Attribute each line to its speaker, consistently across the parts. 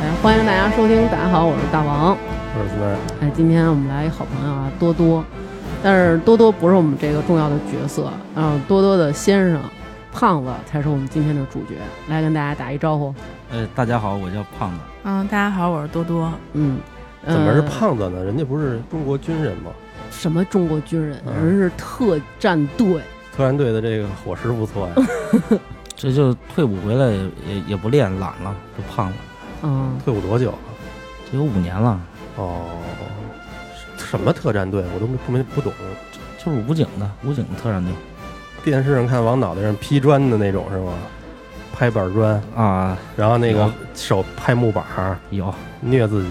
Speaker 1: 哎欢迎大家收听，大家好，我是大王。
Speaker 2: 我是四
Speaker 1: 哎，今天我们来一好朋友啊，多多，但是多多不是我们这个重要的角色，嗯、多多的先生胖子才是我们今天的主角，来跟大家打一招呼。
Speaker 3: 呃，大家好，我叫胖子。
Speaker 4: 嗯，大家好，我是多多。
Speaker 1: 嗯，
Speaker 2: 怎么是
Speaker 1: 呃
Speaker 2: 胖子呢？人家不是中国军人吗？
Speaker 1: 什么中国军人，
Speaker 2: 嗯
Speaker 1: 人是特战队。
Speaker 2: 特战队的这个伙食 不错呀，
Speaker 3: 这就退伍回来也也也不练，懒了，就胖了。
Speaker 1: 嗯，
Speaker 2: 退伍多久了？啊
Speaker 3: 这有五年了，
Speaker 2: 哦，什么特战队我都不明不懂。
Speaker 3: 就是武警的，武警特战队
Speaker 2: 电视上看往脑袋上劈砖的那种是吗？拍板砖，
Speaker 3: 啊，
Speaker 2: 然后那个
Speaker 3: 有
Speaker 2: 手拍木板儿
Speaker 3: 有
Speaker 2: 虐自己，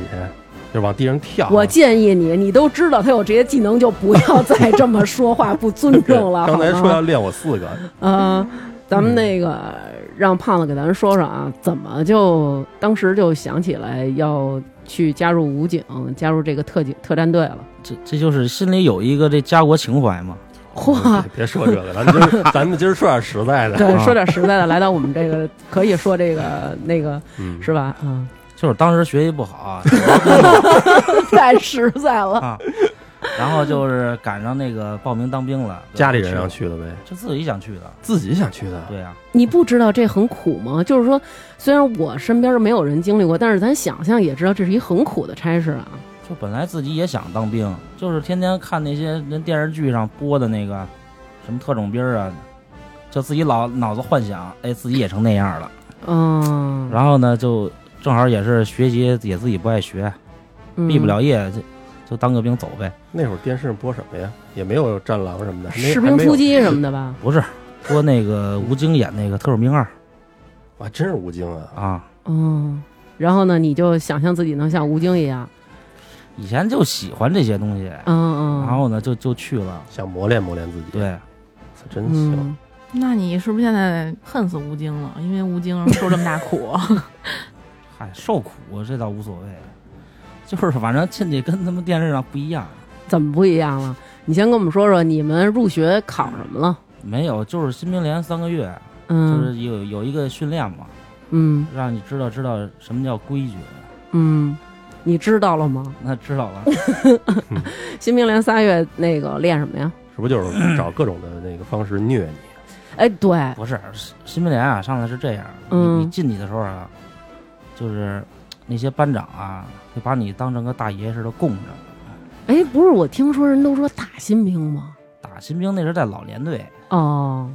Speaker 2: 就往地上跳。
Speaker 1: 啊
Speaker 2: 啊
Speaker 1: 我建议你，你都知道他有这些技能，就不要再这么说话，不尊
Speaker 2: 对
Speaker 1: 重了。
Speaker 2: 刚才
Speaker 1: 好吗
Speaker 2: 说要练我四 个，
Speaker 1: 呃，咱们那个让胖子给咱说说啊，怎么就当时就想起来要去加入武警，加入这个特警特战队 了？
Speaker 3: 这这就是心里有一个这家国情怀嘛。
Speaker 1: 嚯！
Speaker 2: 别说这个，咱们今儿咱们今儿说点实在 的。
Speaker 1: 对，说点实在的，来到我们这个可以说这个那个
Speaker 2: 嗯，
Speaker 1: 是吧？嗯，
Speaker 3: 就是当时学习不好 啊，
Speaker 1: 太实在了。
Speaker 3: 啊然后就是赶上那个报名当兵了，
Speaker 2: 家里人让，啊去的呗，
Speaker 3: 就自己想去的。
Speaker 2: 自己想去的。
Speaker 3: 对啊呀、
Speaker 1: 你不知道这很苦吗？就是说，虽然我身边没有人经历过，但是咱想象也知道这是一很苦的差事啊。
Speaker 3: 就本来自己也想当兵，就是天天看那些人电视剧上播的那个什么特种兵啊，就自己老脑子幻想，哎，自己也成那样了。
Speaker 1: 嗯，
Speaker 3: 然后呢，就正好也是学习也自己不爱学，
Speaker 1: 嗯
Speaker 3: 毕不了业，就就当个兵走呗。
Speaker 2: 那会儿电视上播什么呀？也没有《战狼》什么的，
Speaker 1: 嗯
Speaker 2: 还没
Speaker 1: 士兵突击什么
Speaker 2: 的
Speaker 1: 的吧？
Speaker 3: 不是说那个吴京演那个特种兵二
Speaker 2: 啊，真是吴京啊！
Speaker 3: 啊，
Speaker 1: 嗯，然后呢，你就想象自己能像吴京一样，
Speaker 3: 以前就喜欢这些东西，
Speaker 1: 嗯嗯，
Speaker 3: 然后呢就就去了。
Speaker 2: 想磨练磨练自己，，
Speaker 3: 对，
Speaker 2: 真行。
Speaker 1: 嗯，
Speaker 4: 那你是不是现在恨死吴京了？因为吴京受这么大 苦，
Speaker 3: 嗨，受苦这倒无所谓，就是反正进去跟他们电视上不一样，
Speaker 1: 怎么不一样了？你先跟我们说说你们入学考什么了？
Speaker 3: 没有就是新兵连三个月，就
Speaker 1: 嗯
Speaker 3: 是有有一个训练嘛，
Speaker 1: 嗯
Speaker 3: 让你知道知道什么叫规矩。
Speaker 1: 嗯，你知道了吗？
Speaker 3: 那知道了，
Speaker 1: 新兵连仨月那个练什么呀？
Speaker 2: 是不是就是找各种的那个方式虐你？
Speaker 1: 哎，对，
Speaker 3: 不是新兵连啊，上来是这样，你
Speaker 1: 嗯
Speaker 3: 你进去的时候啊，就是那些班长啊，就把你当成个大爷似的供着。
Speaker 1: 哎，不是，我听说人都说打新兵吗？
Speaker 3: 打新兵那是在老连队，
Speaker 1: 哦，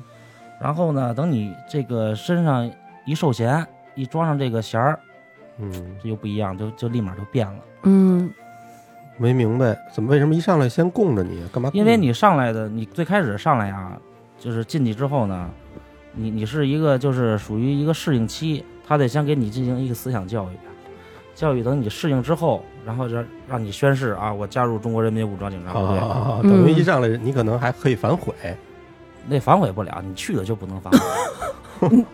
Speaker 3: 然后呢，等你这个身上一授衔，一装上这个衔儿，
Speaker 2: 嗯，
Speaker 3: 这就不一样，就就立马就变了。
Speaker 1: 嗯
Speaker 2: 没明白怎么为什么一上来先供着你，啊干嘛供着？
Speaker 3: 因为你上来的，你最开始上来啊，就是进去之后呢，你你是一个就是属于一个适应期，他得先给你进行一个思想教育，教育等你适应之后，然后让让你宣誓啊，我加入中国人民武装警察部队，
Speaker 2: 啊，
Speaker 1: 嗯
Speaker 2: 等于一上来你可能还可以反悔，
Speaker 3: 那反悔不了，你去了就不能反悔。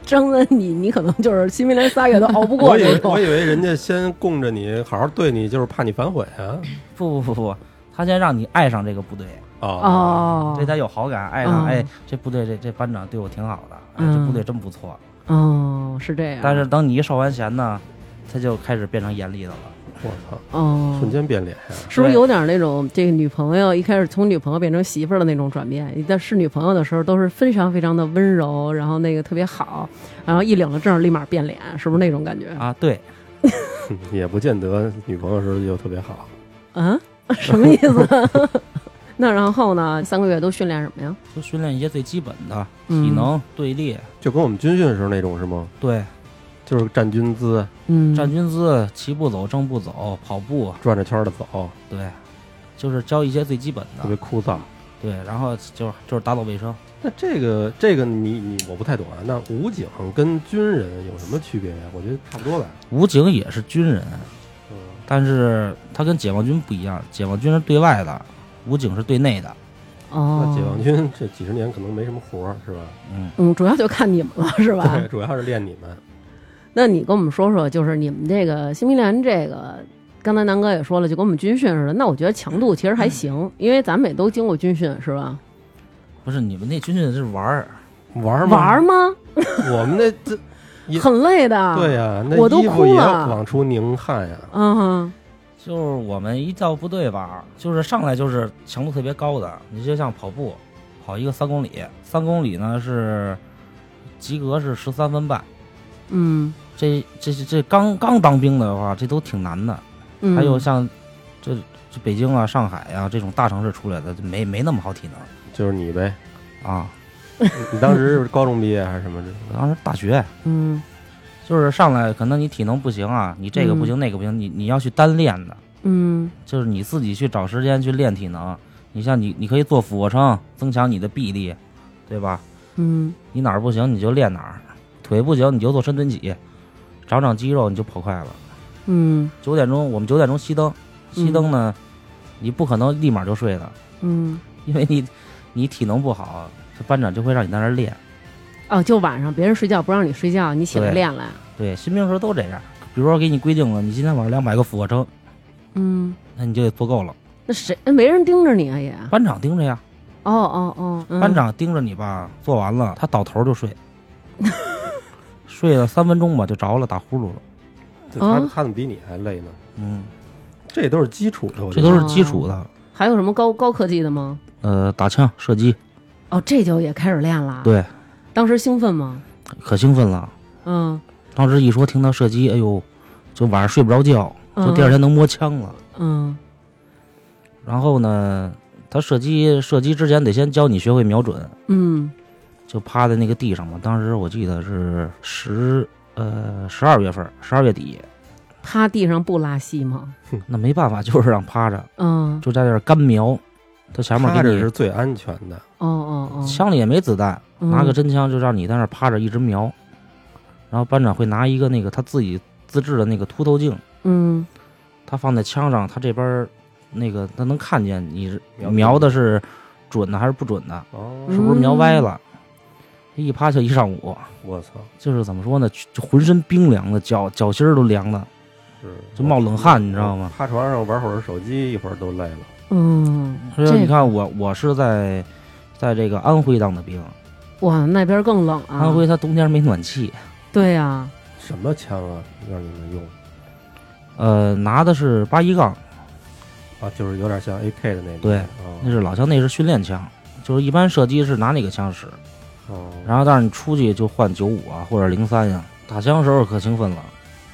Speaker 1: 真的，你你可能就是新兵连仨月都熬不过
Speaker 2: 我以
Speaker 1: 这
Speaker 2: 为
Speaker 1: 种
Speaker 2: 我。以为人家先供着你，好好对你，就是怕你反悔啊。
Speaker 3: 不不不不，他先让你爱上这个部队，
Speaker 2: 哦，
Speaker 1: 哦
Speaker 3: 对，他有好感，爱
Speaker 1: 嗯
Speaker 3: 上，哎，这部队这这班长对我挺好的，哎，
Speaker 1: 嗯
Speaker 3: 这部队真不错。
Speaker 1: 哦，是这样。
Speaker 3: 但是等你一受完衔呢，他就开始变成严厉的了。
Speaker 2: 我操，
Speaker 1: 哦，
Speaker 2: 瞬间变脸 呀！
Speaker 1: 是不是
Speaker 3: 对
Speaker 1: 有点那种这个女朋友一开始从女朋友变成媳妇儿的那种转变？但是女朋友的时候都是非常非常的温柔，然后那个特别好，然后一领了证立马变脸，是不是那种感觉？
Speaker 3: 啊，对，
Speaker 2: 哼也不见得女朋友时候就特别好。
Speaker 1: 啊， 什么意思？那然后呢？三个月都训练什么呀？
Speaker 3: 就训练一些最基本的
Speaker 1: 嗯
Speaker 3: 体能、队列，
Speaker 2: 就跟我们军训的时候那种是吗？
Speaker 3: 对，
Speaker 2: 就是站军姿，
Speaker 1: 嗯，
Speaker 3: 站军姿、齐步走、正步走、跑步，
Speaker 2: 转着圈的走，
Speaker 3: 对，就是教一些最基本
Speaker 2: 特别，
Speaker 3: 的
Speaker 2: 枯燥。
Speaker 3: 对，然后就就是打扫卫生。
Speaker 2: 那这个这个你你我不太懂啊。那武警跟军人有什么区别呀、我觉得差不多吧。
Speaker 3: 武警也是军人，
Speaker 2: 嗯，
Speaker 3: 但是他跟解放军不一样，解放军是对外的，武警是对内的。
Speaker 2: 那
Speaker 1: 哦
Speaker 2: 解，放军这几十年可能没什么活儿，是吧？
Speaker 3: 嗯，
Speaker 1: 嗯，主要就看你们了，是吧？
Speaker 2: 对，主要是练你们。
Speaker 1: 那你跟我们说说，就是你们这个新兵连这个，刚才南哥也说了，就跟我们军训似的。那我觉得强度其实还行，因为咱们也都经过军训，是吧？
Speaker 3: 不是你们那军训是玩儿，啊
Speaker 2: 玩儿吗
Speaker 1: 玩儿吗？
Speaker 2: 我们那这也
Speaker 1: 很累的。
Speaker 2: 对呀、那
Speaker 1: 我都
Speaker 2: 衣服
Speaker 1: 哭
Speaker 2: 也
Speaker 1: 了
Speaker 2: 往出凝汗呀、
Speaker 1: 嗯哼，
Speaker 3: 就是我们一到部队吧，就是上来就是强度特别高的，你就像跑步，跑一个三公里，三公里呢是及格是十三分半，
Speaker 1: 嗯
Speaker 3: 这这这这刚刚当兵的话，这都挺难的。
Speaker 1: 嗯，
Speaker 3: 还有像这这北京啊、上海啊这种大城市出来的，就没没那么好体能
Speaker 2: 就是你呗，
Speaker 3: 啊。
Speaker 2: 你当时是高中毕业还是什么之类的？
Speaker 3: 当时大学
Speaker 1: 嗯
Speaker 3: 就是上来，可能你体能不行啊，你这个不行、那个不行，你你要去单练的，
Speaker 1: 嗯
Speaker 3: 就是你自己去找时间去练体能。你像你，你可以做俯卧撑，增强你的臂力，对吧？
Speaker 1: 嗯
Speaker 3: 你哪儿不行你就练哪儿，腿不行你就做深蹲起，长长肌肉你就跑快了。
Speaker 1: 嗯
Speaker 3: 九点钟我们九点钟熄灯，熄灯呢，你不可能立马就睡的，
Speaker 1: 嗯，
Speaker 3: 因为你你体能不好，这班长就会让你在那儿练。
Speaker 1: 哦，就晚上别人睡觉不让你睡觉，你起来
Speaker 3: 对
Speaker 1: 练来。
Speaker 3: 对，新兵时候都这样，比如说给你规定了，你今天晚上两百个俯卧撑，
Speaker 1: 嗯，
Speaker 3: 那你就得做够了。
Speaker 1: 那谁没人盯着你啊也？
Speaker 3: 班长盯着呀，
Speaker 1: 哦哦哦，嗯
Speaker 3: 班长盯着你吧，做完了他倒头就睡，睡了三分钟吧就着了，打呼噜了。
Speaker 2: 对
Speaker 1: 啊
Speaker 2: 他他怎么比你还累呢？
Speaker 3: 嗯，
Speaker 2: 这都是基础的，我
Speaker 3: 这
Speaker 2: 觉得
Speaker 3: 都是基础的。
Speaker 1: 还有什么高高科技的吗？
Speaker 3: 呃，打枪、射击，
Speaker 1: 哦，这就也开始练了。，
Speaker 3: 对，
Speaker 1: 当时兴奋吗？
Speaker 3: 可兴奋了。
Speaker 1: 嗯
Speaker 3: 当时一说听到射击，哎呦，就晚上睡不着觉，就第二天能摸枪了。
Speaker 1: 嗯
Speaker 3: 然后呢，他射击射击之前得先教你学会瞄准，
Speaker 1: 嗯
Speaker 3: 就趴在那个地上嘛。当时我记得是十呃十二月份，十二月底，
Speaker 1: 趴地上不拉稀吗？
Speaker 3: 那没办法，就是让趴着，
Speaker 1: 嗯，
Speaker 3: 就在那儿干瞄。他前面
Speaker 2: 趴
Speaker 3: 给
Speaker 2: 着
Speaker 3: 你
Speaker 2: 是最安全的。
Speaker 1: 哦哦哦，
Speaker 3: 枪里也没子弹，
Speaker 1: 嗯
Speaker 3: 拿个真枪就让你在那儿趴着一直瞄。然后班长会拿一个那个他自己自制的那个凸透镜，
Speaker 1: 嗯
Speaker 3: 他放在枪上，他这边儿那个他能看见你是
Speaker 2: 瞄
Speaker 3: 瞄的是准的还是不准的，
Speaker 2: 哦，
Speaker 3: 是不是瞄
Speaker 1: 嗯
Speaker 3: 歪了？一趴就一上午，
Speaker 2: 我操，
Speaker 3: 就是怎么说呢，就浑身冰凉的，脚脚心儿都凉的，
Speaker 2: 是
Speaker 3: 就冒冷汗，你知道吗？
Speaker 2: 趴床上玩会儿手机，一会儿都累了。
Speaker 1: 嗯，
Speaker 3: 所以你
Speaker 1: 这个
Speaker 3: 看我我是在在这个安徽当的兵，
Speaker 1: 啊哇，那边更冷啊。
Speaker 3: 安徽它冬天没暖气，
Speaker 1: 对呀，
Speaker 2: 什么枪啊，让你们用
Speaker 3: 呃，拿的是八一杠，
Speaker 2: 啊？就是有点像 AK 的那种。
Speaker 3: 对
Speaker 2: 哦，
Speaker 3: 那是老枪，那是训练枪，就是一般射击是拿那个枪使，
Speaker 2: 哦，
Speaker 3: 然后但是你出去就换九五啊或者零三呀。打枪的时候可兴奋了，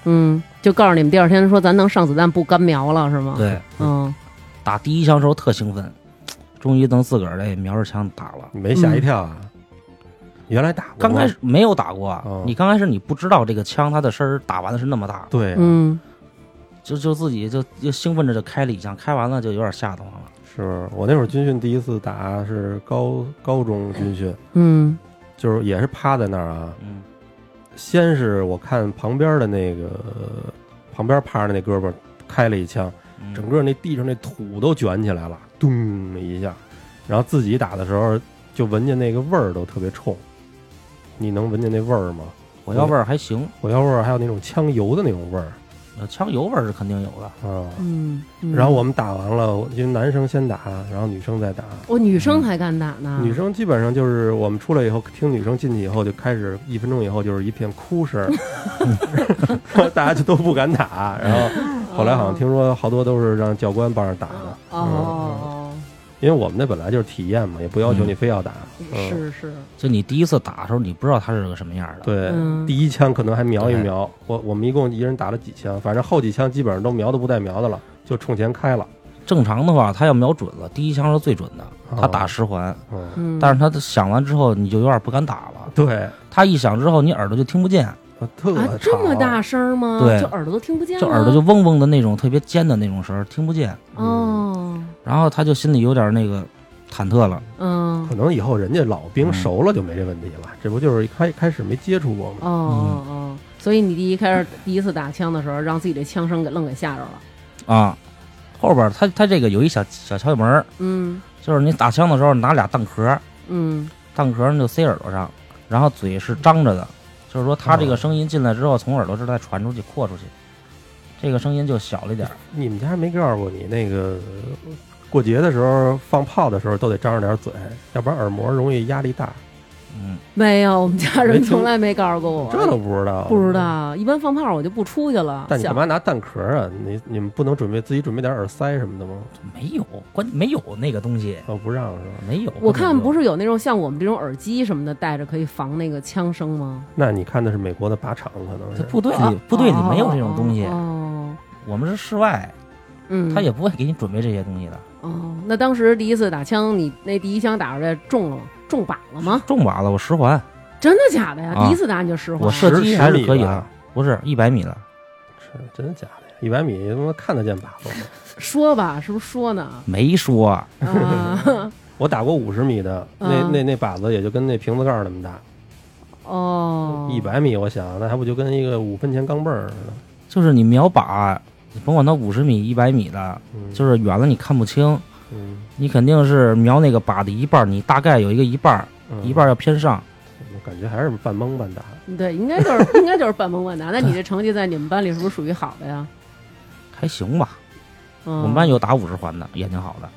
Speaker 1: 嗯，就告诉你们第二天说咱能上子弹不干瞄了是吗？，
Speaker 3: 对，
Speaker 1: 嗯
Speaker 3: 打第一枪的时候特兴奋，终于能自个儿这瞄着枪打了。
Speaker 2: 你没吓一跳啊？原来打过吗
Speaker 3: 嗯刚开始没有打过，啊
Speaker 2: 哦
Speaker 3: 你刚开始你不知道这个枪它的声儿打完的是那么大，
Speaker 2: 对，
Speaker 1: 嗯
Speaker 3: 就就自己就就兴奋着就开了一枪，开完了就有点吓得慌了。
Speaker 2: 是我那会儿军训第一次打是高高中军训，
Speaker 1: 嗯
Speaker 2: 就是也是趴在那儿啊。
Speaker 3: 嗯，
Speaker 2: 先是我看旁边的那个旁边趴着那哥们儿开了一枪，
Speaker 3: 嗯
Speaker 2: 整个那地上那土都卷起来了，咚一下，然后自己打的时候就闻见那个味儿都特别冲。你能闻见那味儿吗？
Speaker 3: 火药味儿还行，
Speaker 2: 火药味儿，还有那种枪油的那种味儿
Speaker 3: 呃枪油味儿是肯定有的。
Speaker 2: 啊。
Speaker 1: 嗯，嗯
Speaker 2: 然后我们打完了，我因为男生先打，然后女生再打。
Speaker 1: 我哦女生才敢打呢，
Speaker 2: 女生基本上就是我们出来以后，听女生进去以后，就开始一分钟以后就是一片哭声，然后 大家就都不敢打。然后后来好像听说好多都是让教官帮着打的
Speaker 1: 哦，哦
Speaker 2: 因为我们那本来就是体验嘛，也不要求你非要打。
Speaker 1: 哦，
Speaker 2: 嗯，
Speaker 1: 是是，
Speaker 3: 就你第一次打的时候，你不知道它是个什么样的。，
Speaker 2: 对，
Speaker 1: 嗯
Speaker 2: 第一枪可能还瞄一瞄，我我们一共一人打了几枪，反正后几枪基本上都瞄都不带瞄的了，就冲前开了。
Speaker 3: 正常的话，它要瞄准了，第一枪是最准的，
Speaker 2: 哦
Speaker 3: 它打十环，
Speaker 2: 嗯，
Speaker 1: 嗯，
Speaker 3: 但是它响完之后，你就有点不敢打了。
Speaker 2: 对，
Speaker 3: 它一响之后，你耳朵就听不见，
Speaker 2: 特
Speaker 1: 啊，这么
Speaker 2: 吵
Speaker 1: 大声儿吗？
Speaker 3: 对
Speaker 1: 就耳朵都听不见了，
Speaker 3: 就耳朵就嗡嗡的那种特别尖的那种声儿，听不见。
Speaker 2: 嗯
Speaker 1: 哦，
Speaker 3: 然后他就心里有点那个忐忑了。
Speaker 1: 嗯
Speaker 2: 可，能以后人家老兵
Speaker 3: 嗯
Speaker 2: 熟了就没这问题了，这不就是一开开始没接触过
Speaker 1: 哦
Speaker 2: 吗？
Speaker 1: 哦哦，所以你第一开始第一次打枪的时候，让自己这枪声给愣给吓着了，
Speaker 3: 啊，后边儿他他这个有一小小窍门儿，
Speaker 1: 嗯
Speaker 3: 就是你打枪的时候拿俩弹壳，
Speaker 1: 嗯
Speaker 3: 弹壳你就塞耳朵上，然后嘴是张着的，就是说他这
Speaker 2: 哦
Speaker 3: 个声音进来之后，从耳朵这儿再传出去扩出去，这个声音就小了一点儿。
Speaker 2: 你们家没告诉过你那个呃过节的时候放炮的时候都得张着点嘴，要不然耳膜容易压力大。
Speaker 3: 嗯，
Speaker 1: 没有，我们家
Speaker 2: 没
Speaker 1: 人
Speaker 2: 听
Speaker 1: 从来没告诉过我，
Speaker 2: 这都不知道，
Speaker 1: 不知。道。一般放炮我就不出去了。
Speaker 2: 但你
Speaker 1: 小
Speaker 2: 干嘛拿蛋壳啊？你你们不能准备自己准备点耳塞什么的吗？
Speaker 3: 没有关没有那个东西，
Speaker 2: 哦，不让是吧？
Speaker 3: 没有。
Speaker 1: 我看不
Speaker 3: 是
Speaker 1: 是有那种像我们这种耳机什么的戴着可以防那个枪声吗？
Speaker 2: 那你看的是美国的靶场，可能是
Speaker 3: 它部队里部队里没有这种东西，
Speaker 1: 啊哦，
Speaker 3: 我们是室外，
Speaker 1: 嗯，
Speaker 3: 他也不会给你准备这些东西的。
Speaker 1: 哦。那当时第一次打枪，你那第一枪打出来中了吗？中靶了吗？
Speaker 3: 重靶了，我十环，
Speaker 1: 真的假的呀？
Speaker 3: 啊
Speaker 1: 第一次打你就实话？
Speaker 3: 我射击还是可以
Speaker 2: 十米
Speaker 3: 的
Speaker 2: 吧，
Speaker 3: 不是一百米的。
Speaker 2: 是真的假的呀？一百米他妈看得见靶子 吗？
Speaker 1: 说吧，是不是说呢？
Speaker 3: 没说，
Speaker 1: 啊，
Speaker 2: 我打过五十米的，那
Speaker 1: 嗯
Speaker 2: 那那靶子也就跟那瓶子盖儿那么大。
Speaker 1: 哦，
Speaker 2: 一百米，我想那还不就跟一个五分钱钢镚儿似的？
Speaker 3: 就是你瞄靶，你甭管它五十米、一百米的，
Speaker 2: 嗯，
Speaker 3: 就是远了你看不清，
Speaker 2: 嗯
Speaker 3: 你肯定是瞄那个靶的一半儿，你大概有一个一半儿，
Speaker 2: 嗯
Speaker 3: 一半儿要偏上。
Speaker 2: 我感觉还是半蒙半打。
Speaker 1: 对，应该就是应该就是半蒙半拿。啊那你这成绩在你们班里是不是属于好的呀？
Speaker 3: 还行吧，
Speaker 1: 嗯、
Speaker 3: 我们班有打五十环的，眼睛好的。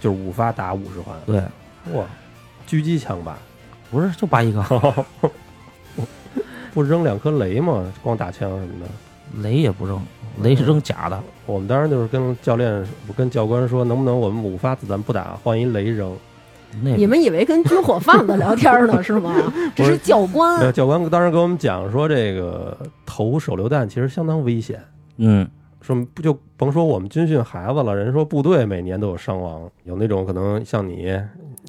Speaker 2: 就是五发打五十环，
Speaker 3: 对，
Speaker 2: 哇，狙击枪吧，
Speaker 3: 不是就拔一 个
Speaker 2: 不扔两颗雷吗？光打枪什么的。
Speaker 3: 雷也不扔，雷是扔假的。
Speaker 2: 我们当时就是跟教练、跟教官说，能不能我们五发子弹不打，换一雷扔？
Speaker 3: 那
Speaker 1: 你们以为跟军火贩子聊天呢 是吗？这是教官
Speaker 2: 那教官当时跟我们讲说，这个投手榴弹其实相当危险，
Speaker 3: 嗯，
Speaker 2: 说不就甭说我们军训孩子了，人说部队每年都有伤亡，有那种可能像你，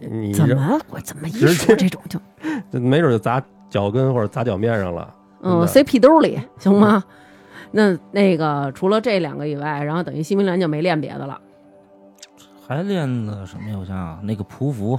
Speaker 2: 你
Speaker 1: 怎
Speaker 2: 扔
Speaker 1: 么我怎么一
Speaker 2: 直
Speaker 1: 说
Speaker 2: 接
Speaker 1: 这种就
Speaker 2: 没准就砸脚跟或者砸脚面上了。
Speaker 1: 嗯塞屁兜里行吗？那那个除了这两个以外，然后等于新民联就没练别的了。
Speaker 3: 还练了什么呀？我想想，那个匍匐，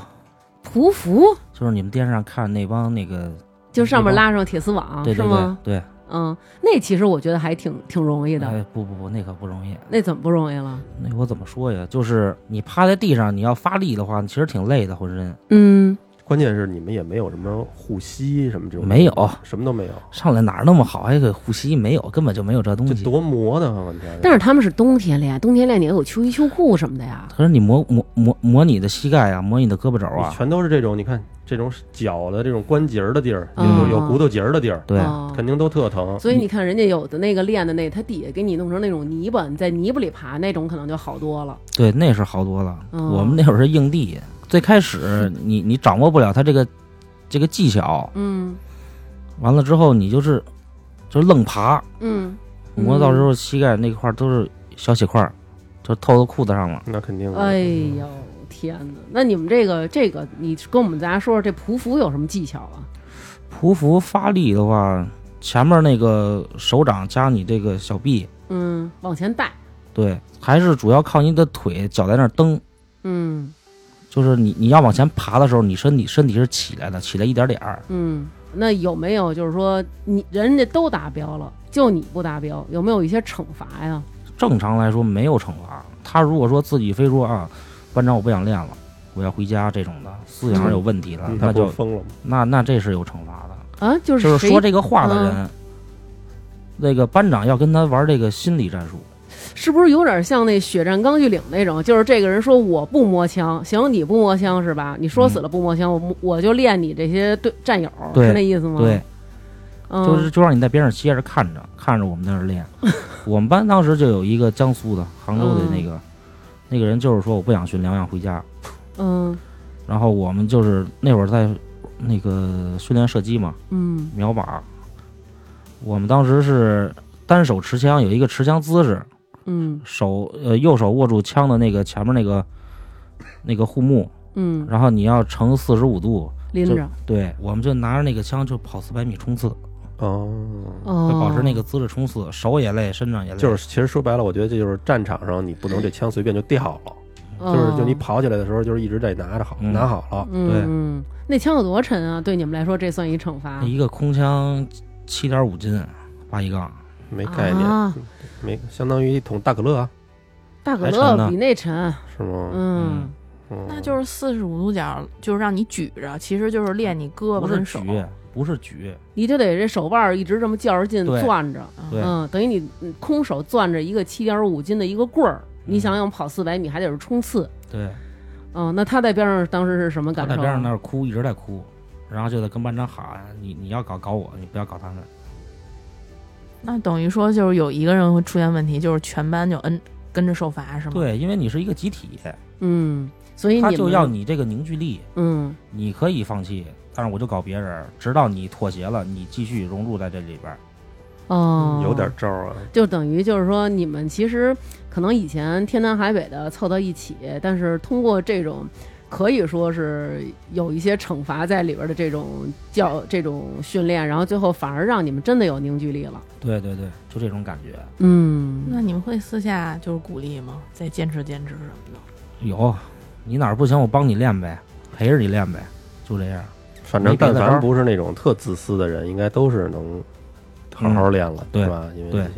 Speaker 1: 匍匐
Speaker 3: 就是你们电视上看那帮那个，
Speaker 1: 就上面拉上铁丝网
Speaker 3: 对
Speaker 1: 是
Speaker 3: 对
Speaker 1: 吗
Speaker 3: 对？对，
Speaker 1: 嗯，那其实我觉得还挺挺容易的。
Speaker 3: 哎，不不不，那可不容易。
Speaker 1: 那怎么不容易了？
Speaker 3: 那我怎么说呀？就是你趴在地上，你要发力的话，其实挺累的，浑身
Speaker 1: 嗯，
Speaker 2: 关键是你们也没有什么护膝什么这种，
Speaker 3: 没有，
Speaker 2: 什么都没有，
Speaker 3: 上来哪儿那么好，还给护膝没有，根本就没有这东
Speaker 2: 这
Speaker 3: 西。
Speaker 2: 多磨的慌！我啊天，
Speaker 1: 嗯但是他们是冬天练，冬天练你得有秋衣秋裤什么的呀。
Speaker 3: 可是你磨磨磨磨你的膝盖啊，磨你的胳膊肘啊，
Speaker 2: 全都是这种，你看这种脚的这种关节儿的地儿，有
Speaker 1: 嗯
Speaker 2: 有骨头节儿的地儿，
Speaker 3: 对，啊
Speaker 1: 哦
Speaker 2: 肯定都特疼。
Speaker 1: 所以你看，人家有的那个练的那，他底下给你弄成那种泥巴，你在泥巴里爬，那种可能就好多了。
Speaker 3: 对，那是好多了。
Speaker 1: 嗯
Speaker 3: 我们那会儿是硬地，最 开始你你掌握不了他这个这个技巧，
Speaker 1: 嗯
Speaker 3: 完了之后你就是就愣爬，
Speaker 1: 嗯，
Speaker 3: 磨到时候膝盖那块儿都是小血块儿，就透到裤子上了。
Speaker 2: 那肯定的，
Speaker 1: 哎呦
Speaker 3: 嗯
Speaker 1: 天哪！那你们这个这个，你跟我们大家说说这匍匐有什么技巧啊？
Speaker 3: 匍匐发力的话，前面那个手掌加你这个小臂，
Speaker 1: 嗯，往前带，
Speaker 3: 对，还是主要靠你的腿脚在那儿蹬。
Speaker 1: 嗯
Speaker 3: 就是你，你要往前爬的时候，你身体身体是起来的，起来一点点儿。
Speaker 1: 嗯。那有没有就是说你人家都达标了，就你不达标，有没有一些惩罚呀？
Speaker 3: 正常来说没有惩罚。他如果说自己非说啊，班长我不想练了，我要回家这种的，思想是有问题的，
Speaker 2: 嗯他
Speaker 3: 那
Speaker 2: 不
Speaker 3: 就是
Speaker 2: 疯了吗？
Speaker 3: 那那这是有惩罚的。
Speaker 1: 啊，就
Speaker 3: 就是是
Speaker 1: 谁嗯
Speaker 3: 说这个话的人，那个班长要跟他玩这个心理战术。
Speaker 1: 是不是有点像那血战钢锯岭那种？就是这个人说我不摸枪，行，你不摸枪是吧？你说死了不摸枪，我摸我就练你这些对战友，
Speaker 3: 嗯对
Speaker 1: 是那意思吗？
Speaker 3: 对，
Speaker 1: 嗯，
Speaker 3: 就是就让你在边上歇着看着，看着我们在那 儿练。我们班当时就有一个江苏的、杭州的那个、那个人，就是说我不想训练，我想回家。
Speaker 1: 嗯
Speaker 3: 然后我们就是那会儿在那个训练射击嘛，
Speaker 1: 嗯
Speaker 3: 瞄靶。我们当时是单手持枪，有一个持枪姿势，
Speaker 1: 嗯
Speaker 3: 手呃右手握住枪的那个前面那个那个护木，
Speaker 1: 嗯，
Speaker 3: 然后你要呈四十五度，
Speaker 1: 拎着
Speaker 3: 对，我们就拿着那个枪就跑四百米冲刺，
Speaker 2: 哦，
Speaker 1: 哦
Speaker 3: 就，保持那个姿势冲刺，手也累，身上也累，
Speaker 2: 就是其实说白了，我觉得这就是战场上你不能这枪随便就掉了，
Speaker 1: 哦，
Speaker 2: 就是就你跑起来的时候，就是一直得拿着好，
Speaker 3: 嗯
Speaker 2: 拿好了。
Speaker 1: 嗯
Speaker 3: 对
Speaker 1: 嗯，那枪有多沉啊？对你们来说，这算一惩罚？
Speaker 3: 一个空枪七点五斤，八一杠，
Speaker 2: 没概念，
Speaker 1: 啊，
Speaker 2: 没相当于一桶大可乐啊，
Speaker 1: 大可
Speaker 3: 还沉呢
Speaker 1: 乐比那沉，
Speaker 2: 是吗？
Speaker 1: 嗯，
Speaker 2: 嗯，
Speaker 4: 那就是四十五度角，就是让你举着，其实就是练你胳膊
Speaker 3: 不是
Speaker 4: 跟手。
Speaker 3: 举，不是举，
Speaker 1: 你就得这手腕儿一直这么较着劲
Speaker 3: 对
Speaker 1: 攥着，
Speaker 3: 对，
Speaker 1: 嗯，等于你嗯空手攥着一个七点五斤的一个棍儿，你想想跑四百米还得是冲刺，
Speaker 3: 对，
Speaker 1: 嗯，那他在边上当时是什么
Speaker 3: 他
Speaker 1: 感
Speaker 3: 在
Speaker 1: 受？
Speaker 3: 边上那儿哭，一直在哭，然后就得跟班长喊你你要搞搞我，你不要搞他们。
Speaker 4: 那等于说就是有一个人会出现问题，就是全班就嗯跟着受罚是吗？，
Speaker 3: 对，因为你是一个集体，
Speaker 1: 嗯，所以你
Speaker 3: 他
Speaker 1: 们
Speaker 3: 就要你这个凝聚力，
Speaker 1: 嗯
Speaker 3: 你可以放弃，但是我就搞别人，直到你妥协了，你继续融入在这里边儿。
Speaker 1: 哦，
Speaker 2: 有点招儿啊。
Speaker 1: 就等于就是说，你们其实可能以前天南海北的凑到一起，但是通过这种可以说是有一些惩罚在里边的这种教这种训练，然后最后反而让你们真的有凝聚力了。
Speaker 3: 对对对，就这种感觉。
Speaker 1: 嗯，
Speaker 4: 那你们会私下就是鼓励吗？再坚持坚持什么的？
Speaker 3: 有，你哪儿不行，我帮你练呗，陪着你练呗，就这样。
Speaker 2: 反正
Speaker 3: 没别
Speaker 2: 但
Speaker 3: 的招
Speaker 2: 凡
Speaker 3: 儿
Speaker 2: 不是那种特自私的人，应该都是能好好练了，
Speaker 3: 嗯对
Speaker 2: 是吧？因为这
Speaker 3: 对
Speaker 2: 些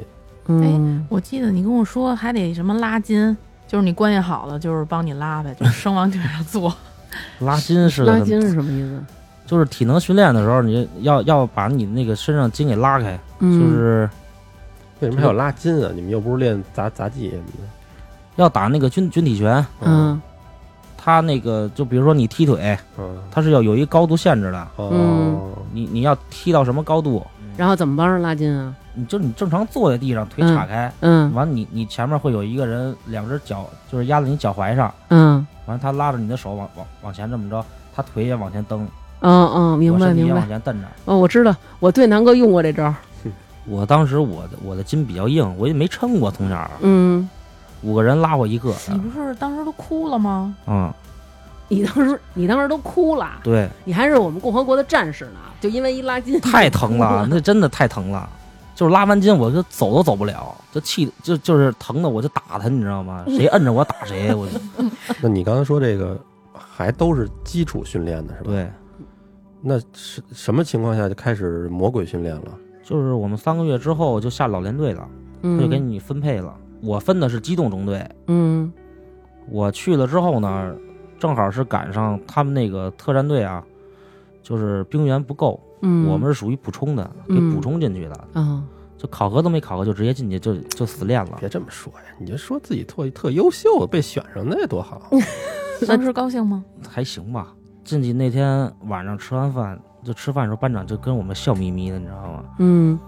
Speaker 1: 嗯，
Speaker 4: 我记得你跟我说还得什么拉筋，就是你关系好了，就是帮你拉呗，就是生往腿上 坐。
Speaker 3: 拉筋似的，
Speaker 1: 拉筋是什么意思？
Speaker 3: 就是体能训练的时候，你要要把你那个身上筋给拉开，
Speaker 1: 嗯，
Speaker 3: 就是
Speaker 2: 为什么还有拉筋啊？你们又不是练杂杂技什么的？
Speaker 3: 要打那个军军体拳。
Speaker 1: 嗯
Speaker 3: 他那个就比如说你踢腿，
Speaker 2: 嗯
Speaker 3: 它是要有一高度限制的，
Speaker 2: 哦，
Speaker 3: 你你要踢到什么高度，
Speaker 1: 然后怎么帮人拉筋啊？
Speaker 3: 你就你正常坐在地上，腿岔开，
Speaker 1: 嗯
Speaker 3: 完你你前面会有一个人，两只脚就是压在你脚踝上，
Speaker 1: 嗯
Speaker 3: 完他拉着你的手往往往前这么着，他腿也往前蹬，
Speaker 1: 嗯嗯，明
Speaker 3: 我
Speaker 1: 白
Speaker 3: 身体
Speaker 1: 明
Speaker 3: 也往
Speaker 1: 白。
Speaker 3: 前蹬着。
Speaker 1: 哦，我知道，我对南哥用过这招儿。
Speaker 3: 我当时我的我的筋比较硬，我也没称过，从小
Speaker 1: 嗯，
Speaker 3: 五个人拉我一个，
Speaker 4: 你不是当时都哭了吗？
Speaker 3: 嗯，
Speaker 1: 你当时你当时都哭了，
Speaker 3: 对，
Speaker 1: 你还是我们共和国的战士呢，就因为一拉筋
Speaker 3: 太疼了，那真的太疼了。就是拉完筋，我就走都走不了，就气就就是疼的，我就打他，你知道吗？谁摁着我打谁，我就
Speaker 2: 那你刚才说这个还都是基础训练的是吧？
Speaker 3: 对。
Speaker 2: 那是什么情况下就开始魔鬼训练了？
Speaker 3: 就是我们三个月之后就下老连队了，他
Speaker 1: 嗯，
Speaker 3: 就给你分配了。我分的是机动中队，
Speaker 1: 嗯
Speaker 3: 我去了之后呢，正好是赶上他们那个特战队啊，就是兵源不够，
Speaker 1: 嗯，
Speaker 3: 我们是属于补充的，给
Speaker 1: 嗯
Speaker 3: 补充进去的，
Speaker 1: 啊，
Speaker 3: 就考核都没考核就直接进去就就死练了。
Speaker 2: 别这么说呀，你就说自己特特优秀，被选上那多好。
Speaker 4: 当时高兴吗？
Speaker 3: 还行吧。进去那天晚上吃完饭，就吃饭的时候，班长就跟我们笑眯眯的，你知道吗？
Speaker 1: 嗯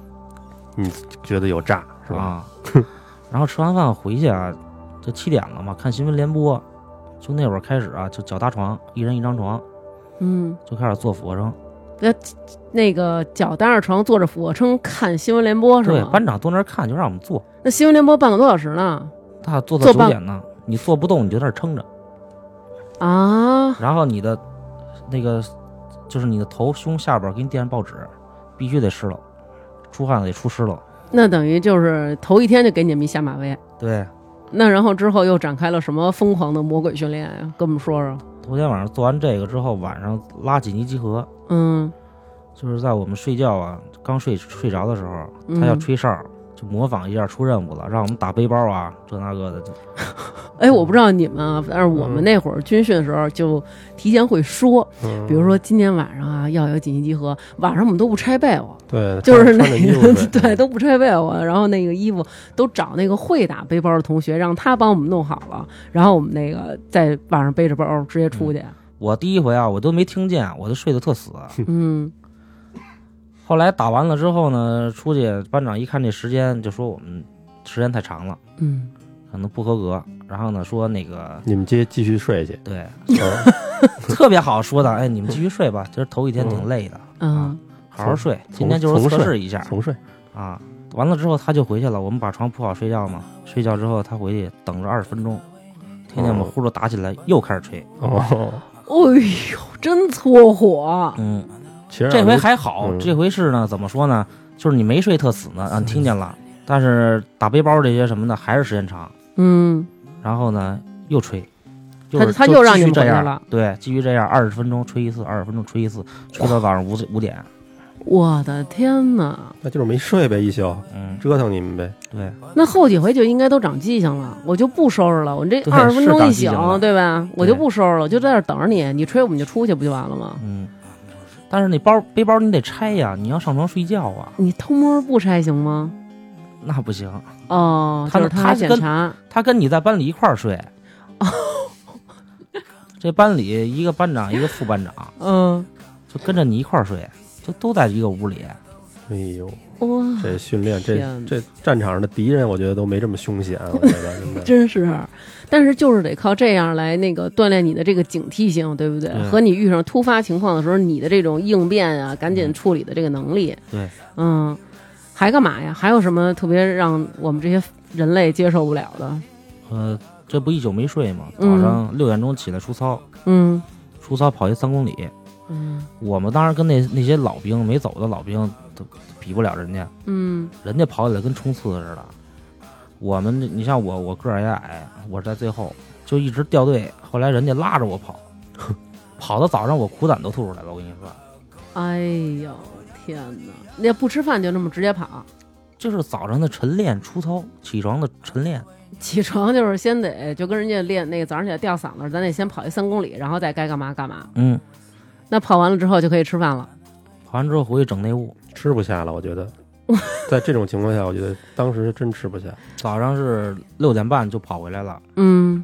Speaker 2: 觉得有诈是吧？
Speaker 3: 啊， 然后吃完饭回去啊，就七点了嘛，看新闻联播，就那会儿开始啊，就脚搭床，一人一张床，
Speaker 1: 嗯，
Speaker 3: 就开始做俯卧撑。
Speaker 1: 那个脚搭着床，坐着俯卧撑看新闻联播是
Speaker 3: 对，
Speaker 1: 吗？
Speaker 3: 班长坐那儿看，就让我们做，
Speaker 1: 那新闻联播半个多小时呢
Speaker 3: 他坐
Speaker 1: 坐
Speaker 3: 到九
Speaker 1: 半
Speaker 3: 点呢，你坐不动你就在那儿撑着，
Speaker 1: 啊，
Speaker 3: 然后你的那个就是你的头、胸、下边儿给你垫上报纸，必须得湿了，出汗了得出湿了。
Speaker 1: 那等于就是头一天就给你们一下马威。
Speaker 3: 对，
Speaker 1: 那然后之后又展开了什么疯狂的魔鬼训练呀、跟我们说说。
Speaker 3: 头天晚上做完这个之后，晚上拉紧急集合，
Speaker 1: 嗯，
Speaker 3: 就是在我们睡觉啊，刚睡睡着的时候，
Speaker 1: 嗯
Speaker 3: 他要吹哨儿，就模仿一下出任务了，让我们打背包啊，这那个的。就
Speaker 1: 哎，我不知道你们啊，但是我们
Speaker 2: 嗯
Speaker 1: 那会儿军训的时候就提前会说，
Speaker 2: 嗯
Speaker 1: 比如说今天晚上啊要有紧急集合，晚上我们都不拆被窝，
Speaker 2: 对，
Speaker 1: 就是那
Speaker 2: 穿着衣服
Speaker 1: 个
Speaker 2: 呗
Speaker 3: 嗯
Speaker 1: 对都不拆被窝，然后那个衣服都找那个会打背包的同学，让他帮我们弄好了，然后我们那个在晚上背着包直接
Speaker 3: 嗯
Speaker 1: 出去。
Speaker 3: 我第一回啊，我都没听见，我都睡得特死。
Speaker 1: 嗯
Speaker 3: 后来打完了之后呢，出去班长一看这时间，就说我们时间太长了，
Speaker 1: 嗯，
Speaker 3: 可能不合格。然后呢，说那个。
Speaker 2: 你们接继续睡去
Speaker 3: 对，
Speaker 2: 嗯
Speaker 3: 特别好说的，哎，你们继续睡吧，今儿头一天挺累的，
Speaker 1: 嗯
Speaker 3: 好好睡，
Speaker 2: 从
Speaker 3: 今天就是
Speaker 2: 从
Speaker 3: 测
Speaker 2: 睡
Speaker 3: 试一下。
Speaker 2: 重睡，
Speaker 3: 啊，完了之后他就回去了。我们把床铺好睡觉嘛，睡觉之后他回去等着二十分钟，听见我们呼噜打起来，又开始吹。
Speaker 2: 哦，
Speaker 1: 哎呦，真搓火！
Speaker 3: 嗯，
Speaker 2: 其实
Speaker 3: 这
Speaker 2: 啊
Speaker 3: 回
Speaker 2: 我
Speaker 3: 还好，
Speaker 2: 嗯
Speaker 3: 这回是呢，怎么说呢？就是你没睡特死呢，啊，听见了，但是打背包这些什么的还是时间长。
Speaker 1: 嗯，
Speaker 3: 然后呢，又吹，又
Speaker 1: 他
Speaker 3: 是
Speaker 1: 他
Speaker 3: 就
Speaker 1: 又让
Speaker 3: 继
Speaker 1: 你们
Speaker 3: 续这
Speaker 1: 回去
Speaker 3: 样
Speaker 1: 了，
Speaker 3: 对，继续这样，二十分钟吹一次，二十分钟吹一次，吹到早上五五点。
Speaker 1: 我的天哪！
Speaker 2: 那就是没睡呗，一宿
Speaker 3: 嗯，
Speaker 2: 折腾你们呗。
Speaker 3: 对，
Speaker 1: 那后几回就应该都长记性了，我就不收拾了，我这
Speaker 3: 对
Speaker 1: 二十分钟一
Speaker 3: 是
Speaker 1: 醒
Speaker 3: 长记性，了
Speaker 1: 对吧？我就
Speaker 3: 对
Speaker 1: 不收拾了，我就在这儿等着你，你吹我们就出去，不就完了吗？
Speaker 3: 嗯，但是那包背包你得拆呀，你要上床睡觉啊，
Speaker 1: 你偷摸不拆行吗？
Speaker 3: 那不行。
Speaker 1: 哦，
Speaker 3: 他
Speaker 1: 就是
Speaker 3: 他
Speaker 1: 来
Speaker 3: 是
Speaker 1: 检
Speaker 3: 跟
Speaker 1: 查，
Speaker 3: 他跟你在班里一块 儿睡。这班里一个班长，一个副班长，
Speaker 1: 嗯，
Speaker 3: 就跟着你一块儿睡，就都在一个屋里。
Speaker 2: 哎呦，
Speaker 1: 哇，
Speaker 2: 这训练，这
Speaker 1: 天哪
Speaker 2: 这战场上的敌人，我觉得都没这么凶险，啊我觉得真的。
Speaker 1: 真是，但是就是得靠这样来那个锻炼你的这个警惕性，对不对？
Speaker 3: 对
Speaker 1: 和你遇上突发情况的时候，你的这种应变啊，赶紧处理的这个能力。
Speaker 3: 对，
Speaker 1: 嗯，还干嘛呀？还有什么特别让我们这些人类接受不了的？
Speaker 3: 呃，这不一宿没睡吗？早
Speaker 1: 嗯
Speaker 3: 上六点钟起来出操，
Speaker 1: 嗯
Speaker 3: 出操跑一三公里。
Speaker 1: 嗯
Speaker 3: 我们当时跟那那些老兵没走的老兵都比不了人家，
Speaker 1: 嗯
Speaker 3: 人家跑起来跟冲刺似的。我们这你像我，我个儿也矮，我是在最后，就一直掉队。后来人家拉着我跑， 跑到早上我苦胆都吐出来了。我跟你说，
Speaker 1: 哎呦天哪！那不吃饭就那么直接跑，
Speaker 3: 就是早上的晨练出操，起床的晨练。
Speaker 1: 起床就是先得就跟人家练那个早上起来吊嗓子，咱得先跑一三公里，然后再该干嘛干嘛。
Speaker 3: 嗯，
Speaker 1: 那跑完了之后就可以吃饭了。
Speaker 3: 跑完之后回去整内务，
Speaker 2: 吃不下了，我觉得，在这种情况下，我觉得当时真吃不下。
Speaker 3: 早上是六点半就跑回来了，
Speaker 1: 嗯。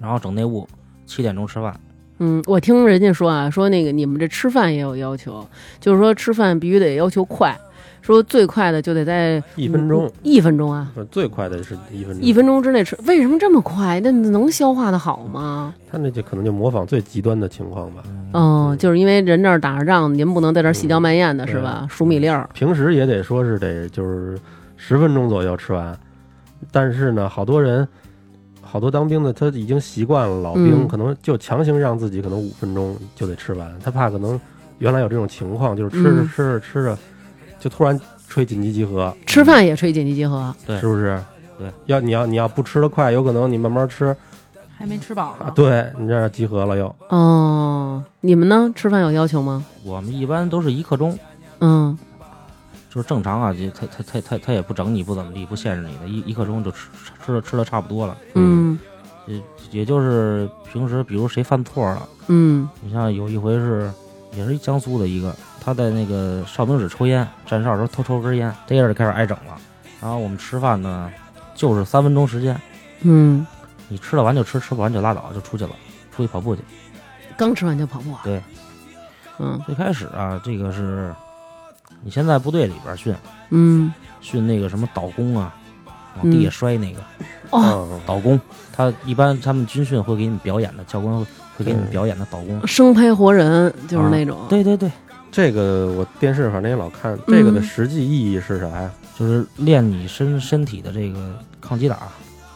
Speaker 3: 然后整内务，七点钟吃饭。
Speaker 1: 嗯，我听人家说啊，说那个你们这吃饭也有要求，就是说吃饭必须得要求快，说最快的就得在
Speaker 2: 一分钟呃
Speaker 1: 五一分钟嗯啊，
Speaker 2: 最快的是一分钟，
Speaker 1: 一分钟之内吃，为什么这么快？那能消化的好吗？
Speaker 2: 他那就可能就模仿最极端的情况吧。
Speaker 1: 嗯，就是因为人这儿打着仗，您不能在这儿细嚼慢咽的是吧？数米粒儿，
Speaker 2: 平时也得说是得就是十分钟左右吃完，但是呢，好多人，好多当兵的他已经习惯了老兵，
Speaker 1: 嗯
Speaker 2: 可能就强行让自己可能五分钟就得吃完，他怕可能原来有这种情况，就是吃着
Speaker 1: 嗯
Speaker 2: 吃着吃着，就突然吹紧急集合，
Speaker 1: 吃饭也吹紧急集合，
Speaker 3: 对
Speaker 2: 是不是？
Speaker 3: 对，
Speaker 2: 要你要你要不吃的快，有可能你慢慢吃，
Speaker 4: 还没吃饱
Speaker 2: 啊
Speaker 4: 呢。，
Speaker 2: 对你这样集合了又，
Speaker 1: 哦，你们呢？吃饭有要求吗？
Speaker 3: 我们一般都是一刻钟，
Speaker 1: 嗯，
Speaker 3: 就是正常啊，就他他他他他也不整你，不怎么地，不限制你的，一一刻钟就吃吃吃的吃的差不多了。
Speaker 1: 嗯
Speaker 3: 也也就是平时，比如谁犯错了，
Speaker 1: 嗯
Speaker 3: 你像有一回是，也是一江苏的一个，他在那个哨兵室抽烟，站哨的时候偷抽根烟，这样就开始挨整了。然后我们吃饭呢，就是三分钟时间，
Speaker 1: 嗯，
Speaker 3: 你吃得完就吃，吃不完就拉倒，就出去了，出去跑步去。
Speaker 1: 刚吃完就跑步啊？
Speaker 3: 对，
Speaker 1: 嗯
Speaker 3: 最开始啊，这个是你先在部队里边训
Speaker 1: 嗯，
Speaker 3: 训那个什么倒弓啊，往地下摔那个、
Speaker 1: 哦，
Speaker 2: 嗯，
Speaker 3: 倒弓，他一般他们军训会给你表演的，教官会会给你表演的倒弓。
Speaker 1: 生拍活人就是
Speaker 3: 啊
Speaker 1: 那种，
Speaker 3: 对对对，
Speaker 2: 这个我电视反正也老看，这个的
Speaker 1: 嗯
Speaker 2: 实际意义是啥呀？
Speaker 3: 就是练你身身体的这个抗击打，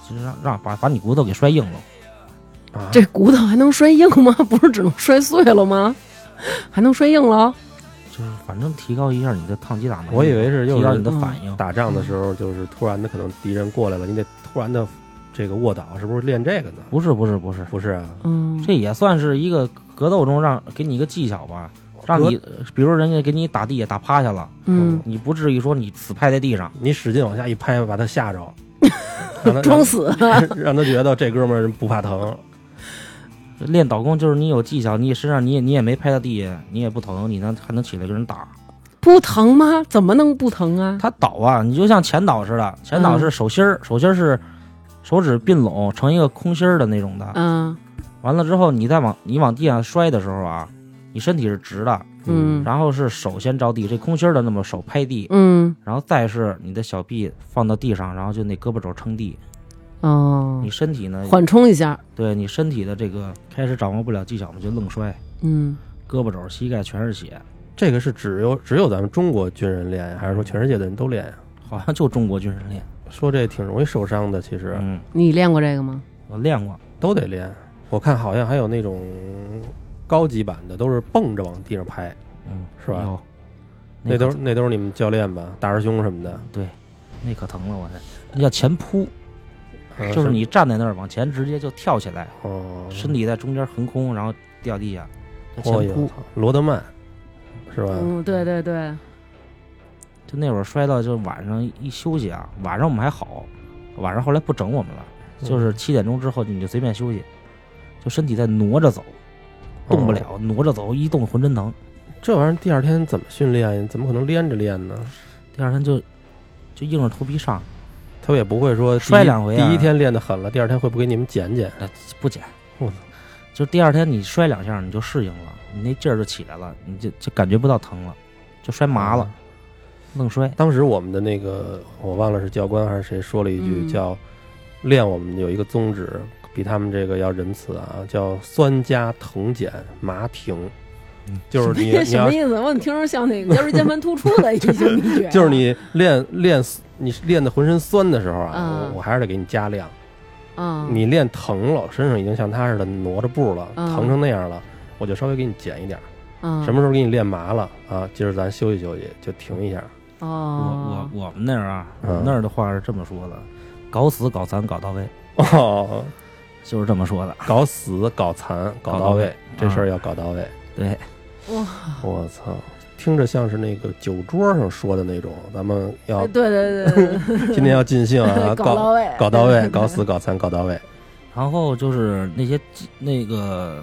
Speaker 3: 就是让让把把你骨头给摔硬了。
Speaker 2: 啊，
Speaker 1: 这骨头还能摔硬吗？ 不是只能摔碎了吗？还能摔硬了？
Speaker 3: 就是反正提高一下你的抗击打能力，
Speaker 2: 我以为是嗯又
Speaker 3: 提高
Speaker 2: 是
Speaker 3: 你的反应。
Speaker 2: 打仗的时候，就是突然的可能敌人过来了，你得突然的这个卧倒，是不是练这个呢？
Speaker 3: 不是不是不是，
Speaker 2: 不是啊，
Speaker 1: 嗯，
Speaker 3: 这也算是一个格斗中让给你一个技巧吧，让你比如人家给你打地下打趴下了，
Speaker 1: 嗯，
Speaker 3: 你不至于说你死拍在地上。
Speaker 2: 你使劲往下一拍，把他吓 着，让他
Speaker 1: 装死，
Speaker 2: 让 让他觉得这哥们儿不怕疼。
Speaker 3: 练倒弓就是你有技巧，你身上你也你也没拍到地下，你也不疼，你能还能起来跟人打。
Speaker 1: 不疼吗？怎么能不疼啊？
Speaker 3: 他倒啊，你就像前倒似的，前倒是手心儿，手心儿是手指并拢成一个空心儿的那种的。
Speaker 1: 嗯
Speaker 3: 完了之后，你再往你往地上摔的时候啊，你身体是直的，
Speaker 1: 嗯
Speaker 3: 然后是手先着地，这空心儿的那么手拍地，
Speaker 1: 嗯
Speaker 3: 然后再是你的小臂放到地上，然后就那胳膊肘撑地，
Speaker 1: 哦
Speaker 3: 你，身体呢，
Speaker 1: 缓冲一下，
Speaker 3: 对你身体的这个开始掌握不了技巧嘛，就愣摔，
Speaker 1: 嗯，
Speaker 3: 胳膊肘、膝盖全是血，
Speaker 2: 这个是只有只有咱们中国军人练呀，还是说全世界的人都练呀？
Speaker 3: 好像就中国军人练。
Speaker 2: 说这挺容易受伤的，其实
Speaker 3: 嗯，
Speaker 1: 你练过这个吗？
Speaker 3: 我练过，
Speaker 2: 都得练。我看好像还有那种高级版的，都是蹦着往地上拍，
Speaker 3: 嗯，
Speaker 2: 是吧
Speaker 3: 有，
Speaker 2: 那
Speaker 3: 可
Speaker 2: 都是那都是你们教练吧，大师兄什么的，
Speaker 3: 那可疼了，我这那叫前扑，
Speaker 2: 嗯
Speaker 3: 就是你站在那儿往前直接就跳起来，
Speaker 2: 哦，
Speaker 3: 身体在中间横空，然后掉地下，叫
Speaker 2: 哦
Speaker 3: 前
Speaker 2: 呦，
Speaker 3: 扑
Speaker 2: 操。罗德曼是吧？
Speaker 1: 嗯，对对对，
Speaker 3: 就那会儿摔到，就晚上一休息啊，晚上我们还好，晚上后来不整我们了，
Speaker 2: 嗯
Speaker 3: 就是七点钟之后你就随便休息，就身体在挪着走，动
Speaker 2: 哦
Speaker 3: 不了，挪着走，一动浑身疼。
Speaker 2: 这玩意儿第二天怎么训练呀？怎么可能连着练呢？
Speaker 3: 第二天就就硬着头皮上，
Speaker 2: 他也不会说第一
Speaker 3: 摔两回啊
Speaker 2: 第一天练得狠了，第二天会不会给你们减减？
Speaker 3: 哎不减
Speaker 2: 我操，
Speaker 3: 就第二天你摔两下你就适应了，你那劲儿就起来了，你就就感觉不到疼了，就摔麻
Speaker 2: 啊
Speaker 3: 了，愣摔。
Speaker 2: 嗯当时我们的那个我忘了是教官还是谁说了一句
Speaker 1: 嗯
Speaker 2: 叫“练我们有一个宗旨，比他们这个要仁慈啊，叫酸加疼减麻停
Speaker 3: 嗯”，
Speaker 2: 就是你 你
Speaker 1: 什
Speaker 2: 要
Speaker 1: 么意思？啊我怎么听着像那个腰椎间盘突出的一句秘诀？
Speaker 2: 就是你练练你练的浑身酸的时候啊，
Speaker 1: 嗯
Speaker 2: 我我还是得给你加量。
Speaker 1: 啊，
Speaker 2: 你练疼了，身上已经像他似的挪着步了，
Speaker 1: 嗯
Speaker 2: 疼成那样了，我就稍微给你减一点儿。
Speaker 1: 嗯
Speaker 2: 什么时候给你练麻了啊？今儿咱休息休息，就停一下。
Speaker 1: 哦
Speaker 3: 我，我我们那儿啊，
Speaker 2: 嗯
Speaker 3: 我们那儿的话是这么说的：搞死、搞残、搞到位，
Speaker 2: 哦，
Speaker 3: 就是这么说的。
Speaker 2: 搞死、搞残、搞
Speaker 3: 搞
Speaker 2: 到
Speaker 3: 到
Speaker 2: 位啊
Speaker 3: 位，
Speaker 2: 这事儿要搞到位。
Speaker 1: 啊
Speaker 3: 对，
Speaker 2: 我操，听着像是那个酒桌上说的那种，咱们
Speaker 1: 哎
Speaker 2: 要
Speaker 1: 对对对对 对
Speaker 2: 今天要尽兴啊，
Speaker 1: 搞到
Speaker 2: 搞
Speaker 1: 位，
Speaker 2: 搞到 位，搞死、搞残、搞到位。
Speaker 3: 然后就是那些那个，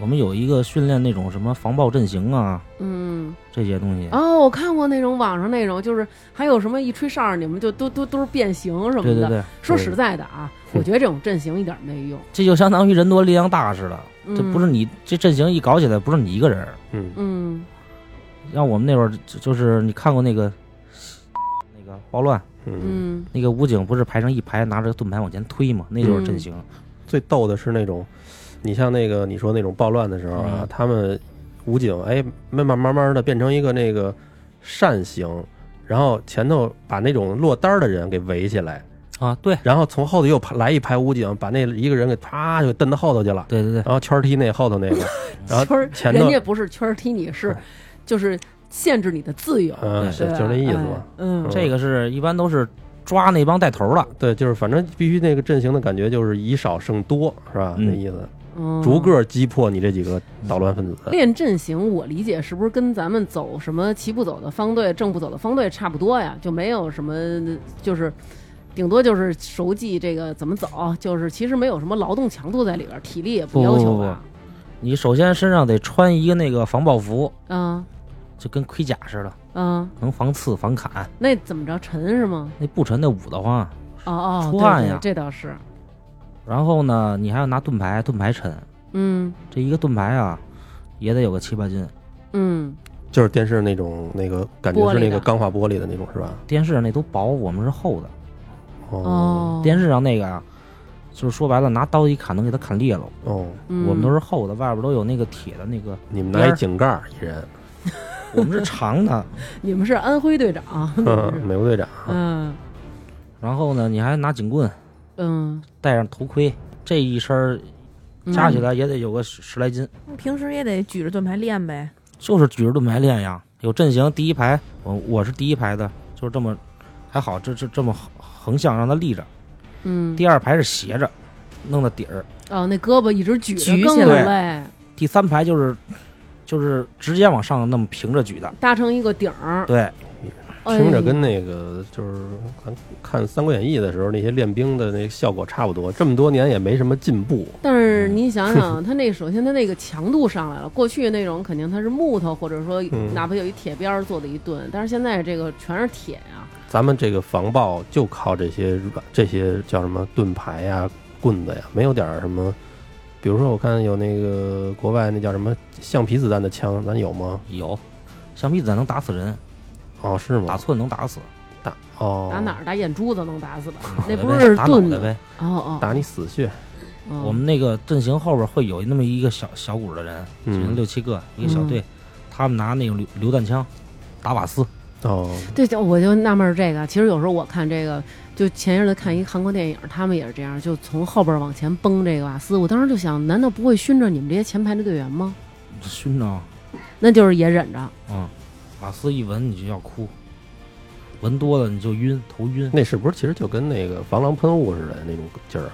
Speaker 3: 我们有一个训练那种什么防爆阵型啊
Speaker 1: 嗯。
Speaker 3: 这些东西。
Speaker 1: 哦，我看过那种网上那种，就是还有什么一吹哨儿，你们就都都都是变形什么的。
Speaker 3: 对对对，
Speaker 1: 说实在的啊，
Speaker 2: 对
Speaker 1: 我觉得这种阵型一点儿没用。
Speaker 3: 这就相当于人多力量大似的，
Speaker 1: 嗯、
Speaker 3: 这不是你这阵型一搞起来，不是你一个人儿。
Speaker 2: 嗯，
Speaker 1: 嗯
Speaker 3: 像我们那会儿就就是你看过那个那个暴乱，
Speaker 2: 嗯，
Speaker 1: 嗯
Speaker 3: 那个武警不是排成一排拿着盾牌往前推吗？那就是阵型。
Speaker 2: 最逗的是那种，你像那个你说那种暴乱的时候啊
Speaker 3: 嗯，
Speaker 2: 他们武警哎，慢慢慢慢的变成一个那个扇形，然后前头把那种落单儿的人给围起来，
Speaker 3: 啊，对
Speaker 2: 然后从后头又来一排武警，把那一个人给啪就蹬到后头去
Speaker 1: 嗯
Speaker 2: 了，
Speaker 3: 对对对，
Speaker 2: 然后圈儿踢那后 头那个，然后
Speaker 1: 圈儿，
Speaker 2: 前
Speaker 1: 人
Speaker 2: 头
Speaker 1: 家不是圈儿踢你，是就是限制你的自由，
Speaker 2: 嗯，是
Speaker 1: 对吧
Speaker 2: 就是那意思嘛
Speaker 1: 哎。嗯，
Speaker 3: 这个是一般都是抓那帮带头的，
Speaker 2: 对，就是反正必须那个阵型的感觉就是以少胜多，是吧？
Speaker 3: 嗯
Speaker 2: 那意思，
Speaker 1: 嗯
Speaker 2: 逐个击破你这几个捣乱分子。
Speaker 1: 练阵型，我理解是不是跟咱们走什么齐步走的方队、正步走的方队差不多呀？就没有什么，就是顶多就是熟记这个怎么走，就是其实没有什么劳动强度在里边，体力也
Speaker 3: 不
Speaker 1: 要
Speaker 3: 不
Speaker 1: 求啊
Speaker 3: 不
Speaker 1: 吧？
Speaker 3: 你首先身上得穿一个那个防爆服，
Speaker 1: 嗯
Speaker 3: 就跟盔甲似的，
Speaker 1: 嗯，
Speaker 3: 能防刺防砍。
Speaker 1: 那怎么着沉是吗？
Speaker 3: 那不沉那捂得慌。
Speaker 1: 哦哦，
Speaker 3: 出
Speaker 1: 对
Speaker 3: 汗
Speaker 1: 对
Speaker 3: 呀
Speaker 1: 这倒是，
Speaker 3: 然后呢，你还要拿盾牌，盾牌沉，
Speaker 1: 嗯
Speaker 3: 这一个盾牌啊，也得有个七八斤。
Speaker 1: 嗯
Speaker 2: 就是电视那种那个感觉是
Speaker 1: 玻
Speaker 2: 那
Speaker 1: 璃
Speaker 2: 个
Speaker 1: 的
Speaker 2: 钢化玻璃的那种，是吧？
Speaker 3: 电视上那都薄，我们是厚的。
Speaker 2: 哦
Speaker 1: 哦，
Speaker 3: 电视上那个啊，就是说白了，拿刀一砍能给它砍裂了。
Speaker 2: 哦，
Speaker 1: 嗯
Speaker 3: 我们都是厚的，外边都有那个铁的那个，
Speaker 2: 你们
Speaker 3: 边
Speaker 2: 拿一
Speaker 3: 儿
Speaker 2: 井盖儿一人，
Speaker 3: 我们是长 的。
Speaker 1: 嗯哦你们是安徽队长，你们
Speaker 2: 嗯，
Speaker 1: 是
Speaker 2: 美国队长，
Speaker 1: 嗯
Speaker 3: 然后呢，你还拿警棍，
Speaker 1: 嗯，
Speaker 3: 戴上头盔，这一身儿加起来也得有个十十来斤。
Speaker 4: 平时也得举着盾牌练呗。
Speaker 3: 就是举着盾牌练呀，有阵型，第一排，我我是第一排的，就是这么，还好，这这这么横横向让它立着。
Speaker 1: 嗯，
Speaker 3: 第二排是斜着，弄到底儿。
Speaker 1: 哦，那胳膊一直举着
Speaker 4: 举起
Speaker 1: 更
Speaker 3: 来
Speaker 1: 累，
Speaker 3: 第三排就是就是直接往上那么平着举的。
Speaker 1: 搭成一个顶儿，
Speaker 3: 对，
Speaker 2: 听着
Speaker 1: 哎
Speaker 2: 跟那个就是咱看《三国演义》的时候那些练兵的那个效果差不多。这么多年也没什么进步，
Speaker 1: 但是
Speaker 3: 嗯
Speaker 1: 你想想，它那首先它那个强度上来了，过去那种肯定它是木头或者说
Speaker 2: 嗯
Speaker 1: 哪怕有一铁边儿做的一盾，但是现在这个全是铁呀、
Speaker 2: 咱们这个防爆就靠这些软这些叫什么盾牌呀、棍子呀，没有点儿什么。比如说，我看有那个国外那叫什么橡皮子弹的枪，咱有吗？
Speaker 3: 有，橡皮子弹能打死人，
Speaker 2: 哦，是
Speaker 3: 打
Speaker 2: 吗？
Speaker 3: 寸能打死，
Speaker 2: 打哦，
Speaker 1: 打哪儿打眼珠子能打死 吧？
Speaker 3: 脑
Speaker 1: 那
Speaker 3: 袋
Speaker 1: 不
Speaker 3: 呗
Speaker 1: 是
Speaker 3: 打脑
Speaker 1: 盾
Speaker 3: 袋
Speaker 1: 的
Speaker 3: 呗。
Speaker 1: 哦哦，
Speaker 2: 打你死穴。
Speaker 1: 哦
Speaker 3: 我们那个阵型后边会有那么一个小小股的人，可能
Speaker 2: 嗯，
Speaker 3: 六七个一个小队，他们拿那种榴榴弹枪打瓦斯，
Speaker 2: 哦，
Speaker 1: 对，就我就纳闷儿这个。其实有时候我看这个，就前一阵子看一韩国电影，他们也是这样，就从后边儿往前崩这个瓦斯。我当时就想，难道不会熏着你们这些前排的队员吗？
Speaker 3: 熏着。
Speaker 1: 那就是也忍着。
Speaker 3: 嗯，瓦斯一闻你就要哭，闻多了你就晕，头晕。
Speaker 2: 那是不是其实就跟那个防狼喷雾似的那种劲儿啊？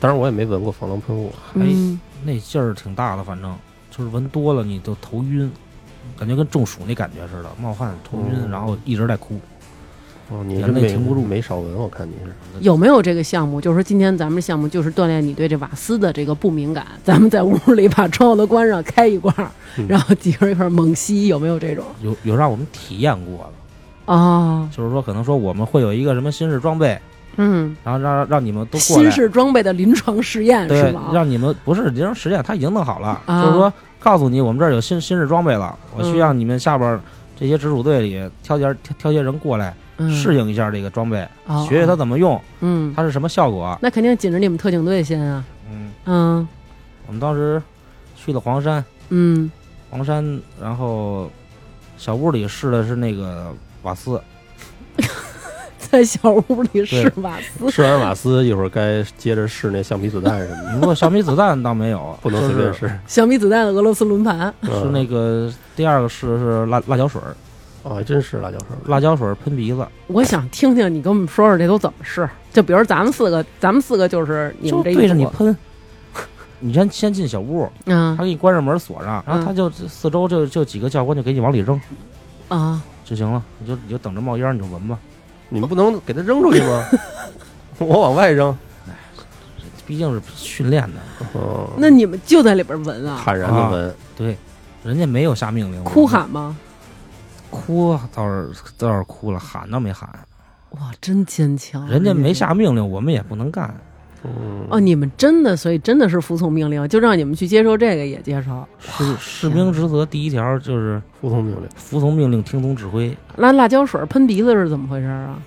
Speaker 2: 当然，我也没闻过防狼喷雾。啊
Speaker 1: 嗯，
Speaker 3: 那劲儿挺大的，反正就是闻多了你就头晕，感觉跟中暑那感觉似的，冒汗、头晕，
Speaker 2: 嗯
Speaker 3: 然后一直在哭。
Speaker 2: 哦，你
Speaker 3: 眼
Speaker 2: 是
Speaker 3: 泪
Speaker 2: 没
Speaker 3: 停不住
Speaker 2: 没少闻，我看你是。
Speaker 1: 有没有这个项目？就是说，今天咱们项目就是锻炼你对这瓦斯的这个不敏感。 咱们在屋里把窗户都关上，开一罐儿
Speaker 2: 嗯，
Speaker 1: 然后几个人一块儿猛吸，有没有这种？
Speaker 3: 有有让我们体验过了，
Speaker 1: 哦，
Speaker 3: 啊就是说可能说我们会有一个什么新式装备，
Speaker 1: 嗯，
Speaker 3: 然后让让你们都过
Speaker 1: 新
Speaker 3: 来，
Speaker 1: 式装备的临床试验是
Speaker 3: 对
Speaker 1: 吗，？
Speaker 3: 让你们不是临时实验，他已经弄好了，
Speaker 1: 啊
Speaker 3: 就是说告诉你我们这儿有新新式装备了，我
Speaker 1: 嗯
Speaker 3: 需要你们下边儿这些直属队里挑点儿挑挑些人过来
Speaker 1: 嗯
Speaker 3: 适应一下这个装备，
Speaker 1: 哦
Speaker 3: 学学它怎么用，
Speaker 1: 嗯，
Speaker 3: 它是什么效果。
Speaker 1: 那肯定紧着你们特警队先啊，
Speaker 3: 嗯，
Speaker 1: 嗯
Speaker 3: 我们当时去了黄山，
Speaker 1: 嗯
Speaker 3: 黄山，然后小屋里试的是那个瓦斯，
Speaker 1: 在小屋里试瓦斯，
Speaker 2: 试完瓦斯，一会儿该接着试那橡皮子弹什么的，
Speaker 3: 不过小米子弹倒没 有，
Speaker 2: 不能随 便试。
Speaker 1: 小米子弹的俄罗斯轮盘，
Speaker 3: 就是是那个第二个是是辣辣椒水儿，
Speaker 2: 嗯啊，真是辣椒水儿，
Speaker 3: 辣椒水儿喷鼻子，
Speaker 1: 我想听听你跟我们说说这都怎么试。就比如咱们四个，咱们四个就是你
Speaker 3: 就
Speaker 1: 们这
Speaker 3: 对
Speaker 1: 一
Speaker 3: 着你
Speaker 1: 组，
Speaker 3: 喷。 你先先进小屋，
Speaker 1: 嗯
Speaker 3: 他给你关上门锁上，然
Speaker 1: 嗯
Speaker 3: 后他就四周就就几个教官就给你往里扔
Speaker 1: 啊，
Speaker 3: 就行了，你就你就等着冒烟你就闻吧，
Speaker 2: 你们不能给它扔出去吗？我往外扔，
Speaker 3: 毕竟是训练的，
Speaker 2: 嗯，
Speaker 1: 那你们就在里边闻啊，
Speaker 2: 坦然的闻，
Speaker 3: 对，人家没有下命令，
Speaker 1: 哭喊吗？
Speaker 3: 哭倒是倒是哭了，喊倒没喊，
Speaker 1: 哦哇，真坚强！啊
Speaker 3: 人家没下命令，我们也不能干，
Speaker 2: 嗯，
Speaker 1: 哦，你们真的，所以真的是服从命令，就让你们去接受这个也接受。
Speaker 3: 士士兵职责第一条就是
Speaker 2: 服从命令。
Speaker 3: 服从命令，听从指挥，
Speaker 1: 那辣椒水喷鼻子是怎么回事啊？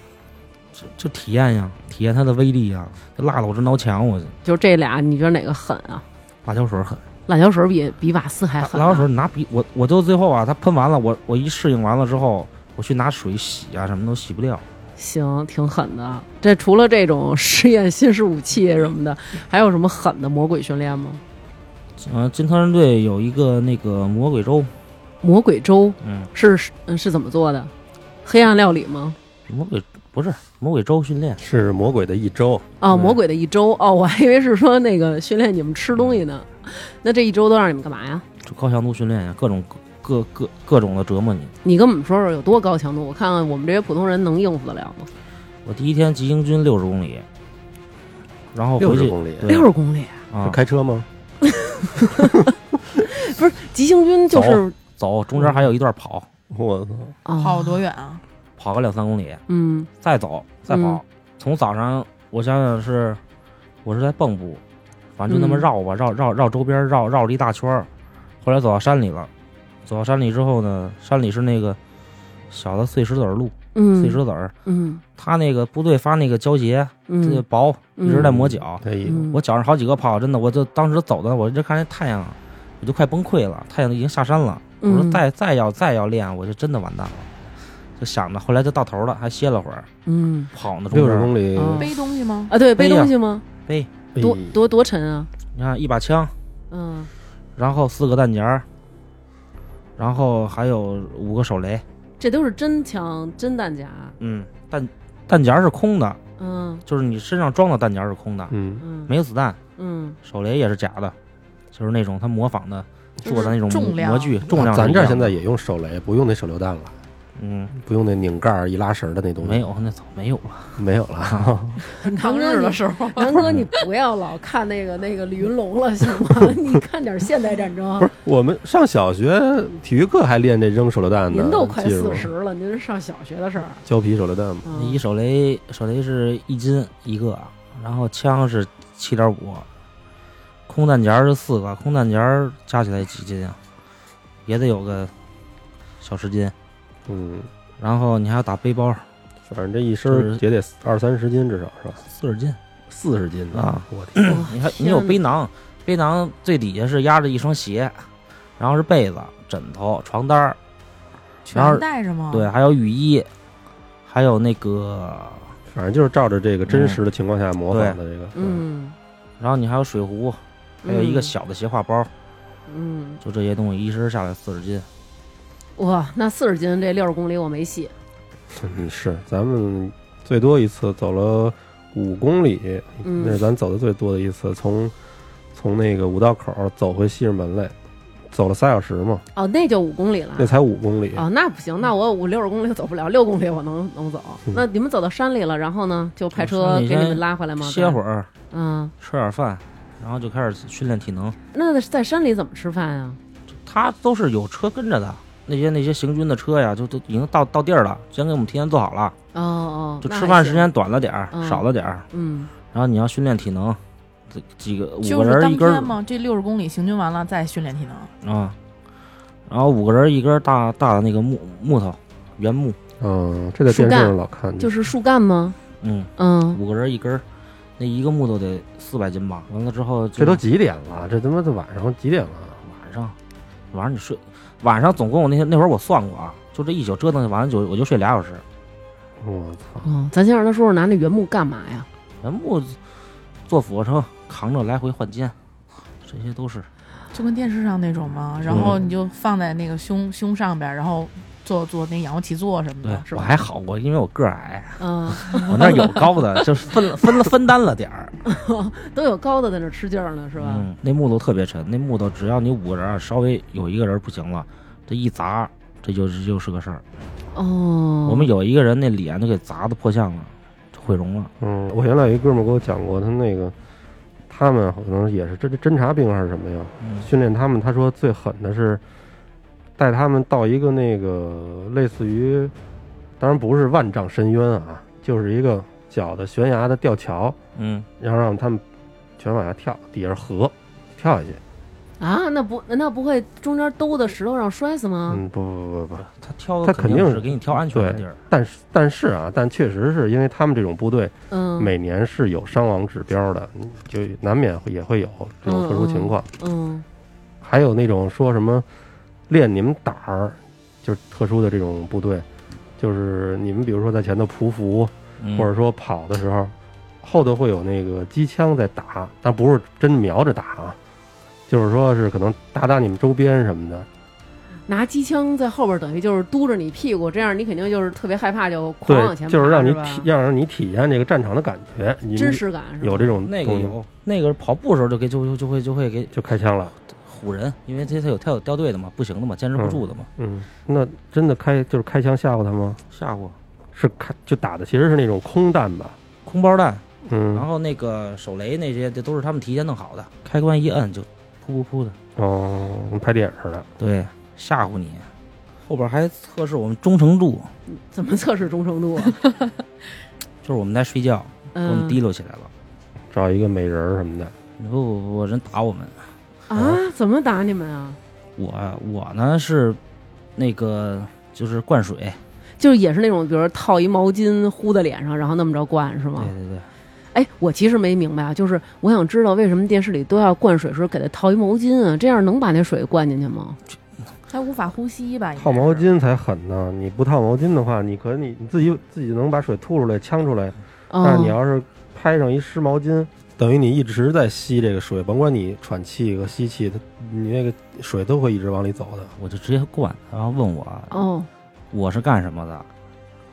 Speaker 3: 就就体验呀，体验它的威力呀，就辣的我直挠墙，我
Speaker 1: 就这俩，你觉得哪个狠啊？
Speaker 3: 辣椒水儿狠，
Speaker 1: 辣椒水比比瓦斯还
Speaker 3: 辣
Speaker 1: 狠、啊。
Speaker 3: 辣椒水儿拿鼻，我我就最后啊，它喷完了，我我一适应完了之后，我去拿水洗啊，什么都洗不掉。
Speaker 1: 行，挺狠的。这除了这种试验新式武器什么的，还有什么狠的魔鬼训练吗？
Speaker 3: 嗯、金特战队有一个那个魔鬼粥，
Speaker 1: 魔鬼粥
Speaker 3: 嗯，
Speaker 1: 是是嗯是怎么做的？黑暗料理吗？
Speaker 3: 魔鬼不是魔鬼粥训练，
Speaker 2: 是魔鬼的一周，
Speaker 1: 哦，
Speaker 3: 嗯
Speaker 1: 魔鬼的一周哦，我还以为是说那个训练你们吃东西呢。那这一周都让你们干嘛呀？
Speaker 3: 就高强度训练呀，各种各各各种的折磨你。
Speaker 1: 你跟我们说说有多高强度，我看看我们这些普通人能应付得了吗？
Speaker 3: 我第一天急行军六十公里，然后
Speaker 2: 六
Speaker 3: 哦回
Speaker 2: 十
Speaker 3: 去
Speaker 2: 公里，
Speaker 3: 对
Speaker 1: 六十公里，
Speaker 3: 啊
Speaker 2: 是开车吗？
Speaker 1: 不是急行军就是
Speaker 3: 走，中
Speaker 2: 嗯
Speaker 3: 间还有一段跑，
Speaker 2: 我操！
Speaker 1: 哦
Speaker 4: 跑多远啊？
Speaker 3: 跑个两三公里，
Speaker 1: 嗯
Speaker 3: 再走再跑。
Speaker 1: 嗯
Speaker 3: 从早上我想想是，我是在蚌埠，反正就那么
Speaker 1: 嗯
Speaker 3: 绕吧，绕绕绕周边绕绕了一大圈儿，后来走到山里了。走到山里之后呢，山里是那个小的碎石子儿路，碎
Speaker 1: 嗯
Speaker 3: 石子儿，
Speaker 1: 嗯
Speaker 3: 他那个部队发那个胶鞋，这个
Speaker 1: 嗯
Speaker 3: 薄，
Speaker 1: 嗯
Speaker 3: 一直在磨脚。
Speaker 2: 哎呦，
Speaker 1: 嗯，
Speaker 3: 我脚上好几个泡，真的，我就当时走的，我就看那太阳，我就快崩溃了，太阳已经下山了。我说
Speaker 1: 嗯
Speaker 3: 再再要再要练，我就真的完蛋了。就想着，后来就到头了，还歇了会儿，
Speaker 1: 嗯
Speaker 3: 跑呢，中
Speaker 2: 六十
Speaker 3: 间
Speaker 2: 公里，
Speaker 1: 啊
Speaker 3: 嗯
Speaker 4: 背东西吗？
Speaker 1: 啊，对，
Speaker 3: 背
Speaker 1: 背
Speaker 3: 呀
Speaker 1: 东西吗？
Speaker 3: 背，
Speaker 2: 哎
Speaker 1: 多多多沉啊！
Speaker 3: 你看一把枪，
Speaker 1: 嗯，
Speaker 3: 然后四个弹夹儿，然后还有五个手雷，
Speaker 1: 这都是真枪真弹夹。
Speaker 3: 嗯，弹弹夹儿是空的，
Speaker 1: 嗯
Speaker 3: 就是你身上装的弹夹儿是空的，
Speaker 2: 嗯，
Speaker 1: 嗯，
Speaker 3: 没有子弹，
Speaker 1: 嗯
Speaker 3: 手雷也是假的，就是那种他模仿的做的那种
Speaker 4: 重
Speaker 3: 模
Speaker 4: 量
Speaker 3: 模具，重量是一样的。
Speaker 2: 咱这儿现在也用手雷，不用那手榴弹了，
Speaker 3: 嗯，
Speaker 2: 不用那拧盖儿一拉绳儿的那东西，
Speaker 3: 没有，那早没有了。
Speaker 2: 没有了。
Speaker 1: 唐哥你
Speaker 4: 时候，
Speaker 1: 南哥，你不要老看那个那个李云龙了，行 吗？你看点现代战争
Speaker 2: 不。是，我们上小学体育课还练这扔手榴弹呢，
Speaker 1: 您都快
Speaker 2: 记住
Speaker 1: 四十了，您是上小学的事儿。
Speaker 2: 胶皮手榴弹嘛，
Speaker 3: 那
Speaker 1: 嗯
Speaker 3: 一手雷，手雷是一斤一个，然后枪是七点五，空弹夹是四个，空弹夹加起来几斤啊？也得有个小十斤。
Speaker 2: 嗯，
Speaker 3: 然后你还要打背包，
Speaker 2: 反正这一身
Speaker 3: 就
Speaker 2: 儿
Speaker 3: 是
Speaker 2: 也得二三十斤至少是吧？
Speaker 3: 四十斤。
Speaker 2: 四十斤呢
Speaker 3: 啊！
Speaker 2: 我天，
Speaker 1: 哇
Speaker 3: 你还
Speaker 1: 天
Speaker 3: 你有
Speaker 1: 哪
Speaker 3: 背囊，背囊最底下是压着一双鞋，然后是被子、枕头、床单儿，然后
Speaker 4: 全带着吗？
Speaker 3: 对，，还有雨衣，还有那个，
Speaker 2: 反正就是照着这个真实的情况下模仿的这个，嗯，
Speaker 1: 嗯，
Speaker 3: 然后你还有水壶，还有一
Speaker 1: 嗯
Speaker 3: 个小的斜挎包，
Speaker 1: 嗯，
Speaker 3: 就这些东西一身下来四十斤。
Speaker 1: 哇，那四十斤这六十公里我没戏。
Speaker 2: 你嗯是咱们最多一次走了五公里，
Speaker 1: 嗯
Speaker 2: 那是咱走的最多的一次，从从那个五道口走回西直门来，走了仨小时嘛，
Speaker 1: 哦，那就五公里了
Speaker 2: 那。才五公里，
Speaker 1: 哦，那不行，那我五六十公里走不了，六公里我能能走。
Speaker 2: 嗯
Speaker 1: 那你们走到山里了，然后呢，就派
Speaker 3: 从
Speaker 1: 车
Speaker 3: 哦山里
Speaker 1: 给你
Speaker 3: 先
Speaker 1: 们拉回来吗？
Speaker 3: 歇会儿，
Speaker 1: 嗯，
Speaker 3: 吃点饭，然后就开始训练体能。
Speaker 1: 那在山里怎么吃饭呀、
Speaker 3: 他都是有车跟着的，那些那些行军的车呀，就都已经到到地儿了，先给我们提前做好了，
Speaker 1: 哦哦，
Speaker 3: 就
Speaker 1: 那
Speaker 3: 吃
Speaker 1: 还
Speaker 3: 饭
Speaker 1: 行
Speaker 3: 时间，短了点儿，
Speaker 1: 嗯
Speaker 3: 少了点儿。
Speaker 1: 嗯，
Speaker 3: 然后你要训练体能，这几个五
Speaker 4: 就
Speaker 3: 个
Speaker 4: 是
Speaker 3: 人
Speaker 4: 当
Speaker 3: 一根
Speaker 4: 天
Speaker 3: 儿
Speaker 4: 嘛，这六十公里行军完了再训练体能，
Speaker 3: 啊，然后五个人一根儿大大的那个木木头原木，
Speaker 2: 嗯，这在电视上老看见，
Speaker 1: 就是树干吗？
Speaker 3: 嗯，
Speaker 1: 嗯，
Speaker 3: 五个人一根儿，那一个木头得四百斤吧。完了之后就
Speaker 2: 这都几点了？这他妈都晚上几点了？
Speaker 3: 晚上，晚上你睡，晚上总共我那天那会儿我算过啊，就这一宿折腾完了就我就睡俩小时。
Speaker 2: 我操！
Speaker 1: 哦，咱先让他说说拿那原木干嘛 呀？
Speaker 3: 原木做俯卧撑，扛着来回换肩，这些都是
Speaker 4: 就跟电视上那种嘛，然后你就放在那个胸胸上边，然后做做那仰卧起坐什么
Speaker 3: 对
Speaker 4: 的，是
Speaker 3: 我
Speaker 4: 吧？
Speaker 3: 还好，我因为我个儿矮，
Speaker 1: 嗯，
Speaker 3: 我那儿有高的， 就是分了分了分担了点儿，
Speaker 1: 都有高的在那吃劲儿呢，是吧？
Speaker 3: 嗯，那木头特别沉，那木头只要你五个人啊，稍微有一个人不行了，这一砸，这就是就是个事儿。
Speaker 1: 哦，
Speaker 3: 嗯我们有一个人那脸都给砸的破相了，毁容了。
Speaker 2: 嗯，我原来有一哥们儿给我讲过，他那个他们好像也是侦侦察兵还是什么呀？
Speaker 3: 嗯
Speaker 2: 训练他们，他说最狠的是带他们到一个那个类似于，当然不是万丈深渊啊，就是一个小的悬崖的吊桥，
Speaker 3: 嗯，
Speaker 2: 然后让他们全往下跳，底下是河，跳下去。
Speaker 1: 啊，那不那不会中间兜的石头上摔死吗？
Speaker 2: 嗯，不不不不，
Speaker 3: 他挑
Speaker 2: 他
Speaker 3: 的肯
Speaker 2: 肯定
Speaker 3: 是给你挑安全的地儿。
Speaker 2: 但是但是啊，但确实是因为他们这种部队
Speaker 1: 嗯，
Speaker 2: 每年是有伤亡指标的，嗯就难免会也会有这种特殊情况。
Speaker 1: 嗯
Speaker 2: 还有那种说什么练你们胆儿，就是特殊的这种部队，就是你们比如说在前头匍匐，
Speaker 3: 嗯
Speaker 2: 或者说跑的时候，后头会有那个机枪在打，但不是真瞄着打啊，就是说是可能打打你们周边什么的。
Speaker 1: 拿机枪在后边，等于就是嘟着你屁股，这样你肯定就是特别害怕，就狂往前爬，
Speaker 2: 对，就是让你
Speaker 1: 吧
Speaker 2: 体让你体验这个战场的感觉，你
Speaker 1: 真实感是吧
Speaker 2: 有这种
Speaker 3: 那个
Speaker 2: 东西
Speaker 3: 有，那个跑步的时候就给就就就会就会给
Speaker 2: 就开枪了。
Speaker 3: 唬人，因为这他有他有掉队的嘛，不行的嘛，坚持不住的嘛，
Speaker 2: 嗯，那真的开就是开枪吓唬他吗？
Speaker 3: 吓唬
Speaker 2: 是开就打的其实是那种空弹吧？
Speaker 3: 空包弹，然
Speaker 2: 嗯，
Speaker 3: 后那个手雷那些，这都是他们提前弄好的，开关一摁就噗噗噗的，
Speaker 2: 哦，跟拍电影似的。
Speaker 3: 对，吓唬你。后边还测试我们忠诚度，
Speaker 1: 怎么测试忠诚 度啊？
Speaker 3: 就是我们在睡觉，给我们提
Speaker 1: 嗯
Speaker 3: 溜起来了。
Speaker 2: 找一个美人儿什么的，
Speaker 3: 你不不不，人打我们，
Speaker 1: 啊，怎么打你们啊？
Speaker 3: 我我呢是那个就是灌水，
Speaker 1: 就是也是那种，比如套一毛巾糊在脸上，然后那么着灌是吗
Speaker 3: 对？对对，
Speaker 1: 哎，我其实没明白啊，就是我想知道为什么电视里都要灌水时候给他套一毛巾啊？这样能把那水灌进去吗？
Speaker 4: 还无法呼吸吧？应该
Speaker 2: 套毛
Speaker 4: 是
Speaker 2: 巾才狠呢。你不套毛巾的话，你可你你自己自己能把水吐出来、呛出来，但是你
Speaker 1: 哦，
Speaker 2: 要是拍上一湿毛巾，等于你一直在吸这个水，甭管你喘气和吸气，它你那个水都会一直往里走的。
Speaker 3: 我就直接灌，然后问我
Speaker 1: 哦，
Speaker 3: 我是干什么的，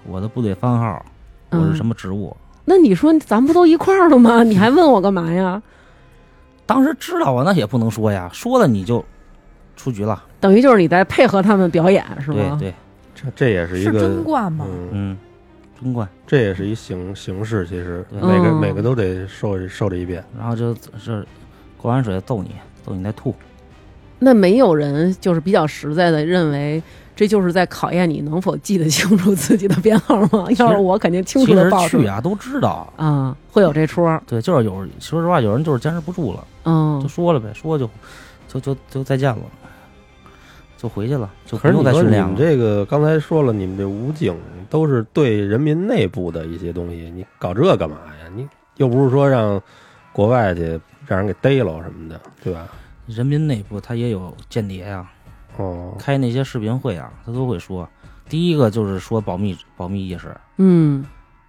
Speaker 3: 我的部队番号，我是什么职务。
Speaker 1: 嗯那你说咱不都一块儿了吗？你还问我干嘛呀？
Speaker 3: 当时知道啊，那也不能说呀，说了你就出局了。
Speaker 1: 等于就是你在配合他们表演是
Speaker 3: 对
Speaker 1: 吗？
Speaker 3: 对，
Speaker 2: 这这也是一
Speaker 4: 是真
Speaker 2: 个，
Speaker 4: 灌吗？
Speaker 2: 嗯，
Speaker 3: 嗯，真灌。
Speaker 2: 这也是一形形式，其实
Speaker 3: 对
Speaker 2: 每个
Speaker 1: 嗯
Speaker 2: 每个都得受受这一遍。
Speaker 3: 然后就是灌完水揍你，揍你再吐。
Speaker 1: 那没有人就是比较实在的认为这就是在考验你能否记得清楚自己的编号吗？
Speaker 3: 实
Speaker 1: 要是我肯定清
Speaker 3: 其
Speaker 1: 楚的
Speaker 3: 实
Speaker 1: 报出
Speaker 3: 去
Speaker 1: 来
Speaker 3: 啊都知道，
Speaker 1: 啊，会有这出儿，
Speaker 3: 对，就是有说实话，有人就是坚持不住了，
Speaker 1: 嗯
Speaker 3: 就，说了呗，说就就就就再见了，就回去了，就不
Speaker 2: 可是
Speaker 3: 用
Speaker 2: 你
Speaker 3: 再
Speaker 2: 说
Speaker 3: 训
Speaker 2: 你
Speaker 3: 练
Speaker 2: 们
Speaker 3: 了。
Speaker 2: 这个刚才说了，你们这武警都是对人民内部的一些东西，你搞这干嘛呀？你又不是说让国外去让人给逮了什么的，对吧？
Speaker 3: 人民内部他也有间谍呀、
Speaker 2: 哦，
Speaker 3: 开那些视频会啊，他都会说。第一个就是说保密保密意识，
Speaker 1: 嗯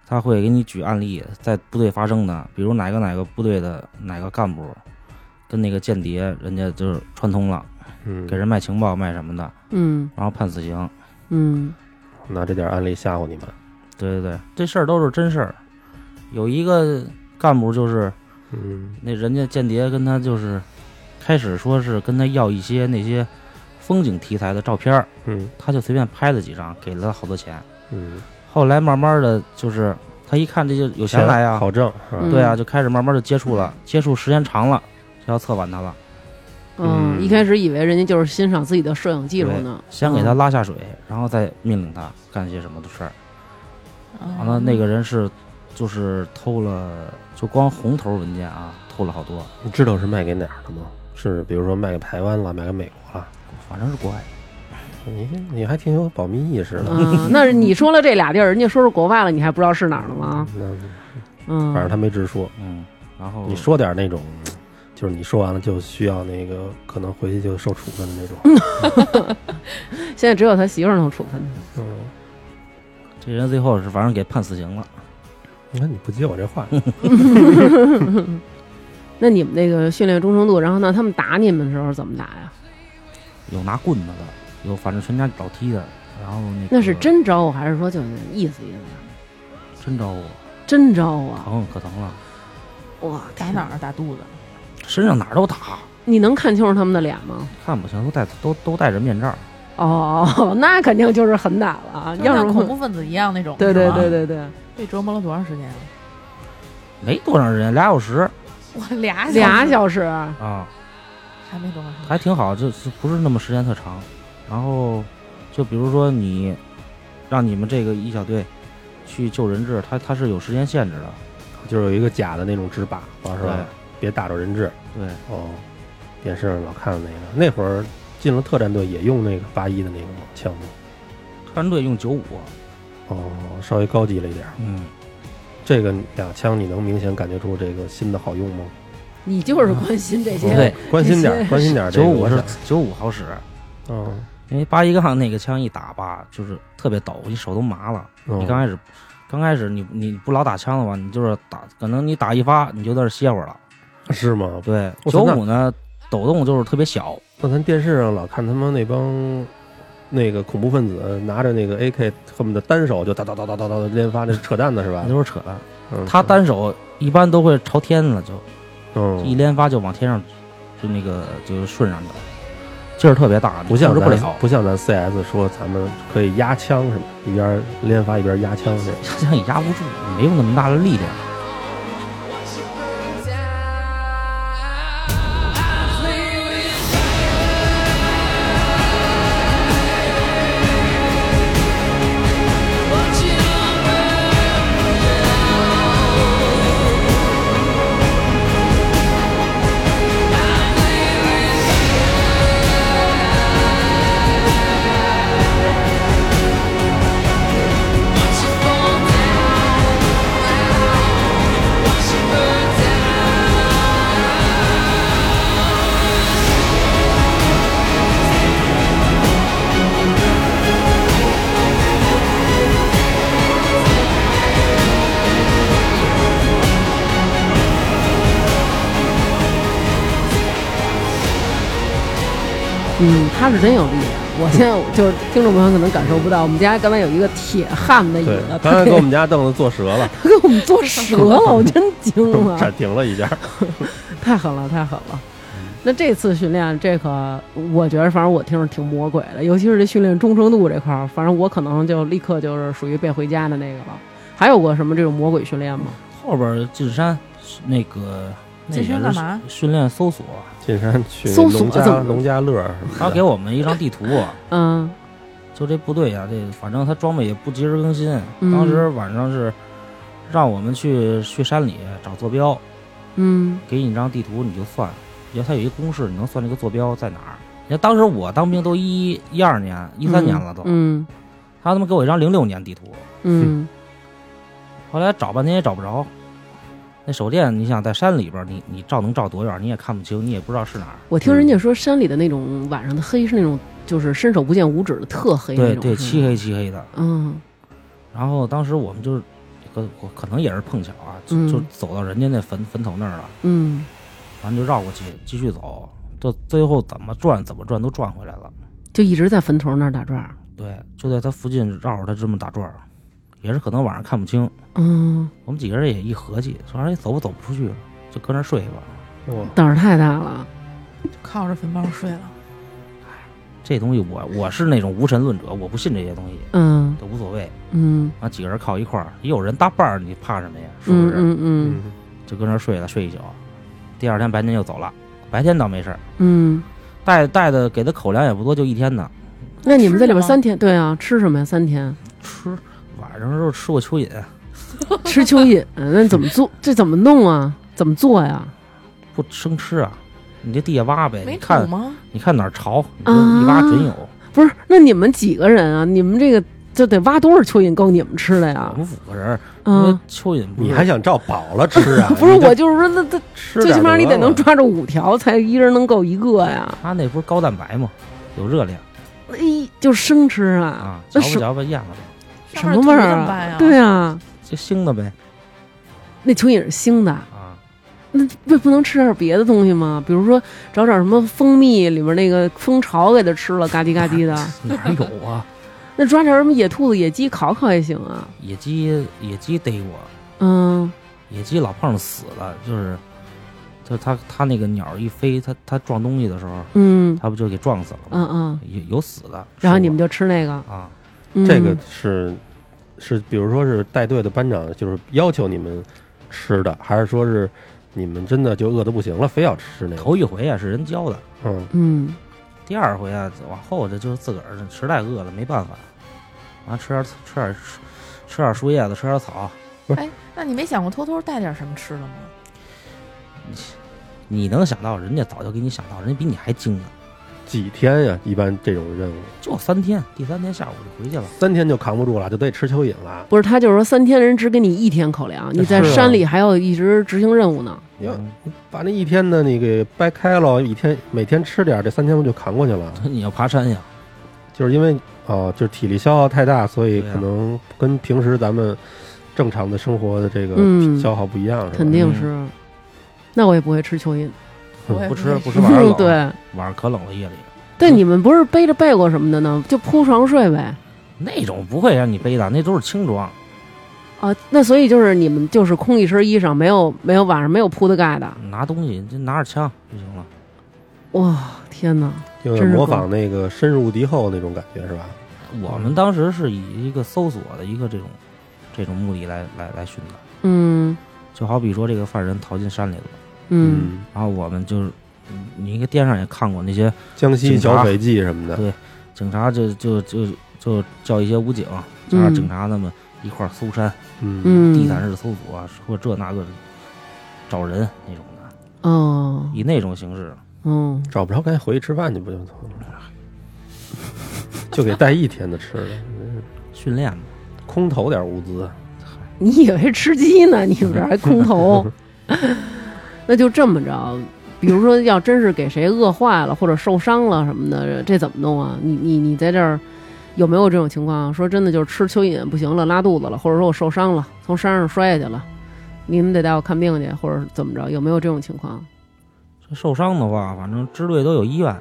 Speaker 3: 他会给你举案例，在部队发生的，比如哪个哪个部队的哪个干部跟那个间谍，人家就是串通了，
Speaker 2: 嗯，
Speaker 3: 给人卖情报卖什么的，
Speaker 1: 嗯
Speaker 3: 然后判死刑。
Speaker 1: 嗯，
Speaker 2: 拿这点案例吓唬你们。
Speaker 3: 对对对，这事儿都是真事儿。有一个干部就是
Speaker 2: 嗯，
Speaker 3: 那人家间谍跟他就是开始说是跟他要一些那些风景题材的照片儿，
Speaker 2: 嗯
Speaker 3: 他就随便拍了几张，给了他好多钱。
Speaker 2: 嗯，
Speaker 3: 后来慢慢的就是他一看这就有钱来呀、啊
Speaker 2: 好挣是吧？
Speaker 1: 嗯
Speaker 3: 对啊，就开始慢慢就接触了，接触时间长了，就要策反他了。
Speaker 1: 嗯，
Speaker 2: 嗯
Speaker 1: 一开始以为人家就是欣赏自己的摄影技术
Speaker 3: 对
Speaker 1: 呢，嗯
Speaker 3: 先给他拉下水，然后再命令他干些什么的事儿。嗯
Speaker 4: 啊
Speaker 3: 完
Speaker 4: 嗯
Speaker 3: 了，那个人是就是偷了，就光红头文件啊，偷了好多，
Speaker 2: 你知道是卖给哪儿的吗？是比如说卖给台湾了，卖给美国了？
Speaker 3: 反正是国外。
Speaker 2: 你你还挺有保密意识的。
Speaker 1: 嗯，那是你说了这俩地儿，人家说是国外了，你还不知道是哪儿了 吗？
Speaker 2: 那
Speaker 1: 嗯，
Speaker 2: 反正他没直说，
Speaker 3: 嗯，然后
Speaker 2: 你说点那种，就是你说完了就需要那个可能回去就受处分的那种。
Speaker 1: 现在只有他媳妇儿能处分他。
Speaker 2: 嗯，
Speaker 3: 这人最后是反正给判死刑了。
Speaker 2: 你看你不接我这 话，
Speaker 1: 那你们那个训练忠诚度，然后呢，他们打你们的时候怎么打呀？
Speaker 3: 有拿棍子的，有反正全家老踢的，然后那个
Speaker 1: 那是真招呼还是说就是意思意思？
Speaker 3: 真招我，
Speaker 1: 真招啊！
Speaker 3: 疼可疼了，
Speaker 1: 哇，
Speaker 4: 打
Speaker 1: 天
Speaker 4: 哪儿？打肚 子。
Speaker 3: 身上哪儿都打，
Speaker 1: 你能看清楚他们的脸吗？
Speaker 3: 看不清，都戴都都戴着面罩。
Speaker 1: 哦，那肯定就是狠打了啊！
Speaker 4: 就
Speaker 1: 要
Speaker 4: 像
Speaker 1: 是
Speaker 4: 恐怖分子一样那种，
Speaker 1: 对对
Speaker 4: 是吧
Speaker 1: 对对对，
Speaker 4: 被折磨了多长时间啊？
Speaker 3: 没多长时间，俩小时
Speaker 4: 我俩哎小时
Speaker 1: 俩小时，
Speaker 3: 啊，
Speaker 4: 还没多长时间，
Speaker 3: 还挺好，就就不是那么时间特长。然后就比如说你让你们这个一小队去救人质，他他是有时间限制的，
Speaker 2: 就是有一个假的那种纸靶子是吧？别打着人质。
Speaker 3: 对，
Speaker 2: 哦，电视上老看的那个，那会儿进了特战队也用那个八一的那个枪吗？
Speaker 3: 特战队用九五，
Speaker 2: 哦，稍微高级了一点儿。
Speaker 3: 嗯，
Speaker 2: 这个俩枪你能明显感觉出这个新的好用吗？哦
Speaker 1: 你就是关心这些。
Speaker 3: 对，
Speaker 2: 关心点儿，关心点儿这
Speaker 3: 九
Speaker 2: 个
Speaker 3: 五
Speaker 2: 我
Speaker 3: 是
Speaker 2: 想。
Speaker 3: 九五好使，
Speaker 2: 嗯
Speaker 3: 因为八一杠那个枪一打吧，就是特别抖，你手都麻了。
Speaker 2: 嗯，
Speaker 3: 你刚开始，刚开始你你不老打枪的话，你就是打，可能你打一发你就在这歇会儿了。
Speaker 2: 是吗？
Speaker 3: 对，
Speaker 2: 我
Speaker 3: 九
Speaker 2: 操那
Speaker 3: 五呢，抖动就是特别小，
Speaker 2: 那咱电视上老看他们那帮那个恐怖分子拿着那个 AK，恨不得单手就哒哒哒哒哒哒连发，那是扯淡啊的是吧
Speaker 3: 那？都是扯淡。
Speaker 2: 嗯
Speaker 3: 他单手一般都会朝天了，就一
Speaker 2: 嗯，
Speaker 3: 连发就往天上，就那个就顺上去了，劲儿特别大，
Speaker 2: 不像
Speaker 3: 控制
Speaker 2: 咱
Speaker 3: 不了，
Speaker 2: 不像咱 CS 说咱们可以压枪是吧？一边连发一边压枪是吧？
Speaker 3: 像也压不住，没有那么大的力量。
Speaker 1: 嗯，他是真有力量。我现在就是听众朋友可能感受不到，我们家刚才有一个铁汉的椅
Speaker 2: 对
Speaker 1: 子，，
Speaker 2: 刚才给我们家凳子坐折 了，
Speaker 1: 他给我们做折了，我真惊了
Speaker 2: 暂，停了 一下。
Speaker 1: 太狠了，太狠了。那这次训练，这个我觉得，反正我听着挺魔鬼的，尤其是这训练忠诚度这块儿，反正我可能就立刻就是属于被回家的那个了。还有过什么这种魔鬼训练吗？
Speaker 3: 后边进山那个那
Speaker 4: 进
Speaker 3: 也
Speaker 4: 山干嘛
Speaker 3: 是训练搜索，
Speaker 2: 进山去
Speaker 1: 搜索
Speaker 2: 农家
Speaker 1: 怎么
Speaker 2: 农家乐什么的，
Speaker 3: 他给我们一张地图。
Speaker 1: 嗯，
Speaker 3: 就这部队啊，这反正他装备也不及时更新。
Speaker 1: 嗯
Speaker 3: 当时晚上是让我们去去山里找坐标，
Speaker 1: 嗯
Speaker 3: 给你一张地图你就算，要它有一个公式，你能算这个坐标在哪儿。你看当时我当兵都一一二年、一三年了都，
Speaker 1: 嗯
Speaker 3: 他他妈给我一张零六年地图，
Speaker 1: 嗯
Speaker 3: 后来找半天也找不着。那手电，你想在山里边儿，你你照能照多远，你也看不清，你也不知道是哪儿。
Speaker 1: 我听人家说山里的那种晚上的黑是那种就是伸手不见五指的嗯特黑那
Speaker 3: 对
Speaker 1: 种，
Speaker 3: 对，
Speaker 1: 是吗
Speaker 3: 漆。黑漆黑的。
Speaker 1: 嗯
Speaker 3: 然后当时我们就是，可我可能也是碰巧啊，就
Speaker 1: 嗯
Speaker 3: 就走到人家那坟坟头那儿了。
Speaker 1: 嗯，
Speaker 3: 完就绕过去继续走，这最后怎么转怎么转都转回来了。
Speaker 1: 就一直在坟头那儿打转儿。
Speaker 3: 对，就在他附近绕着他这么打转儿，也是可能晚上看不清。
Speaker 1: 嗯，
Speaker 3: 我们几个人也一合计，说哎走吧走不出去了，就搁那儿睡吧。
Speaker 2: 我
Speaker 1: 胆儿太大了。
Speaker 4: 靠着坟包睡了。
Speaker 3: 这东西我我是那种无神论者，我不信这些东西，
Speaker 1: 嗯
Speaker 3: 都无所谓。
Speaker 1: 嗯
Speaker 3: 啊，几个人靠一块儿，也有人搭伴儿，你怕什么呀？是不
Speaker 1: 嗯
Speaker 3: 是？
Speaker 1: 嗯嗯，
Speaker 2: 嗯
Speaker 3: 就搁那儿睡了，睡一宿。第二天白天又走了，白天倒没事儿，
Speaker 1: 嗯，
Speaker 3: 带带的给的口粮也不多，就一天的。
Speaker 1: 那你们在里边
Speaker 4: 吃什么
Speaker 1: 三天，对啊，吃什么呀？三 天
Speaker 3: 吃晚上的时候吃过蚯蚓，
Speaker 1: 吃蚯蚓，那怎么做？这怎么弄啊？怎么做呀？
Speaker 3: 不生吃啊，你就地下挖呗，
Speaker 4: 没
Speaker 3: 哎你
Speaker 4: 土
Speaker 3: 看
Speaker 4: 吗？
Speaker 3: 你看哪儿潮，你就一挖准有。
Speaker 1: 不是，那你们几个人啊？你们这个就得挖多少蚯蚓够你们吃的呀
Speaker 3: 我？们五个人儿，因为
Speaker 1: 嗯，？
Speaker 3: 蚯蚓不
Speaker 2: 你
Speaker 3: 是
Speaker 2: 还想照饱了吃啊
Speaker 1: 不是，
Speaker 2: 你这
Speaker 1: 我就是说，那那
Speaker 2: 吃
Speaker 1: 最
Speaker 2: 点
Speaker 1: 起码你得
Speaker 2: 得
Speaker 1: 能
Speaker 2: 了
Speaker 1: 抓住五条，才一人能够一个呀。
Speaker 3: 它那不是高蛋白吗？有热量
Speaker 1: 哎，就生吃啊，
Speaker 3: 啊，嚼
Speaker 1: 那
Speaker 3: 吧
Speaker 1: 什
Speaker 3: 嚼吧咽了呗，
Speaker 1: 什么味儿啊？对
Speaker 4: 啊，
Speaker 1: 啊，
Speaker 3: 就腥的呗
Speaker 1: 那蚯蚓是腥的，
Speaker 3: 啊。
Speaker 1: 那不不能吃点别的东西吗？比如说找点什么蜂蜜里面那个蜂巢给它吃了，嘎叽嘎叽的。
Speaker 3: 哪儿有啊？
Speaker 1: 那抓点什么野兔子、野鸡烤烤也行啊。
Speaker 3: 野鸡野鸡逮过，
Speaker 1: 嗯，
Speaker 3: 野鸡老碰上死了，就是就是它它那个鸟一飞，它它撞东西的时候，
Speaker 1: 嗯
Speaker 3: 它不就给撞死了
Speaker 1: 嗯
Speaker 3: 吗？
Speaker 1: 嗯，
Speaker 3: 有有死的，
Speaker 1: 然后你
Speaker 3: 是
Speaker 1: 们就吃那个
Speaker 3: 我。啊，
Speaker 1: 嗯、
Speaker 2: 这个是是，比如说是带队的班长就是要求你们吃的，还是说是你们真的就饿得不行了，非要吃那个？
Speaker 3: 头一回啊是人教的，
Speaker 2: 嗯，
Speaker 1: 嗯，
Speaker 3: 第二回啊往后这就是自个儿实在饿了没办法，完、吃点吃点吃吃点树叶子，吃点草。
Speaker 4: 那你没想过偷偷带点什么吃的吗？
Speaker 3: 你能想到，人家早就给你想到，人家比你还精呢。
Speaker 2: 几天呀、一般这种任务
Speaker 3: 就三天，第三天下午就回去了。
Speaker 2: 三天就扛不住了，就得吃蚯蚓了。
Speaker 1: 不是，他就是说三天人只给你一天口粮，你在
Speaker 2: 是啊
Speaker 1: 山里还要一直执行任务呢。
Speaker 2: 你要
Speaker 3: 嗯
Speaker 2: 把那一天呢，你给掰开了，一天每天吃点儿，这三天不就扛过去了？
Speaker 3: 你要爬山呀，
Speaker 2: 就是因为啊、就是体力消耗太大，所以
Speaker 3: 对啊
Speaker 2: 可能跟平时咱们正常的生活的这个
Speaker 1: 嗯
Speaker 2: 消耗不一样，是吧？
Speaker 1: 肯定是。那我也不会吃蚯蚓，
Speaker 4: 我也
Speaker 3: 嗯不吃
Speaker 4: 会
Speaker 3: 不 吃 晚上冷
Speaker 2: 啊
Speaker 1: 对
Speaker 3: 晚上可冷了夜里。
Speaker 1: 对，你们不是背着被过什么的呢？就铺床睡呗。
Speaker 3: 那种不会让你背的，那都是轻装。
Speaker 1: 啊，那所以就是你们就是空一身衣裳，没有没有晚上没有铺的盖的。
Speaker 3: 拿东西你就拿着枪就行了。
Speaker 1: 哇，天哪！
Speaker 2: 有点模仿那个深入敌后那种感觉，是吧？
Speaker 1: 嗯
Speaker 3: 我们当时是以一个搜索的一个这种这种目的来来来寻的，
Speaker 1: 嗯
Speaker 3: 就好比说这个犯人逃进山里了，
Speaker 1: 嗯，
Speaker 3: 然后我们就是嗯你应该电视上也看过那些
Speaker 2: 江西
Speaker 3: 警察
Speaker 2: 剿匪记什么的，
Speaker 3: 警察就就就就叫一些武警加
Speaker 1: 嗯
Speaker 3: 上警察他们一块儿搜山，
Speaker 2: 嗯，
Speaker 1: 嗯，
Speaker 3: 地毯式搜索啊，或者这那个的找人那种的，
Speaker 1: 哦，
Speaker 3: 以那种形式。
Speaker 1: 嗯，
Speaker 2: 找不着赶紧回去吃饭去不就得了？就给带一天的吃的，
Speaker 3: 训练嘛，
Speaker 2: 空投点物资。
Speaker 1: 你以为吃鸡 呢？你们这儿还空投？那就这么着，比如说要真是给谁饿坏了或者受伤了什么的，这怎么弄啊？你你你在这儿有没有这种情况？说真的，就是吃蚯蚓不行了，拉肚子了，或者说我受伤了，从山上摔下去了，你们得带我看病去，或者怎么着？有没有这种情况？
Speaker 3: 这受伤的话，反正支队都有医院。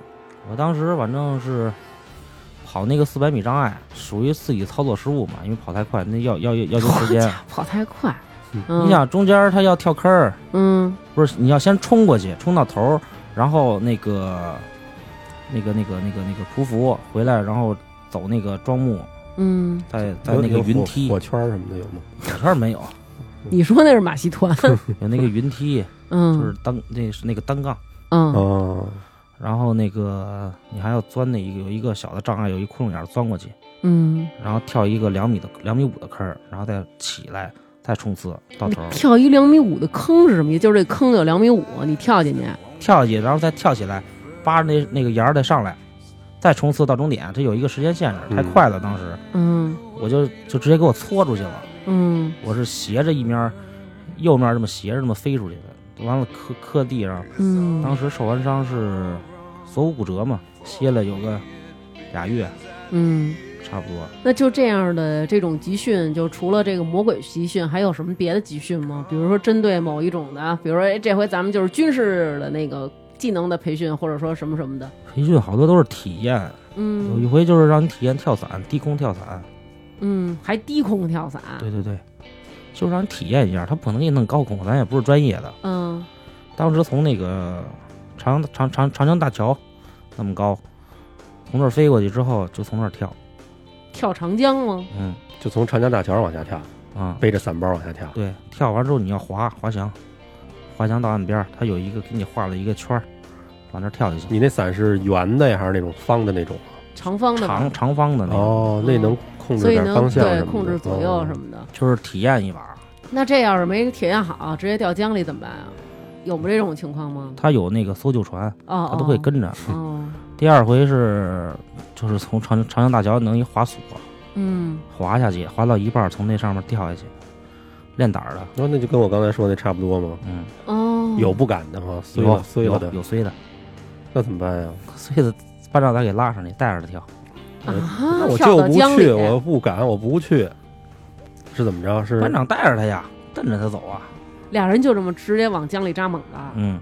Speaker 3: 我当时反正是跑那个四百米障碍，属于自己操作失误嘛，因为跑太快，那要要要要求时间。
Speaker 1: 跑太快，嗯，
Speaker 3: 你想中间他要跳坑儿，
Speaker 1: 嗯
Speaker 3: 不是你要先冲过去，冲到头儿，然后那个那个那个那个那个匍匐回来，然后走那个庄木，
Speaker 1: 嗯，
Speaker 3: 在在那个
Speaker 2: 有
Speaker 3: 云
Speaker 2: 火
Speaker 3: 梯，
Speaker 2: 火圈儿什么的有吗？
Speaker 3: 我这儿 没有，
Speaker 1: 你说那是马戏 团，
Speaker 3: 有那个云梯，就
Speaker 1: 嗯
Speaker 3: 是单那是那个单杠。
Speaker 1: 嗯
Speaker 2: 哦，
Speaker 3: 然后那个你还要钻那一个有一个小的障碍，有一窟窿眼儿钻过去，
Speaker 1: 嗯，
Speaker 3: 然后跳一个两米的两米五的坑儿，然后再起来，再冲刺到
Speaker 1: 你
Speaker 3: 头儿，
Speaker 1: 跳一两米五的坑是什么意思？就是这坑有两米五，你跳进去，
Speaker 3: 跳下去，然后再跳起来，扒着那那个沿儿再上来，再冲刺到终点。这有一个时间限制，
Speaker 2: 嗯
Speaker 3: 太快了，当时
Speaker 1: 嗯
Speaker 3: 我就就直接给我搓出去了。
Speaker 1: 嗯
Speaker 3: 我是斜着一面儿，右面儿这么斜着这么飞出去的，完了磕磕地上。当
Speaker 1: 嗯
Speaker 3: 时受完伤是锁骨骨折嘛，歇了有个俩月
Speaker 1: 嗯，
Speaker 3: 差不多。
Speaker 1: 那就这样的这种集训，就除了这个魔鬼集训，还有什么别的集训吗？比如说针对某一种的，比如说哎，这回咱们就是军事的那个技能的培训，或者说什么什么的，
Speaker 3: 培训好多都是体验，有一
Speaker 1: 嗯
Speaker 3: 回就是让你体验跳伞，低空跳伞。
Speaker 1: 嗯，还低空跳伞，
Speaker 3: 对对对，就是让你体验一下，他不可能给你弄高空，咱也不是专业的。
Speaker 1: 嗯
Speaker 3: 当时从那个长长长长江大桥那么高，从这儿飞过去之后，就从那儿跳，
Speaker 1: 跳长江吗？
Speaker 3: 嗯
Speaker 2: 就从长江大桥上往下跳，
Speaker 3: 啊，
Speaker 2: 背着伞包往下跳。
Speaker 3: 对，跳完之后你要滑滑翔，滑翔到岸边儿，他有一个给你画了一个圈儿，往那儿跳就行。
Speaker 2: 你那伞是圆的呀，还是那种方的那种？
Speaker 1: 长方的吧
Speaker 3: 长长方的那种，
Speaker 2: 哦，那能控制
Speaker 1: 所以
Speaker 2: 点
Speaker 1: 能
Speaker 2: 方向
Speaker 1: 对
Speaker 2: 什么的
Speaker 1: 控制左右什
Speaker 2: 哦
Speaker 1: 么的。
Speaker 3: 就是体验一把。
Speaker 1: 那这要是没体验好，直接掉江里怎么办啊？有没这种情况吗？
Speaker 3: 他有那个搜救船，
Speaker 1: 哦，
Speaker 3: 他都会
Speaker 1: 哦。
Speaker 3: 跟着。
Speaker 1: 哦，
Speaker 3: 第二回是就是从长长江大桥弄一滑索
Speaker 1: 嗯，
Speaker 3: 滑下去，滑到一半儿从那上面掉下去，练胆儿的，
Speaker 2: 哦然后那就跟我刚才说的差不多嘛。
Speaker 3: 嗯，
Speaker 1: 哦，
Speaker 2: 有不敢的哈，碎
Speaker 3: 有
Speaker 2: 了碎
Speaker 3: 有
Speaker 2: 了的，
Speaker 3: 有碎的，
Speaker 2: 那怎么办呀？
Speaker 3: 碎的班长咱给拉上去，带着他跳。
Speaker 1: 啊
Speaker 2: 呃那，我
Speaker 1: 跳
Speaker 2: 就
Speaker 1: 到
Speaker 2: 不
Speaker 1: 江里
Speaker 2: 去，我不敢，我不去，是怎么着？是
Speaker 3: 班长带着他呀，瞪着他走啊。
Speaker 1: 俩人就这么直接往江里扎猛了，
Speaker 3: 嗯，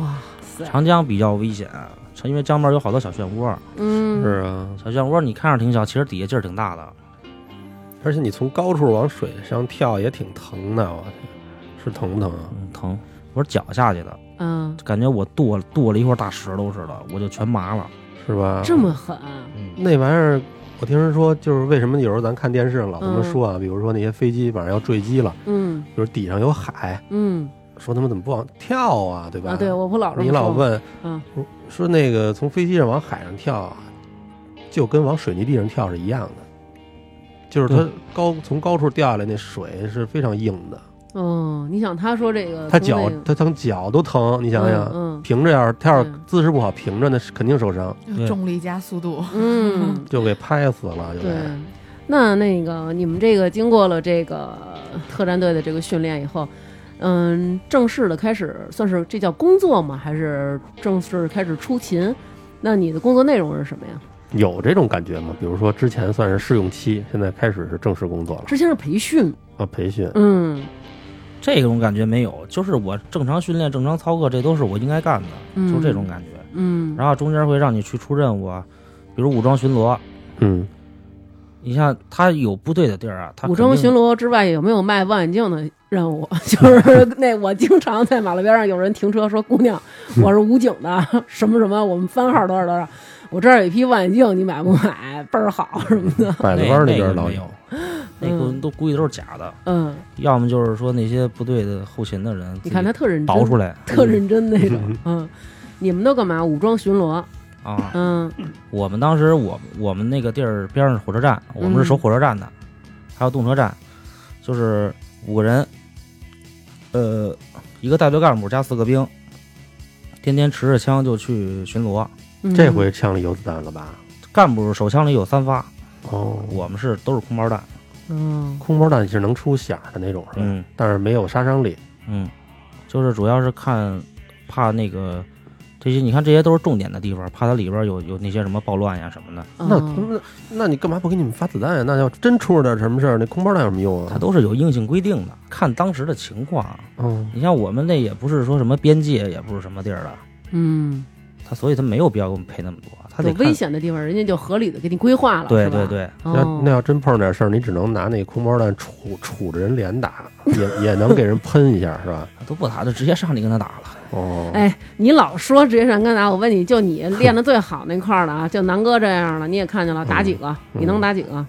Speaker 1: 哇塞，
Speaker 3: 长江比较危险，啊因为江边有好多小漩涡，
Speaker 1: 嗯，
Speaker 2: 是啊，
Speaker 3: 小漩涡你看着挺小，其实底下劲儿挺大的。
Speaker 2: 而且你从高处往水上跳也挺疼的，我去，是疼不疼啊？
Speaker 3: 嗯，疼，我是脚下去的，
Speaker 1: 嗯，
Speaker 3: 感觉我跺跺了一会儿大石头似的，我就全麻了。
Speaker 2: 是吧？
Speaker 1: 这么狠，
Speaker 3: 嗯，
Speaker 2: 那玩意儿，我听人说，就是为什么有时候咱看电视老他妈
Speaker 1: 嗯
Speaker 2: 说啊，比如说那些飞机晚上要坠机了，
Speaker 1: 嗯
Speaker 2: 就是底上有海，
Speaker 1: 嗯
Speaker 2: 说他们怎么不往跳啊，对吧？
Speaker 1: 啊，对我不老这么
Speaker 2: 你
Speaker 1: 说，
Speaker 2: 老问，
Speaker 1: 嗯
Speaker 2: 说，说那个从飞机上往海上跳啊，就跟往水泥地上跳是一样的，就是它
Speaker 3: 对
Speaker 2: 高从高处掉下来，那水是非常硬的，
Speaker 1: 嗯，你想他说这个，
Speaker 2: 他
Speaker 1: 从
Speaker 2: 脚
Speaker 1: 那个
Speaker 2: 他疼脚都疼，你想想，
Speaker 1: 嗯
Speaker 2: 平着要是他要是
Speaker 1: 嗯
Speaker 2: 姿势不好，平着那是肯定受伤，
Speaker 3: 对
Speaker 4: 重力加速度，
Speaker 1: 嗯，嗯
Speaker 2: 就给拍死了，就
Speaker 1: 对
Speaker 2: 得。。
Speaker 1: 那那个你们这个经过了这个特战队的这个训练以后，嗯，正式的开始算是这叫工作吗？还是正式开始出勤？那你的工作内容是什么呀？
Speaker 2: 有这种感觉吗？比如说之前算是试用期，现在开始是正式工作了
Speaker 1: 之前是培训，
Speaker 2: 啊，培训。
Speaker 1: 嗯
Speaker 3: 这种感觉没有，就是我正常训练、正常操课，这都是我应该干的，
Speaker 1: 嗯
Speaker 3: 就是这种感觉。
Speaker 1: 嗯，
Speaker 3: 然后中间会让你去出任务，啊，比如武装巡逻。
Speaker 2: 嗯，
Speaker 3: 你像他有部队的地儿啊，他
Speaker 1: 武装
Speaker 3: 肯定
Speaker 1: 巡逻之外有没有卖望远镜的任务？ 就是那我经常在马路边上有人停车说：“姑娘，我是武警的， 什么什么，我们番号多少多少，我这儿有一批望远镜，你买不买？倍儿好什么的。
Speaker 2: 百子
Speaker 3: 那
Speaker 2: 湾那
Speaker 3: 那
Speaker 2: 边
Speaker 3: 个
Speaker 2: 老
Speaker 3: 没有，那个都估计都是假的，”
Speaker 1: 嗯，
Speaker 3: 要么就是说那些部队的后勤的人，
Speaker 1: 你看他特认真，
Speaker 3: 倒出来
Speaker 1: 特认真那种。嗯，你们都干嘛？武装巡逻。
Speaker 3: 啊。
Speaker 1: 嗯
Speaker 3: 我们当时我我们那个地儿边上是火车站，我们是
Speaker 1: 嗯
Speaker 3: 守火车站的，还有动车站，就是五个人，呃，一个带队干部加四个兵，天天持着枪就去巡逻。
Speaker 1: 嗯，
Speaker 2: 这回枪里有子弹了吧？
Speaker 3: 干部手枪里有三发，
Speaker 2: 哦，
Speaker 3: 我们是都是空包弹。
Speaker 1: 嗯
Speaker 2: 空包弹是能出响的那种，是吧？
Speaker 3: 嗯
Speaker 2: 但是没有杀伤力。
Speaker 3: 嗯，就是主要是看怕那个这些，你看这些都是重点的地方，怕它里边有有那些什么暴乱呀什么的。
Speaker 2: 那
Speaker 1: 嗯
Speaker 2: 那那你干嘛不给你们发子弹呀、那要真出了点什么事儿，那空包弹有什么用
Speaker 3: 它
Speaker 2: 啊？
Speaker 3: 都是有硬性规定的，看当时的情况。
Speaker 2: 嗯，
Speaker 3: 你像我们那也不是说什么边界，也不是什么地儿的，
Speaker 1: 嗯，
Speaker 3: 他所以他没有必要给我们赔那么多，他
Speaker 1: 有
Speaker 3: 得看
Speaker 1: 危。险的地方，人家就合理的给你规划了，
Speaker 3: 对
Speaker 1: 是吧
Speaker 3: 对，对，
Speaker 2: 那
Speaker 1: 哦
Speaker 2: 那要真碰上点事儿，你只能拿那空包弹杵杵着人脸打，也也能给人喷一下，是吧？
Speaker 3: 他都不打，就直接上去跟他打了。
Speaker 2: 哦，
Speaker 1: 哎，你老说职业上干打，我问你就你练的最好那块儿的啊，就南哥这样的，你也看见了，打几个？你能打几个？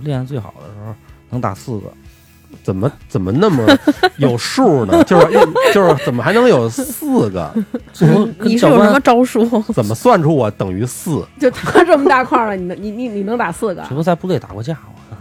Speaker 3: 练最好的时候能打四个，
Speaker 2: 怎么怎么那么有数呢？就是就是怎么还能有四个？
Speaker 3: 跟
Speaker 5: 你是
Speaker 3: 跟教
Speaker 5: 有什么
Speaker 3: 官
Speaker 5: 招数？
Speaker 2: 怎么算出我等于四？
Speaker 1: 就他这么大块儿的，你能你你你能打四个？
Speaker 3: 这不在部队打过架吗？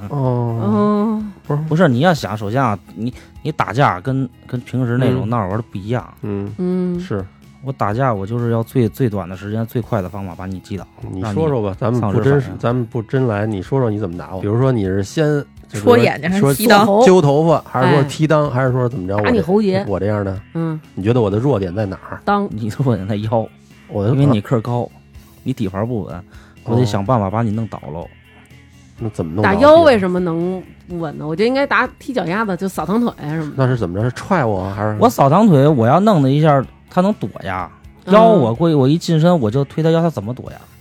Speaker 2: 哦，
Speaker 1: 哦，
Speaker 3: 不是，你要想，首先啊，你你打架跟跟平时那种
Speaker 2: 嗯
Speaker 3: 闹着玩的不一样。
Speaker 2: 嗯，
Speaker 1: 嗯，
Speaker 2: 是
Speaker 3: 我打架，我就是要最最短的时间、最快的方法把你击倒。
Speaker 2: 你
Speaker 3: 让
Speaker 2: 说说吧，咱们
Speaker 3: 丧
Speaker 2: 不
Speaker 3: 失
Speaker 2: 真
Speaker 3: 反应
Speaker 2: 咱们不真来，你说说你怎么打我？比如说你是先就是
Speaker 5: 戳
Speaker 2: 说
Speaker 5: 眼睛还是
Speaker 2: 说
Speaker 5: 踢裆
Speaker 1: 头
Speaker 2: 揪头发，还是说
Speaker 1: 哎
Speaker 2: 踢裆，还是说怎么着？我
Speaker 1: 打啊你
Speaker 2: 这
Speaker 1: 喉结，
Speaker 2: 我这样的，
Speaker 1: 嗯，
Speaker 2: 你觉得我的弱点在哪儿？
Speaker 1: 当
Speaker 3: 你说我那腰，
Speaker 2: 我啊
Speaker 3: 因为你个儿高，你底盘不稳，我得
Speaker 2: 哦
Speaker 3: 想办法把你弄倒喽。
Speaker 2: 那怎么弄？啊
Speaker 1: 打腰为什么能不稳呢？我觉得应该打踢脚丫子，就扫堂腿什么的。
Speaker 2: 那是怎么着？是踹我啊还是
Speaker 3: 我扫堂腿，我要弄的一下，他能躲呀。腰
Speaker 1: 嗯
Speaker 3: 我过去，我一近身我就推他腰，他怎么躲呀？
Speaker 2: 哦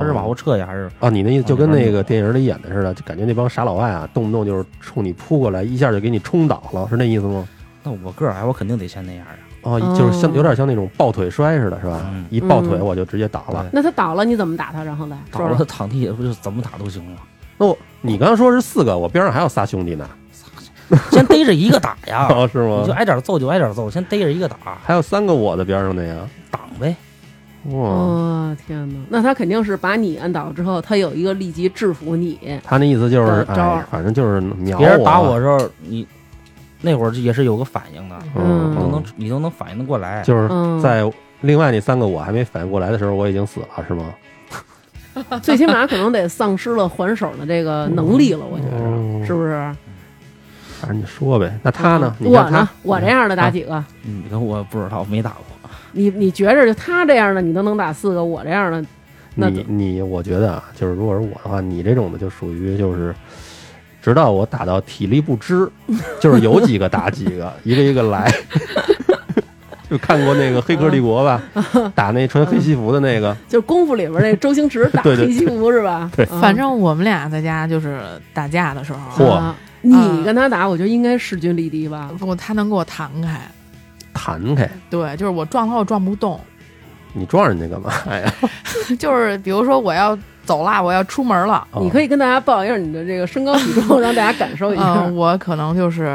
Speaker 3: 他是往后撤呀，还是
Speaker 2: 嗯啊？你那意思就跟那个电影里演的似的，就感觉那帮傻老外啊，动不动就是冲你扑过来，一下就给你冲倒了，是那意思吗？
Speaker 3: 那我个儿矮，我肯定得先那样啊呀。
Speaker 2: 哦
Speaker 1: 哦，
Speaker 2: 就是像有点像那种抱腿摔似的，是吧
Speaker 3: 嗯？
Speaker 2: 一抱腿
Speaker 1: 嗯
Speaker 2: 我就直接倒了。
Speaker 1: 那他倒了，你怎么打他？然后呢？
Speaker 3: 倒了躺地下不就怎么打都行吗？
Speaker 2: 那我你刚说是四个，我边上还有仨兄弟呢，
Speaker 3: 先逮着一个打呀，
Speaker 2: 哦，是
Speaker 3: 啊你就
Speaker 2: 吗？
Speaker 3: 挨点揍就挨点揍，先逮着一个打，
Speaker 2: 还有三个我的边上的呀。
Speaker 3: 挡呗。
Speaker 2: 哇，
Speaker 1: 哦，天哪！那他肯定是把你按倒之后，他有一个立即制服你。
Speaker 2: 他那意思就是，
Speaker 1: 找招
Speaker 2: 哎，反正就是秒
Speaker 3: 别人打我
Speaker 2: 我啊
Speaker 3: 的时候，你那会儿也是有个反应的，
Speaker 2: 嗯
Speaker 1: 嗯
Speaker 3: 你都能你都能反应得过来。
Speaker 2: 就是
Speaker 1: 嗯，
Speaker 2: 在另外那三个我还没反应过来的时候，我已经死了，是吗？
Speaker 1: 最起码可能得丧失了还手的这个能力了，我觉得、
Speaker 2: 嗯
Speaker 1: 是不是？
Speaker 2: 哎
Speaker 1: 嗯
Speaker 2: 反正你说呗。那他呢？你
Speaker 1: 我
Speaker 2: 看
Speaker 1: 呢
Speaker 2: 他，，啊
Speaker 1: 我这样的打几个？
Speaker 3: 嗯你跟我不知道，没打过。
Speaker 1: 你你觉着就他这样的，你都能打四个，我这样的，那
Speaker 2: 你你，我觉得啊，就是如果是我的话，你这种的就属于就是，直到我打到体力不支，就是有几个打几 个，一个一个来。就看过那个《黑客帝国》吧，
Speaker 1: 嗯
Speaker 2: 打那穿黑西服的那个，
Speaker 1: 就是功夫里边那周星驰打
Speaker 2: 对对
Speaker 1: 黑西服是吧？
Speaker 2: 对
Speaker 1: 嗯
Speaker 4: 反正我们俩在家就是打架的时候，
Speaker 2: 嚯
Speaker 1: 啊
Speaker 4: 嗯
Speaker 1: 你跟他打，我觉得应该势均力敌吧。
Speaker 4: 不，他能给我弹开。
Speaker 2: 弹开，
Speaker 4: 对，就是我撞他，我撞不动。
Speaker 2: 你撞人家干嘛呀？
Speaker 4: 就是比如说我要走啦，我要出门了，
Speaker 2: 哦
Speaker 1: 你可以跟大家报一下你的这个身高体 重，让大家感受一下。
Speaker 4: 嗯，我可能就是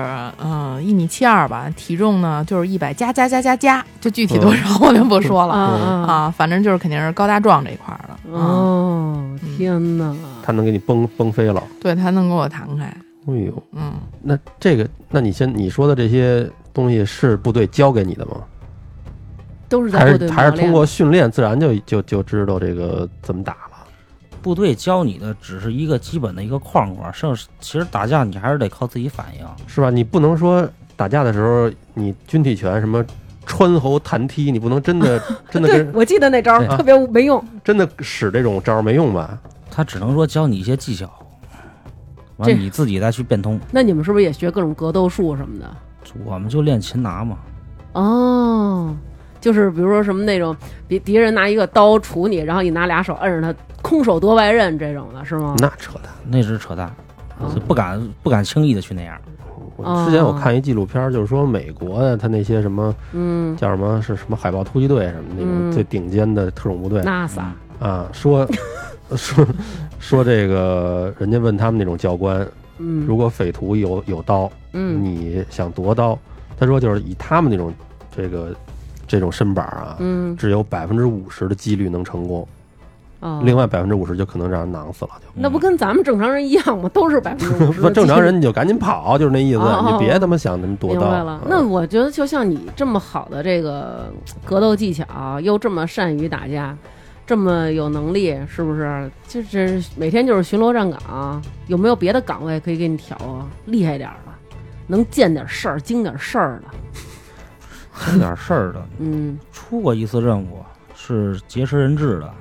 Speaker 4: 嗯一米七二吧，体重呢就是一百加加加加加，就具体多
Speaker 3: 嗯
Speaker 4: 少我就不说
Speaker 1: 啊
Speaker 4: 了、
Speaker 2: 嗯
Speaker 1: 啊！
Speaker 4: 啊，反正就是肯定是高大壮这一块儿的。嗯，
Speaker 1: 哦，天哪！
Speaker 2: 他能给你崩崩飞了。
Speaker 4: 对他能给我弹开，
Speaker 2: 哎呦，
Speaker 4: 嗯，
Speaker 2: 那这个，那你先你说的这些东西是部队教给你的吗？
Speaker 1: 都是在
Speaker 2: 还
Speaker 1: 部队
Speaker 2: 是还是
Speaker 1: 磨练
Speaker 2: 通过训练自然就就就知道这个怎么打了？
Speaker 3: 部队教你的只是一个基本的一个框框，剩其实打架你还是得靠自己反应。
Speaker 2: 是吧？你不能说打架的时候你军体拳什么穿喉弹踢，你不能 真的真的
Speaker 1: 对
Speaker 2: 跟，
Speaker 1: 我记得那招儿
Speaker 3: 对
Speaker 1: 特别没用。
Speaker 2: 真的使这种招儿没用吧？
Speaker 3: 他只能说教你一些技巧，完
Speaker 1: 这
Speaker 3: 了你自己再去变通。
Speaker 1: 那你们是不是也学各种格斗术什么的？
Speaker 3: 我们就练擒拿嘛，
Speaker 1: 哦，就是比如说什么那种敌敌人拿一个刀杵你，然后你拿俩手摁着他，空手夺白刃这种的是吗？
Speaker 2: 那扯淡！
Speaker 3: 那是扯淡，
Speaker 1: 啊
Speaker 3: 就不敢不敢轻易的去那样。
Speaker 2: 我之前我看一纪录片儿，就是说美国的他那些什么
Speaker 1: 嗯
Speaker 2: 叫什么是什么海豹突击队什么那种
Speaker 1: 嗯
Speaker 2: 最顶尖的特种部队，
Speaker 1: ，NASA
Speaker 2: 啊，说 说说这个，人家问他们那种教官，
Speaker 1: 嗯，
Speaker 2: 如果匪徒有有刀，
Speaker 1: 嗯
Speaker 2: 你想夺刀？他说就是以他们那种这个这种身板啊，
Speaker 1: 嗯
Speaker 2: 只有百分之五十的几率能成功，
Speaker 1: 哦，
Speaker 2: 另外百分之五十就可能让人囊死了。就
Speaker 1: 那不跟咱们正常人一样吗？都是百分之五
Speaker 2: 不
Speaker 1: 十。
Speaker 2: 正常人你就赶紧跑，就是那意思，
Speaker 1: 哦
Speaker 2: 你
Speaker 1: 哦
Speaker 2: 就别他妈想他妈夺
Speaker 1: 明
Speaker 2: 刀。
Speaker 1: 白了
Speaker 2: 啊，
Speaker 3: 嗯
Speaker 1: 那我觉得就像你这么好的这个格斗技巧，又这么善于打架，这么有能力，是不是？就是每天就是巡逻站岗，有没有别的岗位可以给你调啊？厉害点儿的，能见点事儿、经点事儿的。
Speaker 3: 有点事儿的，
Speaker 1: 嗯，
Speaker 3: 出过一次任务是劫持人质的，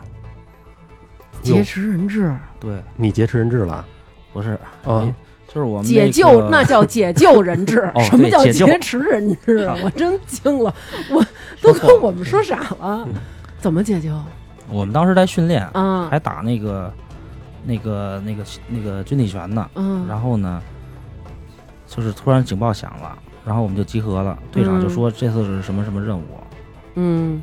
Speaker 1: 劫持人
Speaker 3: 哦
Speaker 1: 质，
Speaker 3: 对，
Speaker 2: 你劫持人质了
Speaker 3: 不是，
Speaker 1: 哎
Speaker 2: 啊？
Speaker 3: 就是我们
Speaker 1: 解
Speaker 3: 那
Speaker 1: 救
Speaker 3: 个，
Speaker 1: 那叫解救人质
Speaker 3: 哦
Speaker 1: 什么
Speaker 3: 对
Speaker 1: 叫
Speaker 3: 解救
Speaker 1: 劫持人质 啊？
Speaker 3: 啊
Speaker 1: 我真惊了，我都
Speaker 3: 说错了嗯
Speaker 1: 跟我们说傻了。怎么解救
Speaker 3: 我们当时在训练，
Speaker 1: 啊？
Speaker 3: 还打那个那个那个那个军体拳呢。
Speaker 1: 嗯，
Speaker 3: 然后呢，就是突然警报响了，然后我们就集合了，队长就说这次是什么什么任务，
Speaker 1: 嗯。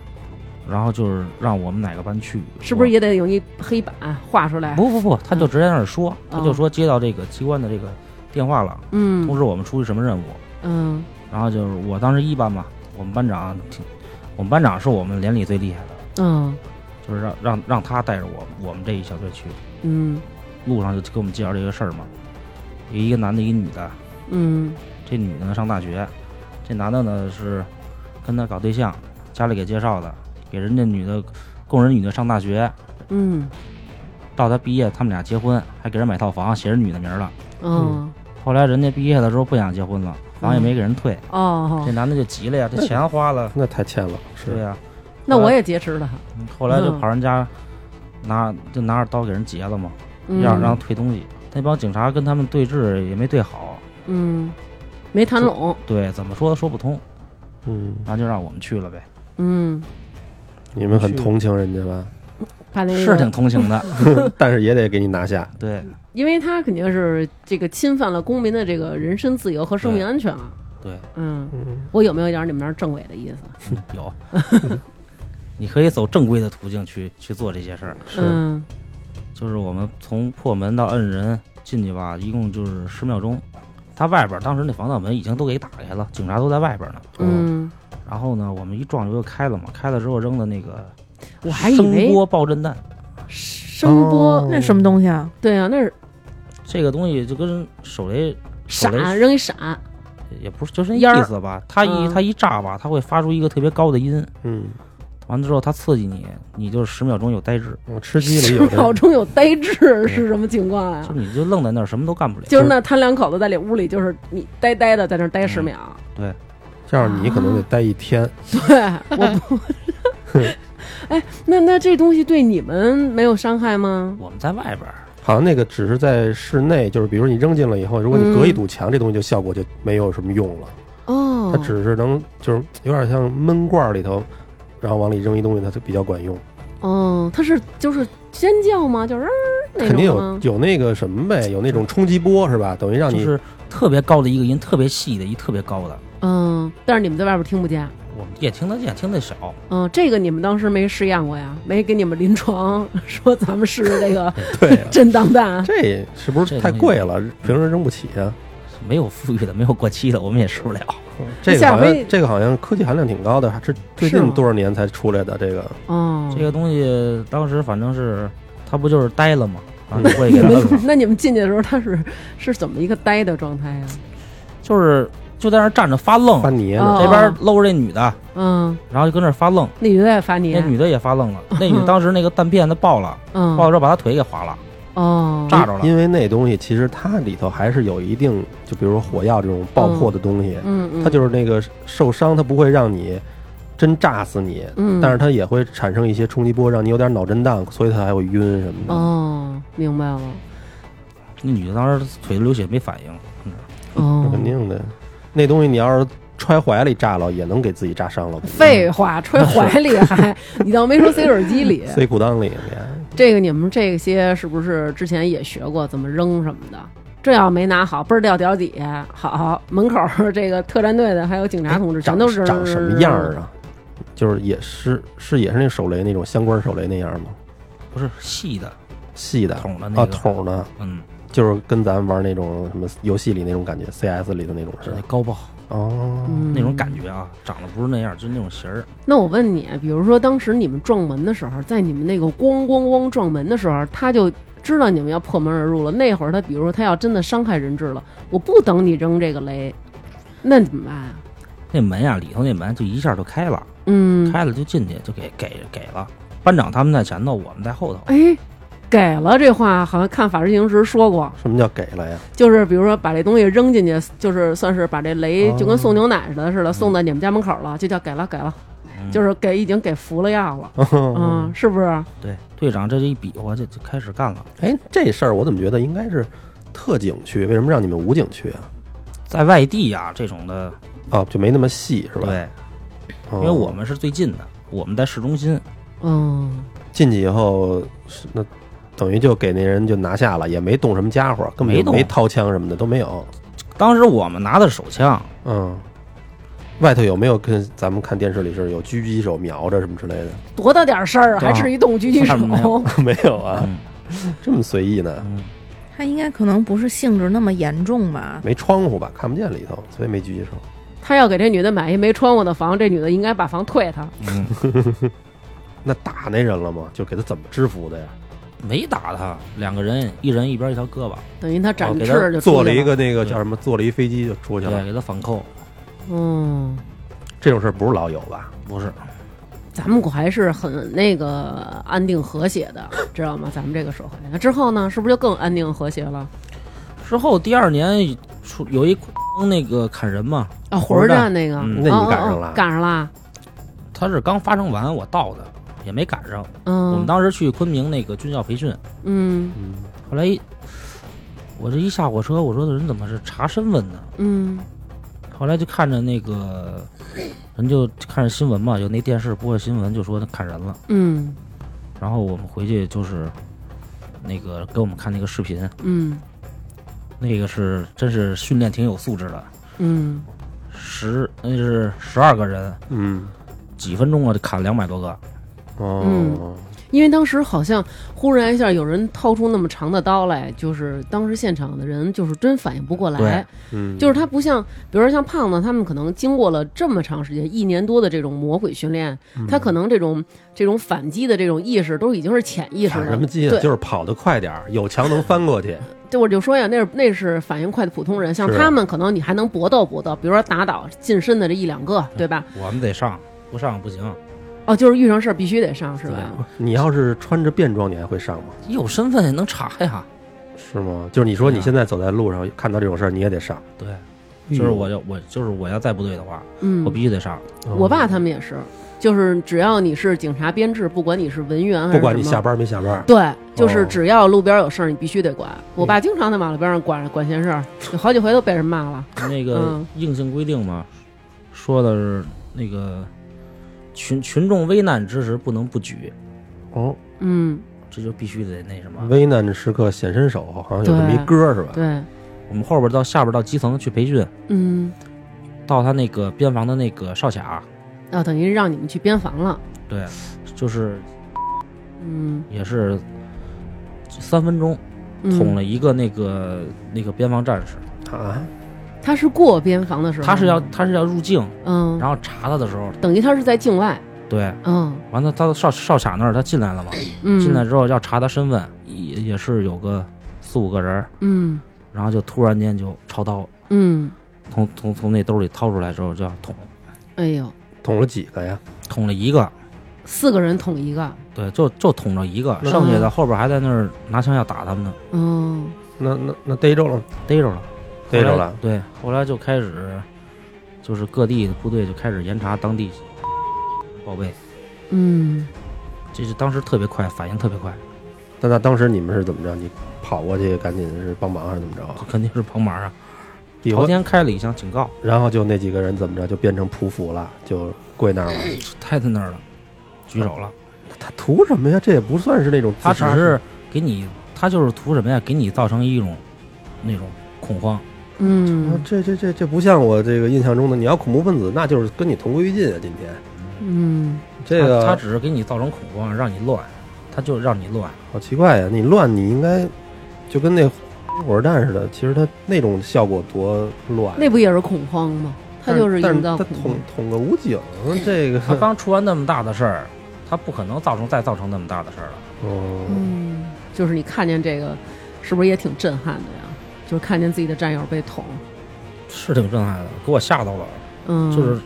Speaker 3: 然后就是让我们哪个班去，
Speaker 1: 是不是
Speaker 3: 也？
Speaker 1: 也得用一黑板画出来？
Speaker 3: 不不不，他就直接在那儿说，
Speaker 1: 嗯
Speaker 3: 他就说接到这个机关的这个电话了，通
Speaker 1: 嗯
Speaker 3: 知我们出去什么任务。
Speaker 1: 嗯
Speaker 3: 然后就是我当时一班嘛，我们班长挺，我们班长是我们连里最厉害的，
Speaker 1: 嗯
Speaker 3: 就是让让让他带着我们我们这一小队去，
Speaker 1: 嗯
Speaker 3: 路上就给我们介绍这个事儿嘛，有一个男的，一个女的，
Speaker 1: 嗯
Speaker 3: 这女的呢上大学，这男的呢是跟她搞对象，家里给介绍的，给人家女的供人女的上大学，
Speaker 1: 嗯
Speaker 3: 到她毕业他们俩结婚，还给人买套房，写着女的名儿了。
Speaker 1: 嗯
Speaker 3: 后来人家毕业的时候不想结婚了，房也没给人退，这
Speaker 1: 哦，
Speaker 3: 男的就急了呀，这钱花
Speaker 1: 嗯
Speaker 3: 了，
Speaker 2: 那太欠了，
Speaker 3: 对
Speaker 2: 是
Speaker 3: 啊呀、
Speaker 1: 那我也劫持他，
Speaker 3: 嗯后来就跑人家拿就拿着刀给人劫了嘛，
Speaker 1: 嗯
Speaker 3: 让让退东西。那帮警察跟他们对峙也没对好，
Speaker 1: 嗯没谈拢，
Speaker 3: 对，怎么说都说不通，
Speaker 2: 嗯，
Speaker 3: 然后就让我们去了呗，
Speaker 1: 嗯，
Speaker 2: 你们很同情人家吧？
Speaker 1: 把那
Speaker 3: 是挺
Speaker 1: 个，
Speaker 3: 同情的，
Speaker 2: 但是也得给你拿下。
Speaker 3: 对
Speaker 1: 因为他肯定是这个侵犯了公民的这个人身自由和生命
Speaker 3: 对
Speaker 1: 安全啊。
Speaker 3: 对。
Speaker 1: 嗯，
Speaker 2: 嗯，
Speaker 1: 我有没有一点你们那儿政委的意思？
Speaker 3: 有， 你可以走正规的途径去去做这些事儿。
Speaker 2: 是
Speaker 1: 嗯
Speaker 3: 就是我们从破门到摁人进去吧，一共就是十秒钟。他外边儿当时那防盗门已经都给打开了，警察都在外边儿呢。
Speaker 1: 嗯
Speaker 3: 然后呢，我们一撞油就开了嘛，开了之后扔的那个
Speaker 1: 我还以
Speaker 3: 声
Speaker 1: 为
Speaker 3: 波爆震弹，
Speaker 1: 声波，
Speaker 2: 哦
Speaker 4: 那什么东西啊？
Speaker 1: 对啊，那是
Speaker 3: 这个东西就跟手雷手雷
Speaker 1: 闪扔一闪，
Speaker 3: 也不是就是
Speaker 1: 烟
Speaker 3: 那
Speaker 1: 儿
Speaker 3: 意思吧，它一
Speaker 1: 嗯
Speaker 3: 它一炸吧，它会发出一个特别高的音，
Speaker 2: 嗯，
Speaker 3: 完了之后它刺激你，你就十秒钟有呆滞，
Speaker 2: 我嗯吃鸡里
Speaker 1: 十
Speaker 2: 有
Speaker 1: 秒
Speaker 2: 这，
Speaker 1: 钟有呆滞是什么情况啊
Speaker 3: 就？你就愣在那儿什么都干不了。
Speaker 1: 就是那他两口子在里屋里，就是你呆呆的在那儿呆十秒，
Speaker 2: 这样你可
Speaker 1: 啊
Speaker 2: 能得待一天。
Speaker 1: 对，我不。哎，那那这东西对你们没有伤害吗？
Speaker 3: 我们在外边儿，
Speaker 2: 好像那个只是在室内，就是比如你扔进了以后，如果你隔一堵墙，这东西就效果就没有什么用了。
Speaker 1: 哦
Speaker 2: 它，只是能就是有点像闷罐儿里头，然后往里扔一东西，它就比较管用。
Speaker 1: 哦，它是就是尖叫吗？就是、呃、那
Speaker 2: 肯定
Speaker 1: 种
Speaker 2: 有
Speaker 1: 吗？
Speaker 2: 有那个什么呗，有那种冲击波是吧？等于让
Speaker 3: 就
Speaker 2: 你
Speaker 3: 是特别高的一个音，特别细的一特别高的，
Speaker 1: 嗯，但是你们在外边听不见。
Speaker 3: 我们也听得见，听得少。
Speaker 1: 嗯，这个你们当时没试验过呀？没给你们临床说咱们试试这 个
Speaker 2: 对啊、
Speaker 1: 震荡弹？
Speaker 2: 这是不是太贵了？平时扔不起啊。
Speaker 3: 没有富裕的，没有过期的，我们也吃不了。
Speaker 2: 这个
Speaker 1: 嗯下
Speaker 2: 好
Speaker 1: 回
Speaker 2: 像这个好像科技含量挺高的，还是最
Speaker 1: 是
Speaker 2: 近
Speaker 1: 吗
Speaker 2: 多少年才出来的这个？
Speaker 1: 哦，
Speaker 3: 这个东西当时反正是，它不就是呆了吗？啊，
Speaker 2: 嗯
Speaker 3: 就会给它摁了，
Speaker 1: 那你们进去的时候，他是是怎么一个呆的状态呀、
Speaker 3: 就是就在那儿站着发愣
Speaker 2: 发，泥
Speaker 1: 哦
Speaker 2: 呢？
Speaker 3: 这边搂着这女的，
Speaker 1: 嗯，
Speaker 3: 然后就跟那儿发愣，
Speaker 1: 那女的也发你
Speaker 3: 那，女的也发愣了，那女的当时那个弹片它爆了，
Speaker 1: 嗯，
Speaker 3: 爆了之后把她腿给划了，
Speaker 1: 哦，
Speaker 3: 炸着了。
Speaker 2: 因为那东西其实它里头还是有一定，就比如说火药这种爆破的东西，
Speaker 1: 嗯嗯，
Speaker 2: 它就是那个受伤，它不会让你真炸死你，
Speaker 1: 嗯，
Speaker 2: 但是它也会产生一些冲击波，让你有点脑震荡，所以它还会晕什么的。
Speaker 1: 哦，明白了，
Speaker 3: 那女的当时腿流血没反应，
Speaker 1: 哦
Speaker 2: 那，肯定的，那东西你要是揣怀里炸了，也能给自己炸伤了。
Speaker 1: 废 话，揣怀里还，你倒没说塞耳机里。
Speaker 2: 塞裤裆里面，
Speaker 1: 这个你们这些是不是之前也学过怎么扔什么的？这要没拿好，嘣儿掉脚底下。好，门口儿这个特战队的还有警察同志全
Speaker 2: 长
Speaker 1: 都是
Speaker 2: 长什么样儿？啊？就是也是是也是那手雷那种相关手雷那样吗？
Speaker 3: 不是细的
Speaker 2: 细的
Speaker 3: 捅的那
Speaker 2: 啊，
Speaker 3: 个，
Speaker 2: 筒的，
Speaker 3: 嗯，
Speaker 2: 就是跟咱玩那种什么游戏里那种感觉，CS 里的那种似
Speaker 3: 是
Speaker 2: 的
Speaker 3: 那。高爆
Speaker 2: 哦，
Speaker 1: 嗯
Speaker 3: 那种感觉啊，长得不是那样，就是那种型儿。
Speaker 1: 那我问你，啊比如说当时你们撞门的时候，在你们那个咣咣咣撞门的时候，他就知道你们要破门而入了。那会儿他，比如说他要真的伤害人质了，我不等你扔这个雷，那怎么办啊？
Speaker 3: 那门呀、里头那门就一下就开了，
Speaker 1: 嗯，
Speaker 3: 开了就进去，就给给给了。班长他们在前头，我们在后头。
Speaker 1: 哎，给了这话，好像看《法制进行时》说过，
Speaker 2: 什么叫给了呀？
Speaker 1: 就是比如说把这东西扔进去，就是算是把这雷
Speaker 2: 哦
Speaker 1: 就跟送牛奶似的似的送到你们家门口了，就叫给了给了，
Speaker 3: 嗯
Speaker 1: 就是给已经给服了药了，嗯，是不是？
Speaker 3: 对队长这一比划，就就开始干了。
Speaker 2: 哎，这事儿我怎么觉得应该是特警区？为什么让你们武警区啊？
Speaker 3: 在外地呀、这种的，
Speaker 2: 哦，就没那么细是吧？
Speaker 3: 对，
Speaker 2: 哦，
Speaker 3: 因为我们是最近的，我们在市中心，
Speaker 1: 嗯，
Speaker 2: 进去以后是那。等于就给那人就拿下了，也没动什么家伙，根本
Speaker 3: 没
Speaker 2: 就
Speaker 3: 动
Speaker 2: 没掏枪什么的都没有。
Speaker 3: 当时我们拿的手枪，
Speaker 2: 嗯，外头有没有跟咱们看电视里是有狙击手瞄着什么之类的？
Speaker 1: 多大点事儿啊，
Speaker 3: 对啊
Speaker 1: 还是一动狙击手
Speaker 3: 差不多没 有？
Speaker 2: 没有啊，
Speaker 3: 嗯
Speaker 2: 这么随意呢？
Speaker 3: 嗯，
Speaker 4: 它应该可能不是性质那么严重吧？
Speaker 2: 没窗户吧，看不见里头，所以没狙击手。
Speaker 1: 他要给这女的买一没穿过的房，这女的应该把房退他。
Speaker 3: 嗯
Speaker 2: 那打那人了吗？就给他怎么制服的呀？
Speaker 3: 没打他，两个人，一人一边一条胳膊，
Speaker 1: 等于他展
Speaker 2: 哦
Speaker 1: 翅
Speaker 2: 给
Speaker 1: 就、
Speaker 2: 他坐了一，个那个
Speaker 3: 对
Speaker 2: 叫什么？坐了一飞机就出去
Speaker 3: 对，
Speaker 2: 了。
Speaker 3: 给他反扣，
Speaker 1: 嗯，
Speaker 2: 这种事儿不是老有吧？
Speaker 3: 不是，
Speaker 1: 咱们国还是很那个安定和谐的，知道吗？咱们这个社会，那之后呢，是不是就更安定和谐了？
Speaker 3: 之后第二年出有一那个砍人嘛，
Speaker 1: 啊，火
Speaker 2: 火
Speaker 1: 车
Speaker 2: 车
Speaker 1: 站
Speaker 2: 站
Speaker 1: 那个，
Speaker 3: 嗯
Speaker 2: 那你
Speaker 1: 哦
Speaker 2: 赶上
Speaker 1: 哦
Speaker 2: 了
Speaker 1: 哦赶上了，
Speaker 3: 他是刚发生完，我到的，也没赶上。我们
Speaker 1: 嗯
Speaker 3: 当时去昆明那个军校培训，
Speaker 1: 嗯
Speaker 2: 嗯，
Speaker 3: 后来一我这一下火车，我说这人怎么是查身份呢？
Speaker 1: 嗯
Speaker 3: 后来就看着那个人就看着新闻嘛，有那电视播的新闻就说他砍人了。
Speaker 1: 嗯
Speaker 3: 然后我们回去就是那个给我们看那个视频，
Speaker 1: 嗯
Speaker 3: 那个是真是训练挺有素质的，
Speaker 1: 嗯，
Speaker 3: 十那是十二个人，
Speaker 2: 嗯，
Speaker 3: 几分钟啊就砍两百多个，
Speaker 2: 哦，
Speaker 1: 嗯因为当时好像忽然一下有人掏出那么长的刀来，就是当时现场的人就是真反应不过来
Speaker 3: 对，
Speaker 2: 嗯，
Speaker 1: 就是他不像，比如说像胖子他们可能经过了这么长时间一年多的这种魔鬼训练，他可能这种这种反击的这种意识都已经是潜意识
Speaker 2: 打
Speaker 1: 了，
Speaker 2: 什么鸡啊？
Speaker 1: 对，
Speaker 2: 就是跑得快点儿，有墙能翻过去。
Speaker 1: 就我就说呀，那是那是反应快的普通人，像
Speaker 2: 是
Speaker 1: 他们可能你还能搏斗搏斗，比如说打倒近身的这一两个，对吧？
Speaker 3: 我们得上，不上不行。
Speaker 1: 哦，就是遇上事儿必须得上，是吧？
Speaker 2: 你要是穿着便装，你还会上吗？
Speaker 3: 有身份也能查呀。
Speaker 2: 是吗？就是你说你
Speaker 3: 对啊
Speaker 2: 现在走在路上看到这种事儿，你也得上。
Speaker 3: 对，就是我要我就是我要在部队的话，
Speaker 1: 嗯
Speaker 3: 我，必须得上。
Speaker 2: 嗯，
Speaker 1: 我爸他们也是，就是只要你是警察编制，不管你是文员还是
Speaker 2: 不管你
Speaker 1: 什么
Speaker 2: 下班没下班，
Speaker 1: 对，就是
Speaker 2: 哦
Speaker 1: 只要路边有事儿，你必须得管。我爸经常在马路边上管管闲事儿，有好几回都被人骂了。
Speaker 3: 那个
Speaker 1: 嗯
Speaker 3: 硬性规定嘛，说的是那个群群众危难之时不能不举，
Speaker 2: 哦，
Speaker 1: 嗯，
Speaker 3: 这就必须得那什么。
Speaker 2: 危难的时刻显身手，好像有这么
Speaker 1: 对
Speaker 2: 一歌儿是
Speaker 3: 嗯
Speaker 2: 吧？
Speaker 1: 对，
Speaker 3: 我们后边到下边到基层去培训，
Speaker 1: 嗯，
Speaker 3: 到他那个边防的那个哨卡，
Speaker 1: 啊，等于让你们去边防了。
Speaker 3: 对，就是
Speaker 1: 嗯，
Speaker 3: 也是三分钟
Speaker 1: 嗯
Speaker 3: 捅了一个那个、那个边防战士，
Speaker 2: 啊，
Speaker 1: 他是过边防的时候，
Speaker 3: 他是要他是要入境，
Speaker 1: 嗯，
Speaker 3: 然后查他的时候，
Speaker 1: 等于他是在境外。
Speaker 3: 对，
Speaker 1: 嗯
Speaker 3: 完了到哨哨卡那儿他进来了嘛，
Speaker 1: 嗯，
Speaker 3: 进来之后要查他身份，也也是有个四五个人儿，
Speaker 1: 嗯
Speaker 3: 然后就突然间就抄刀，
Speaker 1: 嗯，
Speaker 3: 从从从那兜里掏出来之后就要捅，
Speaker 1: 哎呦，
Speaker 2: 捅了几个呀？
Speaker 3: 捅了一个，
Speaker 1: 四个人捅一个。
Speaker 3: 对，就就捅着一个，
Speaker 2: 嗯
Speaker 3: 剩下的后边还在那儿拿枪要打他们呢，
Speaker 1: 嗯
Speaker 2: 那那那逮着了，
Speaker 3: 逮着了，
Speaker 2: 逮着
Speaker 3: 后来
Speaker 2: 了。
Speaker 3: 对，后来就开始，就是各地的部队就开始严查当地报备，
Speaker 1: 嗯，
Speaker 3: 这是当时特别快，反应特别快，
Speaker 2: 那那当时你们是怎么着？你跑过去赶紧是帮忙还是怎么着啊？
Speaker 3: 肯定是帮忙啊。
Speaker 2: 以
Speaker 3: 朝
Speaker 2: 后，
Speaker 3: 天开了一枪警告，
Speaker 2: 然后就那几个人怎么着就变成匍匐了，就跪那儿了。
Speaker 3: 太太那儿了，举手了，
Speaker 2: 他图什么呀？这也不算是那种
Speaker 3: 他
Speaker 2: 自
Speaker 3: 只
Speaker 2: 杀，
Speaker 3: 是给你，他就是图什么呀？给你造成一种那种恐慌，
Speaker 2: 啊
Speaker 1: 嗯
Speaker 2: 这这这这不像我这个印象中的，你要恐怖分子，那就是跟你同归于尽啊！今天
Speaker 1: 嗯
Speaker 2: 这个
Speaker 3: 他他只是给你造成恐慌，让你乱，他就让你乱。
Speaker 2: 好奇怪呀、你乱你应该就跟那火车站似的，其实它那种效果多乱。
Speaker 1: 那不也是恐慌吗？他就
Speaker 2: 但
Speaker 1: 营造
Speaker 2: 他
Speaker 1: 恐慌
Speaker 2: 捅。捅个武警，这个
Speaker 3: 他刚出完那么大的事儿，他不可能造成再造成那么大的事儿了。
Speaker 2: 嗯，
Speaker 1: 嗯，就是你看见这个，是不是也挺震撼的呀？就是看见自己的战友被捅，
Speaker 3: 是挺震撼的，给我吓到了。
Speaker 1: 嗯，
Speaker 3: 就是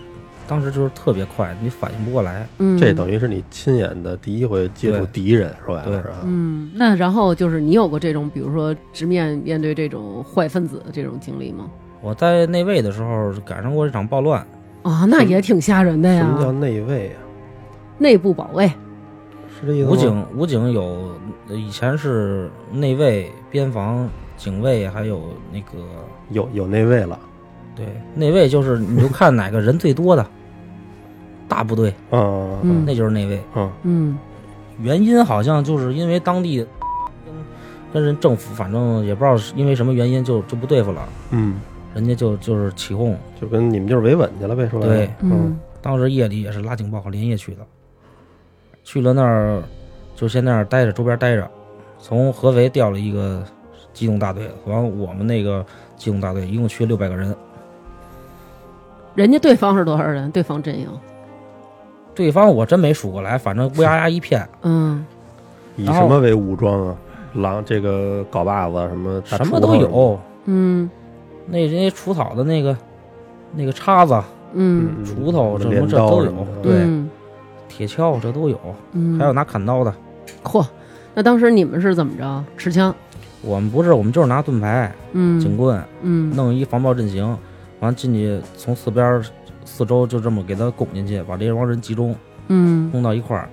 Speaker 3: 当时就是特别快，你反应不过来。
Speaker 1: 嗯，
Speaker 2: 这等于是你亲眼的第一回接触
Speaker 3: 对
Speaker 2: 敌人，说白
Speaker 3: 对
Speaker 2: 了是吧？
Speaker 1: 嗯，那然后就是你有过这种，比如说直面面对这种坏分子的这种经历吗？
Speaker 3: 我在内卫的时候赶上过一场暴乱，
Speaker 1: 啊，那也挺吓人的
Speaker 2: 什么叫
Speaker 1: 呀，
Speaker 2: 内卫啊？
Speaker 1: 内部保卫，
Speaker 2: 是这意思吗？
Speaker 3: 武警武警有呃以前是内卫、边防、警卫，还有那个
Speaker 2: 有有内卫了，
Speaker 3: 对内卫就是你就看哪个人最多的大部队，
Speaker 2: 嗯
Speaker 1: 嗯
Speaker 3: 那就是内卫。
Speaker 2: 嗯
Speaker 1: 嗯
Speaker 3: 原因好像就是因为当地跟跟人政府，反正也不知道是因为什么原因就就不对付了，
Speaker 2: 嗯，
Speaker 3: 人家就就是起哄。
Speaker 2: 就跟你们就是维稳去了呗，说白了
Speaker 3: 对
Speaker 1: 嗯
Speaker 3: 当时夜里也是拉警报连夜去的，去了那儿就先在那儿待着，周边待着。从合肥调了一个机动大队，完了我们那个机动大队一共去六百个人，
Speaker 1: 人家对方是多少人？对方阵营，
Speaker 3: 对方我真没数过来，反正乌压压一片，
Speaker 1: 嗯
Speaker 2: 以
Speaker 3: 然
Speaker 2: 什
Speaker 3: 后
Speaker 2: 么为武装啊？狼这个镐把子什么大
Speaker 3: 什么
Speaker 2: 锄头
Speaker 3: 都有。
Speaker 1: 嗯
Speaker 3: 那人家除草的那个那个叉子、
Speaker 1: 嗯
Speaker 2: 嗯
Speaker 3: 锄头
Speaker 2: 什
Speaker 3: 什
Speaker 2: 么
Speaker 3: 么
Speaker 2: 镰
Speaker 3: 这
Speaker 2: 刀
Speaker 3: 都
Speaker 2: 什
Speaker 3: 有
Speaker 2: 么的，
Speaker 3: 对，
Speaker 1: 嗯
Speaker 3: 铁锹这都有，
Speaker 1: 嗯，
Speaker 3: 还有拿砍刀的。
Speaker 1: 嚯，那当时你们是怎么着？持枪，
Speaker 3: 我们不是，我们就是拿盾牌、警
Speaker 1: 嗯
Speaker 3: 棍，
Speaker 1: 嗯
Speaker 3: 弄一防暴阵型，完进去从四边儿四周就这么给他拱进去，把这帮人集中
Speaker 1: 嗯，
Speaker 3: 弄到一块儿。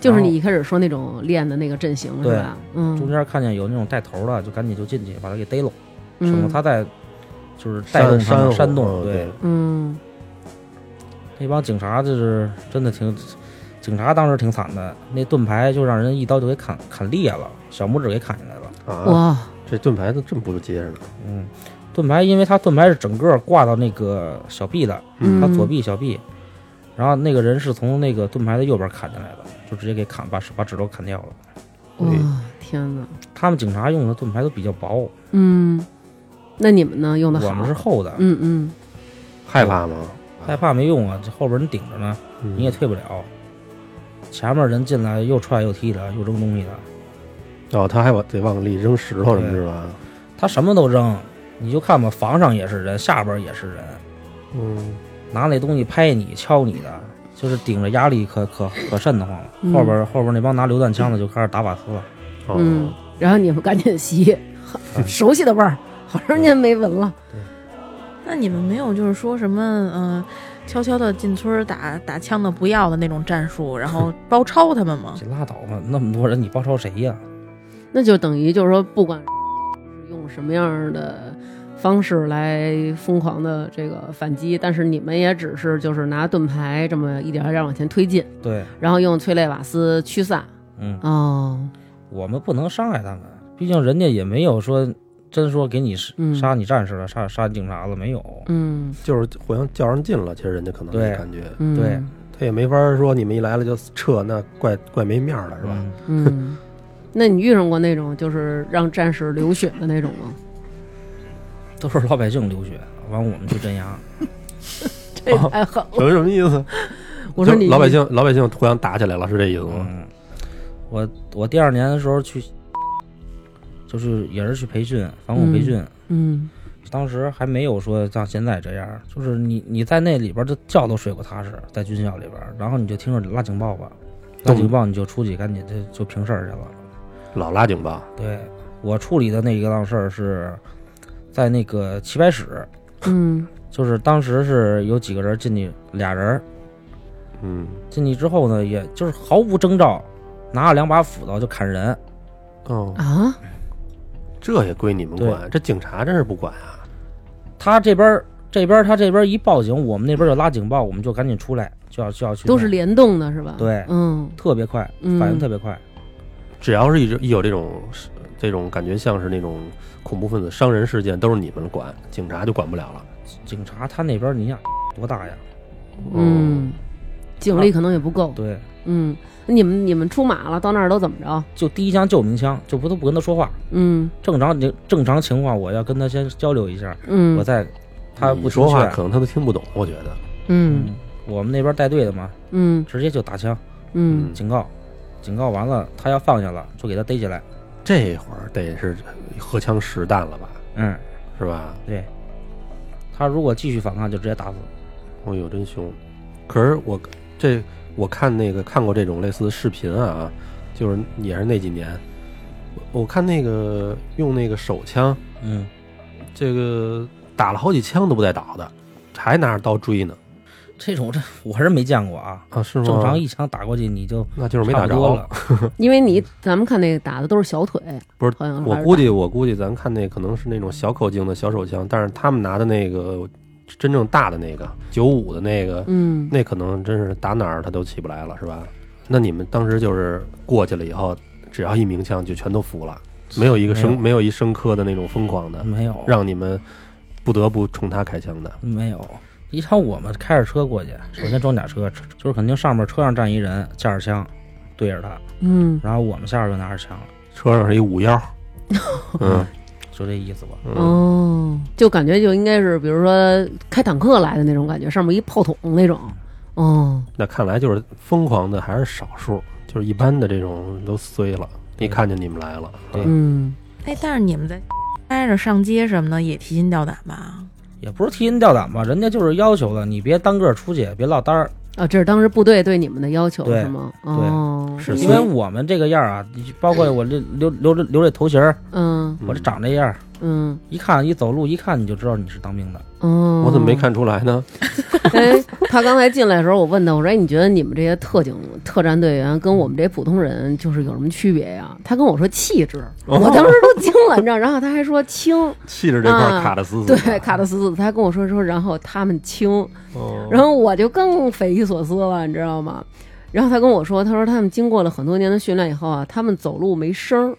Speaker 1: 就是
Speaker 3: 然
Speaker 1: 你
Speaker 3: 后
Speaker 1: 一开始说那种练的那个阵型是
Speaker 3: 对
Speaker 1: 吧？嗯，
Speaker 3: 中间看见有那种带头的，就赶紧就进去把他给逮了，省
Speaker 1: 嗯
Speaker 3: 得他再就是带
Speaker 2: 山
Speaker 3: 动他
Speaker 2: 山
Speaker 3: 们煽
Speaker 2: 火
Speaker 3: 动。
Speaker 2: 嗯
Speaker 3: 对
Speaker 2: 对，，
Speaker 1: 嗯
Speaker 3: 那帮警察就是真的挺，警察当时挺惨的，那盾牌就让人一刀就给砍砍裂了，小拇指给砍下来了。
Speaker 2: 啊，
Speaker 1: 哇，
Speaker 2: 这盾牌都这么不结实呢。
Speaker 3: 嗯，盾牌因为它盾牌是整个挂到那个小臂的，
Speaker 1: 嗯
Speaker 3: 它左臂小臂，然后那个人是从那个盾牌的右边砍进来的，就直接给砍，把把指头砍掉了。
Speaker 1: 哇
Speaker 2: 所以，
Speaker 1: 天哪！
Speaker 3: 他们警察用的盾牌都比较薄，
Speaker 1: 嗯，那你们呢？用的好？
Speaker 3: 我们是厚的，
Speaker 1: 嗯嗯，
Speaker 2: 害怕吗？
Speaker 3: 害怕没用啊，这后边人顶着呢，
Speaker 2: 嗯
Speaker 3: 你也退不了。前面人进来又踹又踢的，又扔东西的，
Speaker 2: 哦，他还往得往里扔石头什么
Speaker 3: 对
Speaker 2: 是吧？
Speaker 3: 他什么都扔，你就看吧，房上也是人，下边也是人，
Speaker 2: 嗯，
Speaker 3: 拿那东西拍你、敲你的，就是顶着压力可可可瘆得慌了。
Speaker 1: 嗯
Speaker 3: 后边后边那帮拿榴弹枪的就开始打瓦斯了，
Speaker 2: 哦
Speaker 1: 嗯，然后你们赶紧吸，
Speaker 3: 嗯
Speaker 1: 熟悉的味儿，好长时间没闻了。
Speaker 4: 那你们没有就是说什么嗯、呃悄悄的进村儿打打枪的不要的那种战术，然后包抄他们吗？
Speaker 3: 这拉倒吧，那么多人你包抄谁呀、嗯
Speaker 1: 那就等于就是说，不管 是用什么样的方式来疯狂的这个反击，但是你们也只是就是拿盾牌这么一点儿一点儿往前推进，
Speaker 3: 对，
Speaker 1: 然后用催泪瓦斯驱散。
Speaker 3: 嗯，
Speaker 1: 哦，
Speaker 3: 我们不能伤害他们，毕竟人家也没有说真说给你是
Speaker 1: 嗯
Speaker 3: 杀你战士了，杀杀警察了没有？
Speaker 1: 嗯
Speaker 2: 就是互相较上劲了，其实人家可能
Speaker 3: 对
Speaker 2: 也感觉
Speaker 1: 嗯，
Speaker 3: 对，
Speaker 2: 他也没法说你们一来了就撤，那怪怪没面儿了是吧？
Speaker 3: 嗯？
Speaker 1: 嗯。那你遇上过那种就是让战士流血的那种吗？
Speaker 3: 都是老百姓流血，完我们去镇压，
Speaker 1: 这
Speaker 4: 哦
Speaker 1: 太狠了！
Speaker 2: 有什么意思？
Speaker 1: 我说
Speaker 2: 就
Speaker 1: 你
Speaker 2: 老百姓老百姓互相打起来了，是这意思吗？
Speaker 3: 嗯，我我第二年的时候去，就是也是去培训防控培训，
Speaker 1: 嗯
Speaker 3: 当时还没有说像现在这样，就是你你在那里边的觉都睡不踏实，在军校里边，然后你就听着拉警报吧，拉
Speaker 2: 动
Speaker 3: 警报你就出去赶紧就就平事儿去了。
Speaker 2: 老拉警报，
Speaker 3: 对我处理的那个档事儿是在那个棋牌室，
Speaker 1: 嗯
Speaker 3: 就是当时是有几个人进去，俩人儿
Speaker 2: 嗯，
Speaker 3: 进去之后呢，也就是毫无征兆，拿着两把斧头就砍人。
Speaker 2: 哦，
Speaker 1: 啊，
Speaker 2: 这也归你们管，这警察真是不管啊！
Speaker 3: 他这边儿这边儿他这边儿一报警，我们那边儿就拉警报，我们就赶紧出来，就要就要去弄，
Speaker 1: 都是联动的是吧？
Speaker 3: 对
Speaker 1: 嗯
Speaker 3: 特别快，
Speaker 1: 嗯，
Speaker 3: 反应特别快。
Speaker 2: 只要是一一有这种这种感觉像是那种恐怖分子伤人事件，都是你们管，警察就管不了了。
Speaker 3: 警察他那边儿你想多大呀？
Speaker 2: 哦
Speaker 1: 嗯，警力可能也不
Speaker 2: 啊
Speaker 1: 够。
Speaker 3: 对，
Speaker 1: 嗯，你们你们出马了，到那儿都怎么着？
Speaker 3: 就第一枪就鸣枪，就不都不跟他说话。
Speaker 1: 嗯
Speaker 3: 正常正常情况，我要跟他先交流一下，我
Speaker 1: 嗯
Speaker 3: 再他
Speaker 2: 你
Speaker 3: 不
Speaker 2: 说话，
Speaker 3: 听劝
Speaker 2: 可能他都听不懂，我觉得。
Speaker 1: 嗯，
Speaker 3: 我们那边带队的嘛，
Speaker 1: 嗯
Speaker 3: 直接就打枪
Speaker 1: 嗯
Speaker 3: 警告，警告完了，他要放下了，就给他逮起来。
Speaker 2: 这会儿得是荷枪实弹了吧，
Speaker 3: 嗯，
Speaker 2: 是吧？
Speaker 3: 对。他如果继续反抗，就直接打死。
Speaker 2: 哦呦，真凶！可是我这我看那个看过这种类似的视频啊，就是也是那几年，我我看那个用那个手枪，
Speaker 3: 嗯，
Speaker 2: 这个打了好几枪都不带倒的，还拿着刀追呢
Speaker 3: 这种这我是没见过啊。
Speaker 2: 啊？是吗？
Speaker 3: 正常一枪打过去，你就
Speaker 2: 那就是没
Speaker 3: 差
Speaker 2: 打
Speaker 3: 不多
Speaker 2: 着
Speaker 3: 了。。
Speaker 1: 因为你咱们看那个打的都是小腿，
Speaker 2: 不是
Speaker 1: 好像
Speaker 2: 我
Speaker 1: 还是
Speaker 2: 估
Speaker 1: 打
Speaker 2: 计，我估计咱看那可能是那种小口径的小手枪，但是他们拿的那个真正大的那个九五的那个，
Speaker 1: 嗯
Speaker 2: 那可能真是打哪儿他都起不来了，是吧？那你们当时就是过去了以后，只要一鸣枪就全都服了，没有一个
Speaker 3: 没
Speaker 2: 生
Speaker 3: 有
Speaker 2: 没有一生科的那种疯狂的，
Speaker 3: 没有，
Speaker 2: 让你们不得不冲他开枪的。
Speaker 3: 没有。你像我们开着车过去，首先装甲车，车就是肯定上面车上站一人，架着枪对着他，
Speaker 1: 嗯
Speaker 3: 然后我们下边就拿着枪，
Speaker 2: 车上是一五幺， 嗯
Speaker 3: 就这意思吧。
Speaker 2: 嗯，
Speaker 1: 哦，就感觉就应该是比如说开坦克来的那种感觉，上面一炮筒那种。哦，
Speaker 2: 那看来就是疯狂的还是少数，就是一般的这种都衰了。一看见你们来了，
Speaker 3: 对
Speaker 2: 嗯
Speaker 1: 嗯
Speaker 4: 哎，但是你们在 挨着上街什么的也提心吊胆吧？
Speaker 3: 也不是提心吊胆吧，人家就是要求了，你别单个出去，别落单儿，
Speaker 1: 啊，这是当时部队对你们的要求
Speaker 3: 对
Speaker 1: 是吗？哦，
Speaker 2: 是
Speaker 3: 因为我们这个样儿啊，包括我这留留这留这头型儿，
Speaker 1: 嗯
Speaker 3: 我这长这样儿，
Speaker 1: 嗯
Speaker 3: 一看一走路一看你就知道你是当兵的。
Speaker 1: 哦，
Speaker 2: 嗯我怎么没看出来呢？
Speaker 1: 哎，他刚才进来的时候，我问他，我说：“哎，你觉得你们这些特警、特战队员跟我们这普通人就是有什么区别呀？”他跟我说气质，
Speaker 2: 哦
Speaker 1: 我当时都惊了，你知道？然后他还说轻，
Speaker 2: 气质这块儿
Speaker 1: 啊
Speaker 2: 卡的死死的。
Speaker 1: 对，卡的死死的。他还跟我说说，然后他们轻，
Speaker 2: 哦。
Speaker 1: 然后我就更匪夷所思了，你知道吗？然后他跟我说，他说他们经过了很多年的训练以后啊，他们走路没声
Speaker 2: 嗯
Speaker 1: 儿。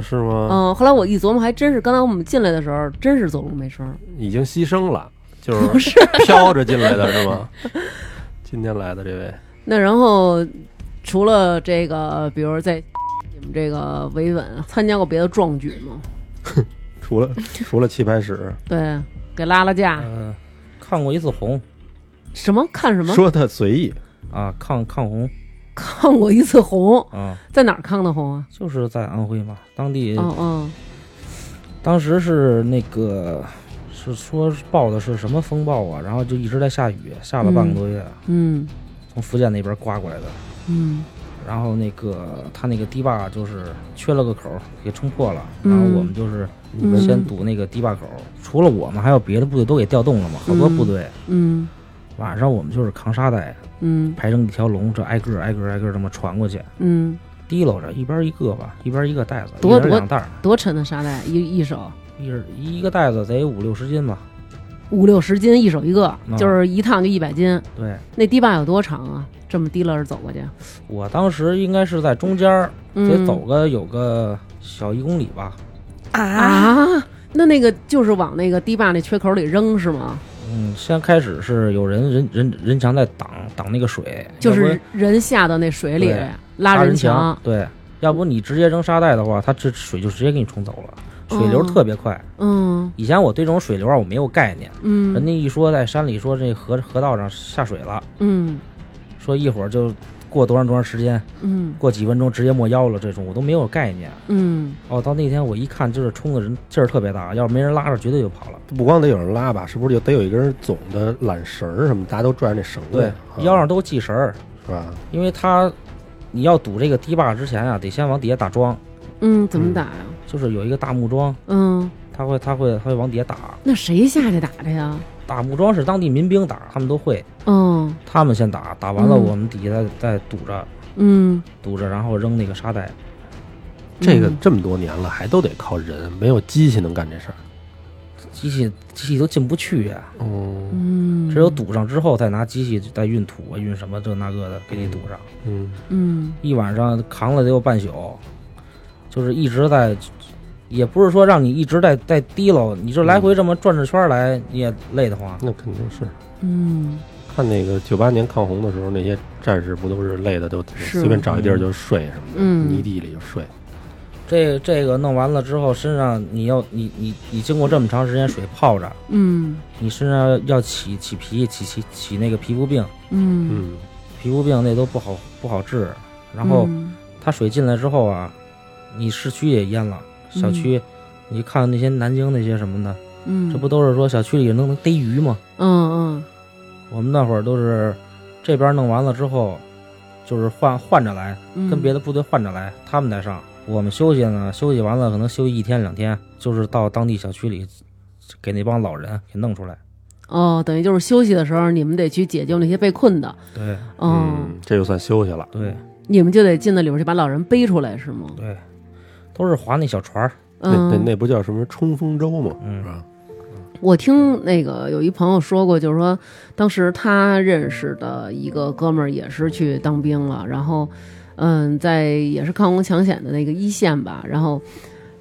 Speaker 2: 是吗？
Speaker 1: 嗯，后来我一琢磨，还真是，刚才我们进来的时候，真是走路没声儿。
Speaker 2: 已经牺牲了，就是飘着进来的是吗？今天来的这位，
Speaker 1: 那然后除了这个，比如在你们这个维稳参加过别的壮举吗？
Speaker 2: 除了除了棋牌室，
Speaker 1: 对，给拉拉架，
Speaker 3: 嗯、看过一次红
Speaker 1: 什么看什么，
Speaker 2: 说的随意，
Speaker 3: 啊，抗抗红
Speaker 1: 看过一次红，
Speaker 3: 啊，
Speaker 1: 在哪儿看的红啊？
Speaker 3: 就是在安徽嘛，当地、
Speaker 1: 哦哦，
Speaker 3: 当时是那个是说报的是什么风暴啊，然后就一直在下雨，下了半个多月，
Speaker 1: 嗯
Speaker 3: 从福建那边刮过来的。
Speaker 1: 嗯
Speaker 3: 然后那个他那个堤坝就是缺了个口儿，给冲破了。
Speaker 1: 嗯
Speaker 3: 然后我们就是
Speaker 2: 你
Speaker 1: 嗯
Speaker 2: 们
Speaker 3: 先堵那个堤坝口儿，除了我们，还有别的部队都给调动了嘛，好多部队。
Speaker 1: 嗯
Speaker 3: 晚上我们就是扛沙袋，
Speaker 1: 嗯
Speaker 3: 排成一条龙，这挨个儿挨个儿挨个儿这么传过去，
Speaker 1: 嗯，
Speaker 3: 提溜着一边一个吧，一边一个袋子，
Speaker 1: 多
Speaker 3: 一人
Speaker 1: 多
Speaker 3: 两袋儿，
Speaker 1: 多沉的啊沙袋，一一手
Speaker 3: 一人一个袋子得五六十斤吧。
Speaker 1: 五六十斤，一手一个，
Speaker 3: 嗯
Speaker 1: 就是一趟就一百斤。
Speaker 3: 对
Speaker 1: 那堤坝有多长啊？这么提溜着走过去，
Speaker 3: 我当时应该是在中间儿，得
Speaker 1: 嗯
Speaker 3: 走个有个小一公里吧。
Speaker 4: 啊，
Speaker 1: 啊？那那个就是往那个堤坝那缺口里扔是吗？
Speaker 3: 嗯，先开始是有人人人人墙在挡挡那个水，
Speaker 1: 就
Speaker 3: 要不
Speaker 1: 是人下到那水里
Speaker 3: 对
Speaker 1: 拉
Speaker 3: 人
Speaker 1: 墙，
Speaker 3: 对，要不你直接扔沙袋的话，它这水就直接给你冲走了，水流
Speaker 1: 哦
Speaker 3: 特别快。
Speaker 1: 嗯
Speaker 3: 以前我对这种水流啊我没有概念，人
Speaker 1: 嗯
Speaker 3: 家一说在山里说这河河道上下水了，
Speaker 1: 嗯
Speaker 3: 说一会儿就过多长多长时间，
Speaker 1: 嗯
Speaker 3: 过几分钟直接没腰了，这种我都没有概念。
Speaker 1: 嗯，
Speaker 3: 哦，到那天我一看，就是冲的人劲儿特别大，要是没人拉着，绝对就跑了。
Speaker 2: 不光得有人拉吧，是不是就得有一个人总的缆绳儿什么，大家都拽着那绳子，啊
Speaker 3: 腰上都系绳儿，
Speaker 2: 是吧？
Speaker 3: 因为他你要堵这个堤坝之前啊，得先往底下打桩，
Speaker 1: 嗯，怎么打呀？
Speaker 3: 就是有一个大木桩，
Speaker 1: 嗯，
Speaker 3: 他会他会他会往底下打，
Speaker 1: 那谁下去打的呀？
Speaker 3: 打木桩是当地民兵打，他们都会。
Speaker 1: 嗯
Speaker 3: 他们先打，打完了
Speaker 1: 嗯
Speaker 3: 我们底下再再堵着，
Speaker 1: 嗯，
Speaker 3: 堵着，然后扔那个沙袋。
Speaker 2: 这个
Speaker 1: 嗯
Speaker 2: 这么多年了，还都得靠人，没有机器能干这事儿。
Speaker 3: 机器机器都进不去呀、
Speaker 2: 嗯
Speaker 1: 嗯，
Speaker 3: 只有堵上之后再拿机器再运土啊，运什么这那个的给你堵上。
Speaker 2: 嗯，
Speaker 1: 嗯
Speaker 3: 一晚上扛了得有半宿，就是一直在，也不是说让你一直在在提溜，你就来回这么转着圈儿来，你也累得慌。
Speaker 2: 那肯定是。
Speaker 1: 嗯
Speaker 2: 看那个九八年抗洪的时候，那些战士不都是累的，都
Speaker 1: 是
Speaker 2: 随便找一地儿就睡什么的，
Speaker 1: 嗯
Speaker 2: 泥地里就睡。
Speaker 3: 这这个弄完了之后，身上你要你你你经过这么长时间水泡着，
Speaker 1: 嗯
Speaker 3: 你身上要起起皮起起起那个皮肤病。
Speaker 1: 嗯，
Speaker 2: 嗯，
Speaker 3: 皮肤病那都不好不好治。然后
Speaker 1: 嗯
Speaker 3: 它水进来之后啊，你市区也淹了，
Speaker 1: 嗯
Speaker 3: 小区，你看那些南京那些什么的，
Speaker 1: 嗯，
Speaker 3: 这不都是说小区里能能逮鱼吗？
Speaker 1: 嗯嗯
Speaker 3: 我们那会儿都是这边弄完了之后，就是换换着来，
Speaker 1: 嗯，
Speaker 3: 跟别的部队换着来，他们再上。我们休息呢，休息完了可能休息一天两天，就是到当地小区里给那帮老人给弄出来。
Speaker 1: 哦，等于就是休息的时候，你们得去解救那些被困的，
Speaker 3: 对
Speaker 1: 哦，
Speaker 2: 嗯，这就算休息了。
Speaker 3: 对
Speaker 1: 你们就得进到里边去把老人背出来，是吗？
Speaker 3: 对，都是划那小船儿。
Speaker 2: 那那
Speaker 1: 嗯，
Speaker 2: 那不叫什么冲锋舟吗？
Speaker 3: 嗯
Speaker 2: 是吧？
Speaker 1: 我听那个有一朋友说过，就是说当时他认识的一个哥们儿也是去当兵了，然后，嗯，在也是抗洪抢险的那个一线吧，然后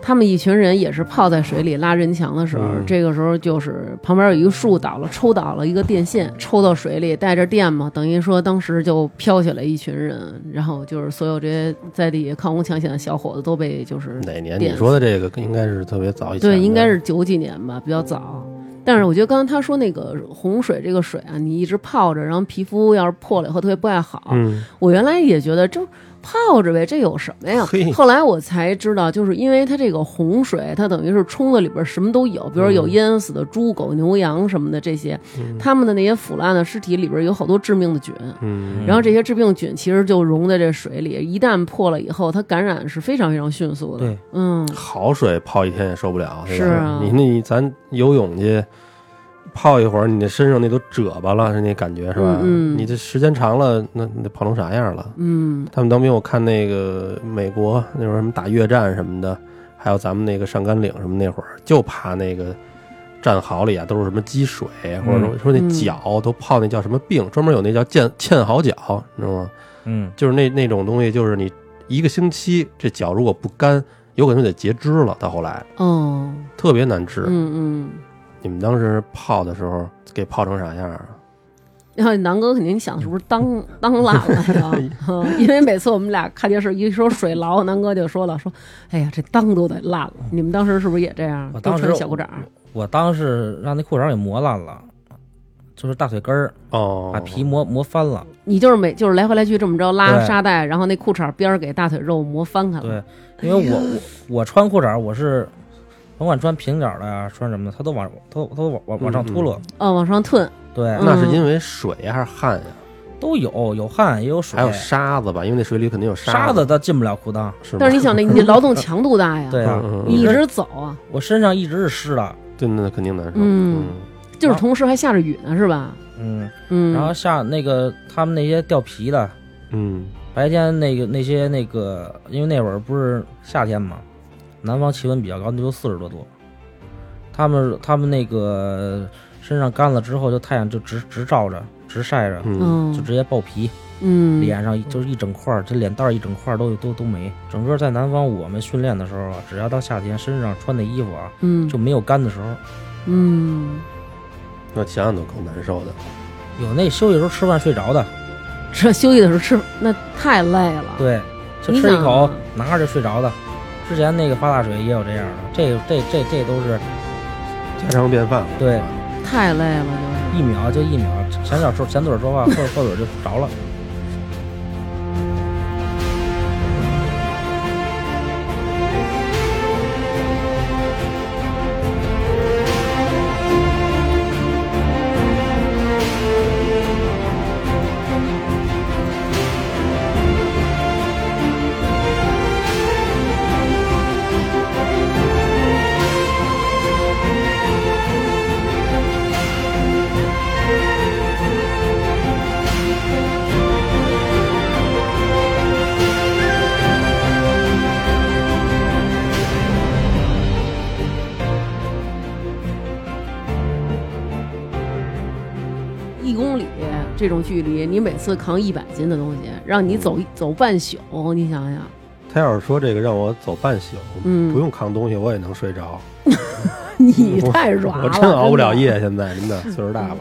Speaker 1: 他们一群人也是泡在水里拉人墙的时候，
Speaker 2: 嗯
Speaker 1: 这个时候就是旁边有一个树倒了，抽倒了一个电线，抽到水里带着电嘛，等于说当时就飘起来一群人，然后就是所有这些在地抗洪抢险的小伙子都被就是
Speaker 2: 哪年
Speaker 1: 电
Speaker 2: 你说的这个应该是特别早以前的，嗯
Speaker 1: 对，应该是九几年吧，比较早。但是我觉得刚才他说那个洪水这个水啊，你一直泡着，然后皮肤要是破了以后特别不太好。
Speaker 2: 嗯，
Speaker 1: 我原来也觉得就泡着呗，这有什么呀
Speaker 2: 嘿？
Speaker 1: 后来我才知道，就是因为它这个洪水，它等于是冲的里边什么都有，比如
Speaker 2: 嗯
Speaker 1: 有淹死的猪、狗、牛、羊什么的这些，他们的那些腐烂的尸体里边有好多致命的菌。
Speaker 2: 嗯
Speaker 1: 然后这些致病菌其实就溶在这水里，一旦破了以后，它感染是非常非常迅速的。
Speaker 3: 对，
Speaker 1: 嗯，
Speaker 2: 好水泡一天也受不了，对吧
Speaker 1: 是啊
Speaker 2: 你那咱游泳去泡一会儿，你那身上那都褶巴了，是那感觉是吧？
Speaker 1: 嗯嗯
Speaker 2: 你这时间长了，那那泡成啥样了？
Speaker 1: 嗯
Speaker 2: 他们当兵，我看那个美国那会儿什么打越战什么的，还有咱们那个上甘岭什么那会儿，就怕那个战壕里啊都是什么积水，或者说说那
Speaker 1: 嗯
Speaker 2: 脚都泡那叫什么病，专门有那叫健堑壕脚，你知道吗？
Speaker 3: 嗯，
Speaker 2: 就是那那种东西，就是你一个星期这脚如果不干，有可能就得截肢了。到后来
Speaker 1: 哦，
Speaker 2: 特别难治。
Speaker 1: 嗯嗯。
Speaker 2: 你们当时泡的时候给泡成啥样啊？
Speaker 1: 然后 南哥肯定想是不是 当当烂了呀、嗯 因为每次我们俩看电视一说水牢，南哥就说了说，哎呀这裆都得烂了。你们当时是不是也这样？
Speaker 3: 我
Speaker 1: 都
Speaker 3: 当时
Speaker 1: 穿小裤衩儿，
Speaker 3: 我当时让那裤衩给磨烂了，就是大腿根儿
Speaker 2: 哦，
Speaker 3: 把皮磨磨翻了。
Speaker 1: 你就是每就是来回来去这么着拉
Speaker 3: 对
Speaker 1: 沙袋，然后那裤衩边儿给大腿肉磨翻开了。
Speaker 3: 对，因为我我我穿裤衩，我是甭管穿平角的呀，穿什么的，它都往它都它都往往往上
Speaker 2: 嗯嗯
Speaker 3: 秃噜。
Speaker 1: 哦，往上褪，
Speaker 3: 对，
Speaker 2: 那
Speaker 1: 嗯
Speaker 2: 是因为水还是汗呀？
Speaker 3: 都有有汗也有水，
Speaker 2: 还有沙子吧？因为那水里肯定有
Speaker 3: 沙
Speaker 2: 子，
Speaker 3: 子它进不了裤裆。
Speaker 2: 是吗？
Speaker 1: 但是你想那你劳动强度大呀，
Speaker 3: 对啊，
Speaker 2: 嗯嗯嗯
Speaker 1: 你一直走啊，
Speaker 3: 我身上一直是湿的，
Speaker 2: 对，那肯定难受。
Speaker 1: 嗯就是
Speaker 3: 啊
Speaker 1: 同时还下着雨呢，是吧？
Speaker 3: 嗯，
Speaker 1: 嗯，
Speaker 3: 然后下那个他们那些掉皮的，
Speaker 2: 嗯
Speaker 3: 白天那个那些那个，因为那会儿不是夏天嘛，南方气温比较高，那就四十多度。他们他们那个身上干了之后，就太阳就直直照着，直晒着，
Speaker 2: 嗯
Speaker 1: 嗯
Speaker 3: 就直接爆皮，
Speaker 1: 嗯，
Speaker 3: 脸上一就是一整块儿，这脸蛋儿一整块儿都都都没。整个在南方我们训练的时候啊，只要到夏天，身上穿的衣服啊
Speaker 1: 嗯
Speaker 3: 就没有干的时候。
Speaker 1: 嗯，
Speaker 2: 那想想都够难受的。
Speaker 3: 有那休息时候吃饭睡着的，
Speaker 1: 这休息的时候吃那太累了，
Speaker 3: 对，就
Speaker 1: 你
Speaker 3: 吃一
Speaker 1: 想
Speaker 3: 口
Speaker 1: 啊
Speaker 3: 拿着就睡着的。之前那个发大水也有这样的，这这这这都是
Speaker 2: 家常便饭。
Speaker 3: 对，
Speaker 1: 太累了就是。
Speaker 3: 一秒就一秒，前脚说前嘴说话，后后嘴就着了。
Speaker 1: 一公里这种距离，你每次扛一百斤的东西，让你
Speaker 2: 嗯
Speaker 1: 走一走半宿，你想 想，
Speaker 2: 他要是说这个让我走半宿，
Speaker 1: 嗯
Speaker 2: 不用扛东西，我也能睡着。
Speaker 1: 你太软了，
Speaker 2: 我真熬不了
Speaker 1: 真的。
Speaker 2: 夜，现在真的岁数大了，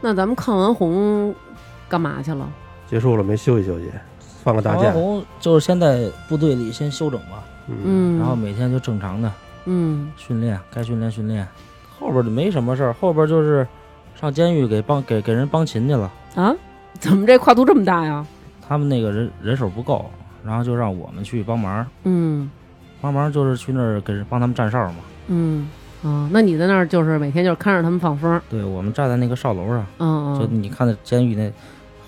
Speaker 1: 那咱们抗完洪干嘛去了？
Speaker 2: 结束了没休息休息，放个大
Speaker 3: 王
Speaker 2: 假。
Speaker 3: 啊红就是先在部队里先休整吧，
Speaker 2: 嗯，
Speaker 1: 嗯，
Speaker 3: 然后每天就正常的
Speaker 1: 嗯
Speaker 3: 训练，该训练训练。后边就没什么事儿，后边就是上监狱给帮给给人帮勤去了。
Speaker 1: 啊，怎么这跨度这么大呀？
Speaker 3: 他们那个人人手不够，然后就让我们去帮忙，
Speaker 1: 嗯
Speaker 3: 帮忙就是去那儿给人帮他们站哨嘛。
Speaker 1: 嗯啊，那你在那儿就是每天就是看着他们放风，
Speaker 3: 对我们站在那个哨楼上，
Speaker 1: 嗯
Speaker 3: 就
Speaker 1: 嗯
Speaker 3: 你看那监狱那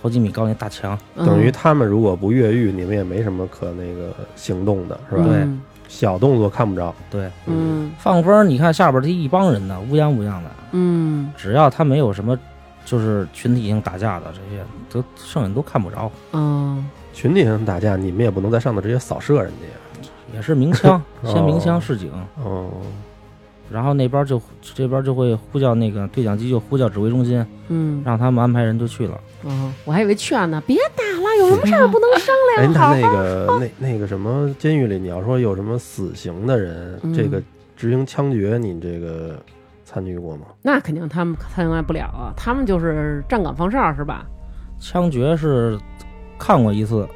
Speaker 3: 好几米高那大墙，
Speaker 1: 嗯，
Speaker 2: 等于他们如果不越狱，你们也没什么可那个行动的，是吧？
Speaker 3: 对
Speaker 1: 嗯
Speaker 2: 小动作看不着。
Speaker 3: 对，
Speaker 1: 嗯
Speaker 3: 放风儿你看下边这一帮人呢，乌泱乌泱的，
Speaker 1: 嗯
Speaker 3: 只要他没有什么就是群体性打架的这些，都剩下都看不着，
Speaker 1: 嗯
Speaker 2: 群体上打架，你们也不能在上头直接扫射人家呀。，
Speaker 3: 也是 鸣枪先鸣枪示警，
Speaker 2: 哦，
Speaker 3: 然后那边就这边就会呼叫那个对讲机，就呼叫指挥中心，
Speaker 1: 嗯
Speaker 3: 让他们安排人就去了。
Speaker 1: 嗯，我还以为劝呢，别打了，有什 么事儿不能商
Speaker 2: 哎，
Speaker 1: 量，好
Speaker 2: 那
Speaker 1: 好
Speaker 2: 那个那那个什么监狱里，你要说有什么死刑的人，
Speaker 1: 嗯
Speaker 2: 这个执行枪决，你这个参与过吗？
Speaker 1: 那肯定他们参加不了啊，他们就是站岗放哨是吧？
Speaker 3: 枪决是看过一次，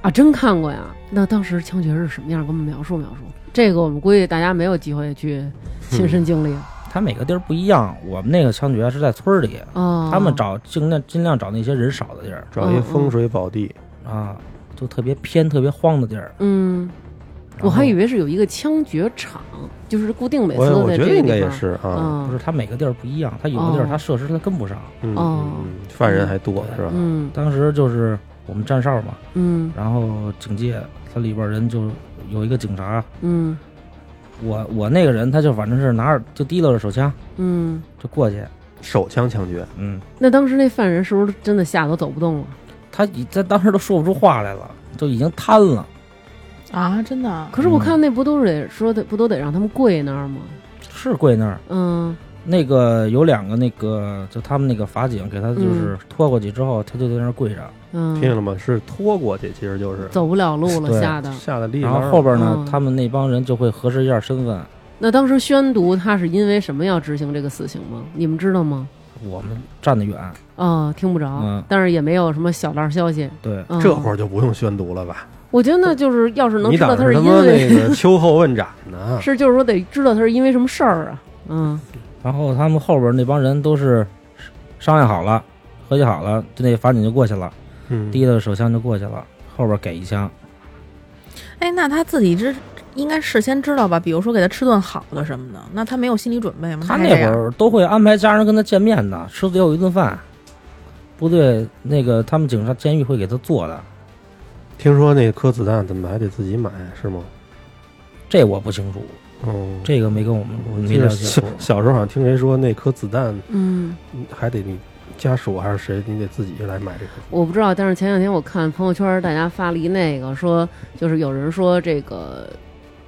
Speaker 1: 啊，真看过呀！那当时枪决是什么样？给我们描述描述。这个我们估计大家没有机会
Speaker 2: 嗯
Speaker 1: 去亲身经历
Speaker 3: 它每个地儿不一样，我们那个枪决是在村儿里。
Speaker 1: 哦。
Speaker 3: 他们找尽量尽量找那些人少的地儿
Speaker 2: 找一
Speaker 1: 嗯
Speaker 2: 风水宝地，
Speaker 3: 啊，就特别偏、特别荒的地儿。
Speaker 1: 嗯，
Speaker 3: 然后
Speaker 1: 我还以为是有一个枪决场，就是固定每次
Speaker 2: 我
Speaker 1: 都
Speaker 2: 我
Speaker 1: 在
Speaker 2: 觉
Speaker 1: 这
Speaker 2: 得
Speaker 1: 个
Speaker 2: 应该
Speaker 1: 地
Speaker 2: 也
Speaker 1: 方。
Speaker 2: 是啊，
Speaker 1: 嗯，
Speaker 3: 不是，它每个地儿不一样，它有的地
Speaker 1: 哦
Speaker 3: 儿它设施它跟不上。
Speaker 2: 嗯，
Speaker 1: 哦
Speaker 2: 嗯嗯犯人还多是吧？
Speaker 1: 嗯
Speaker 3: 当时就是我们站哨嘛，
Speaker 1: 嗯
Speaker 3: 然后警戒，它里边人就有一个警察，
Speaker 1: 嗯
Speaker 3: 我我那个人他就反正是拿着就提溜着手枪
Speaker 1: 嗯。
Speaker 3: 就过去，
Speaker 2: 手枪枪决，
Speaker 3: 嗯，
Speaker 1: 那当时那犯人是不是真的吓得走不动了？
Speaker 3: 他已他当时都说不出话来了，就已经瘫了，
Speaker 4: 啊，真的啊，
Speaker 1: 可是我
Speaker 2: 嗯
Speaker 1: 看那不都得说的，不都得让他们跪那儿吗？
Speaker 3: 是跪那儿。
Speaker 1: 嗯
Speaker 3: 那个有两个那个就他们那个法警给他就是拖过去之后，他就在那儿跪着，
Speaker 1: 嗯，
Speaker 2: 听见了吗？是拖过去，其实就是
Speaker 1: 走不了路了，
Speaker 3: 对
Speaker 1: 吓得。
Speaker 2: 下的地
Speaker 3: 然
Speaker 2: 方。
Speaker 3: 后后边
Speaker 1: 嗯
Speaker 3: 呢，他们那帮人就会核实一下身份。
Speaker 1: 那当时宣读他是因为什么要执行这个死刑吗？你们知道吗？
Speaker 3: 我们站得远。
Speaker 1: 哦，听不着，
Speaker 3: 嗯
Speaker 1: 但是也没有什么小道消息。
Speaker 3: 对，
Speaker 1: 嗯、
Speaker 2: 这会儿就不用宣读了吧？
Speaker 1: 我觉得那就是，要是能
Speaker 2: 你
Speaker 1: 知道
Speaker 2: 等
Speaker 1: 他
Speaker 2: 着
Speaker 1: 是
Speaker 2: 他
Speaker 1: 因
Speaker 2: 妈那
Speaker 1: 为。
Speaker 2: 个秋后问斩呢
Speaker 1: 是，就是说得知道他是因为什么事儿啊。嗯，
Speaker 3: 然后他们后边那帮人都是商量好了，合计好了，就那法警就过去了，
Speaker 2: 嗯，
Speaker 3: 提着手枪就过去了，后边给一枪。
Speaker 4: 哎，那他自己知应该事先知道吧？比如说给他吃顿好的什么的，那他没有心理准备吗？
Speaker 3: 他
Speaker 4: 还
Speaker 3: 那
Speaker 4: 这
Speaker 3: 会
Speaker 4: 样
Speaker 3: 儿都会安排家人跟他见面的，吃最后一顿饭。部队那个他们警察监狱会给他做的，
Speaker 2: 听说那颗子弹怎么还得自己买是吗？
Speaker 3: 这我不清楚，
Speaker 2: 哦，
Speaker 3: 这个没跟我们
Speaker 2: 我
Speaker 3: 没
Speaker 2: 记
Speaker 3: 了
Speaker 2: 得
Speaker 3: 解
Speaker 2: 小
Speaker 3: 过。
Speaker 2: 小时候好像听谁说那颗子弹
Speaker 1: 嗯，
Speaker 2: 还得你家属还是谁，你得自己来买这颗子弹。
Speaker 1: 我不知道，但是前两天我看朋友圈，大家发了一那个说，就是有人说这个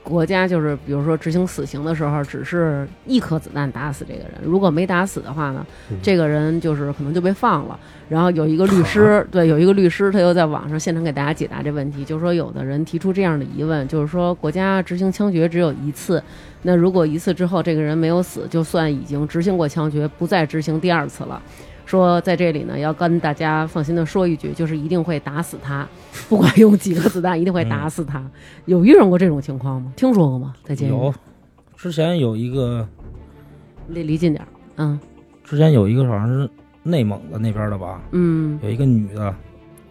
Speaker 1: 国家就是，比如说执行死刑的时候，只是一颗子弹打死这个人，如果没打死的话呢，
Speaker 2: 嗯
Speaker 1: 这个人就是可能就被放了。然后有一个律师，对，有一个律师，他又在网上现场给大家解答这问题，就是说有的人提出这样的疑问，就是说国家执行枪决只有一次，那如果一次之后这个人没有死，就算已经执行过枪决，不再执行第二次了。说在这里呢，要跟大家放心的说一句，就是一定会打死他，不管用几个子弹，一定会打死他。有遇上过这种情况吗？听说过吗？在监狱
Speaker 3: 有，之前有一个，
Speaker 1: 离离近点儿，嗯
Speaker 3: 之前有一个好像是内蒙的那边的吧，
Speaker 1: 嗯
Speaker 3: 有一个女的，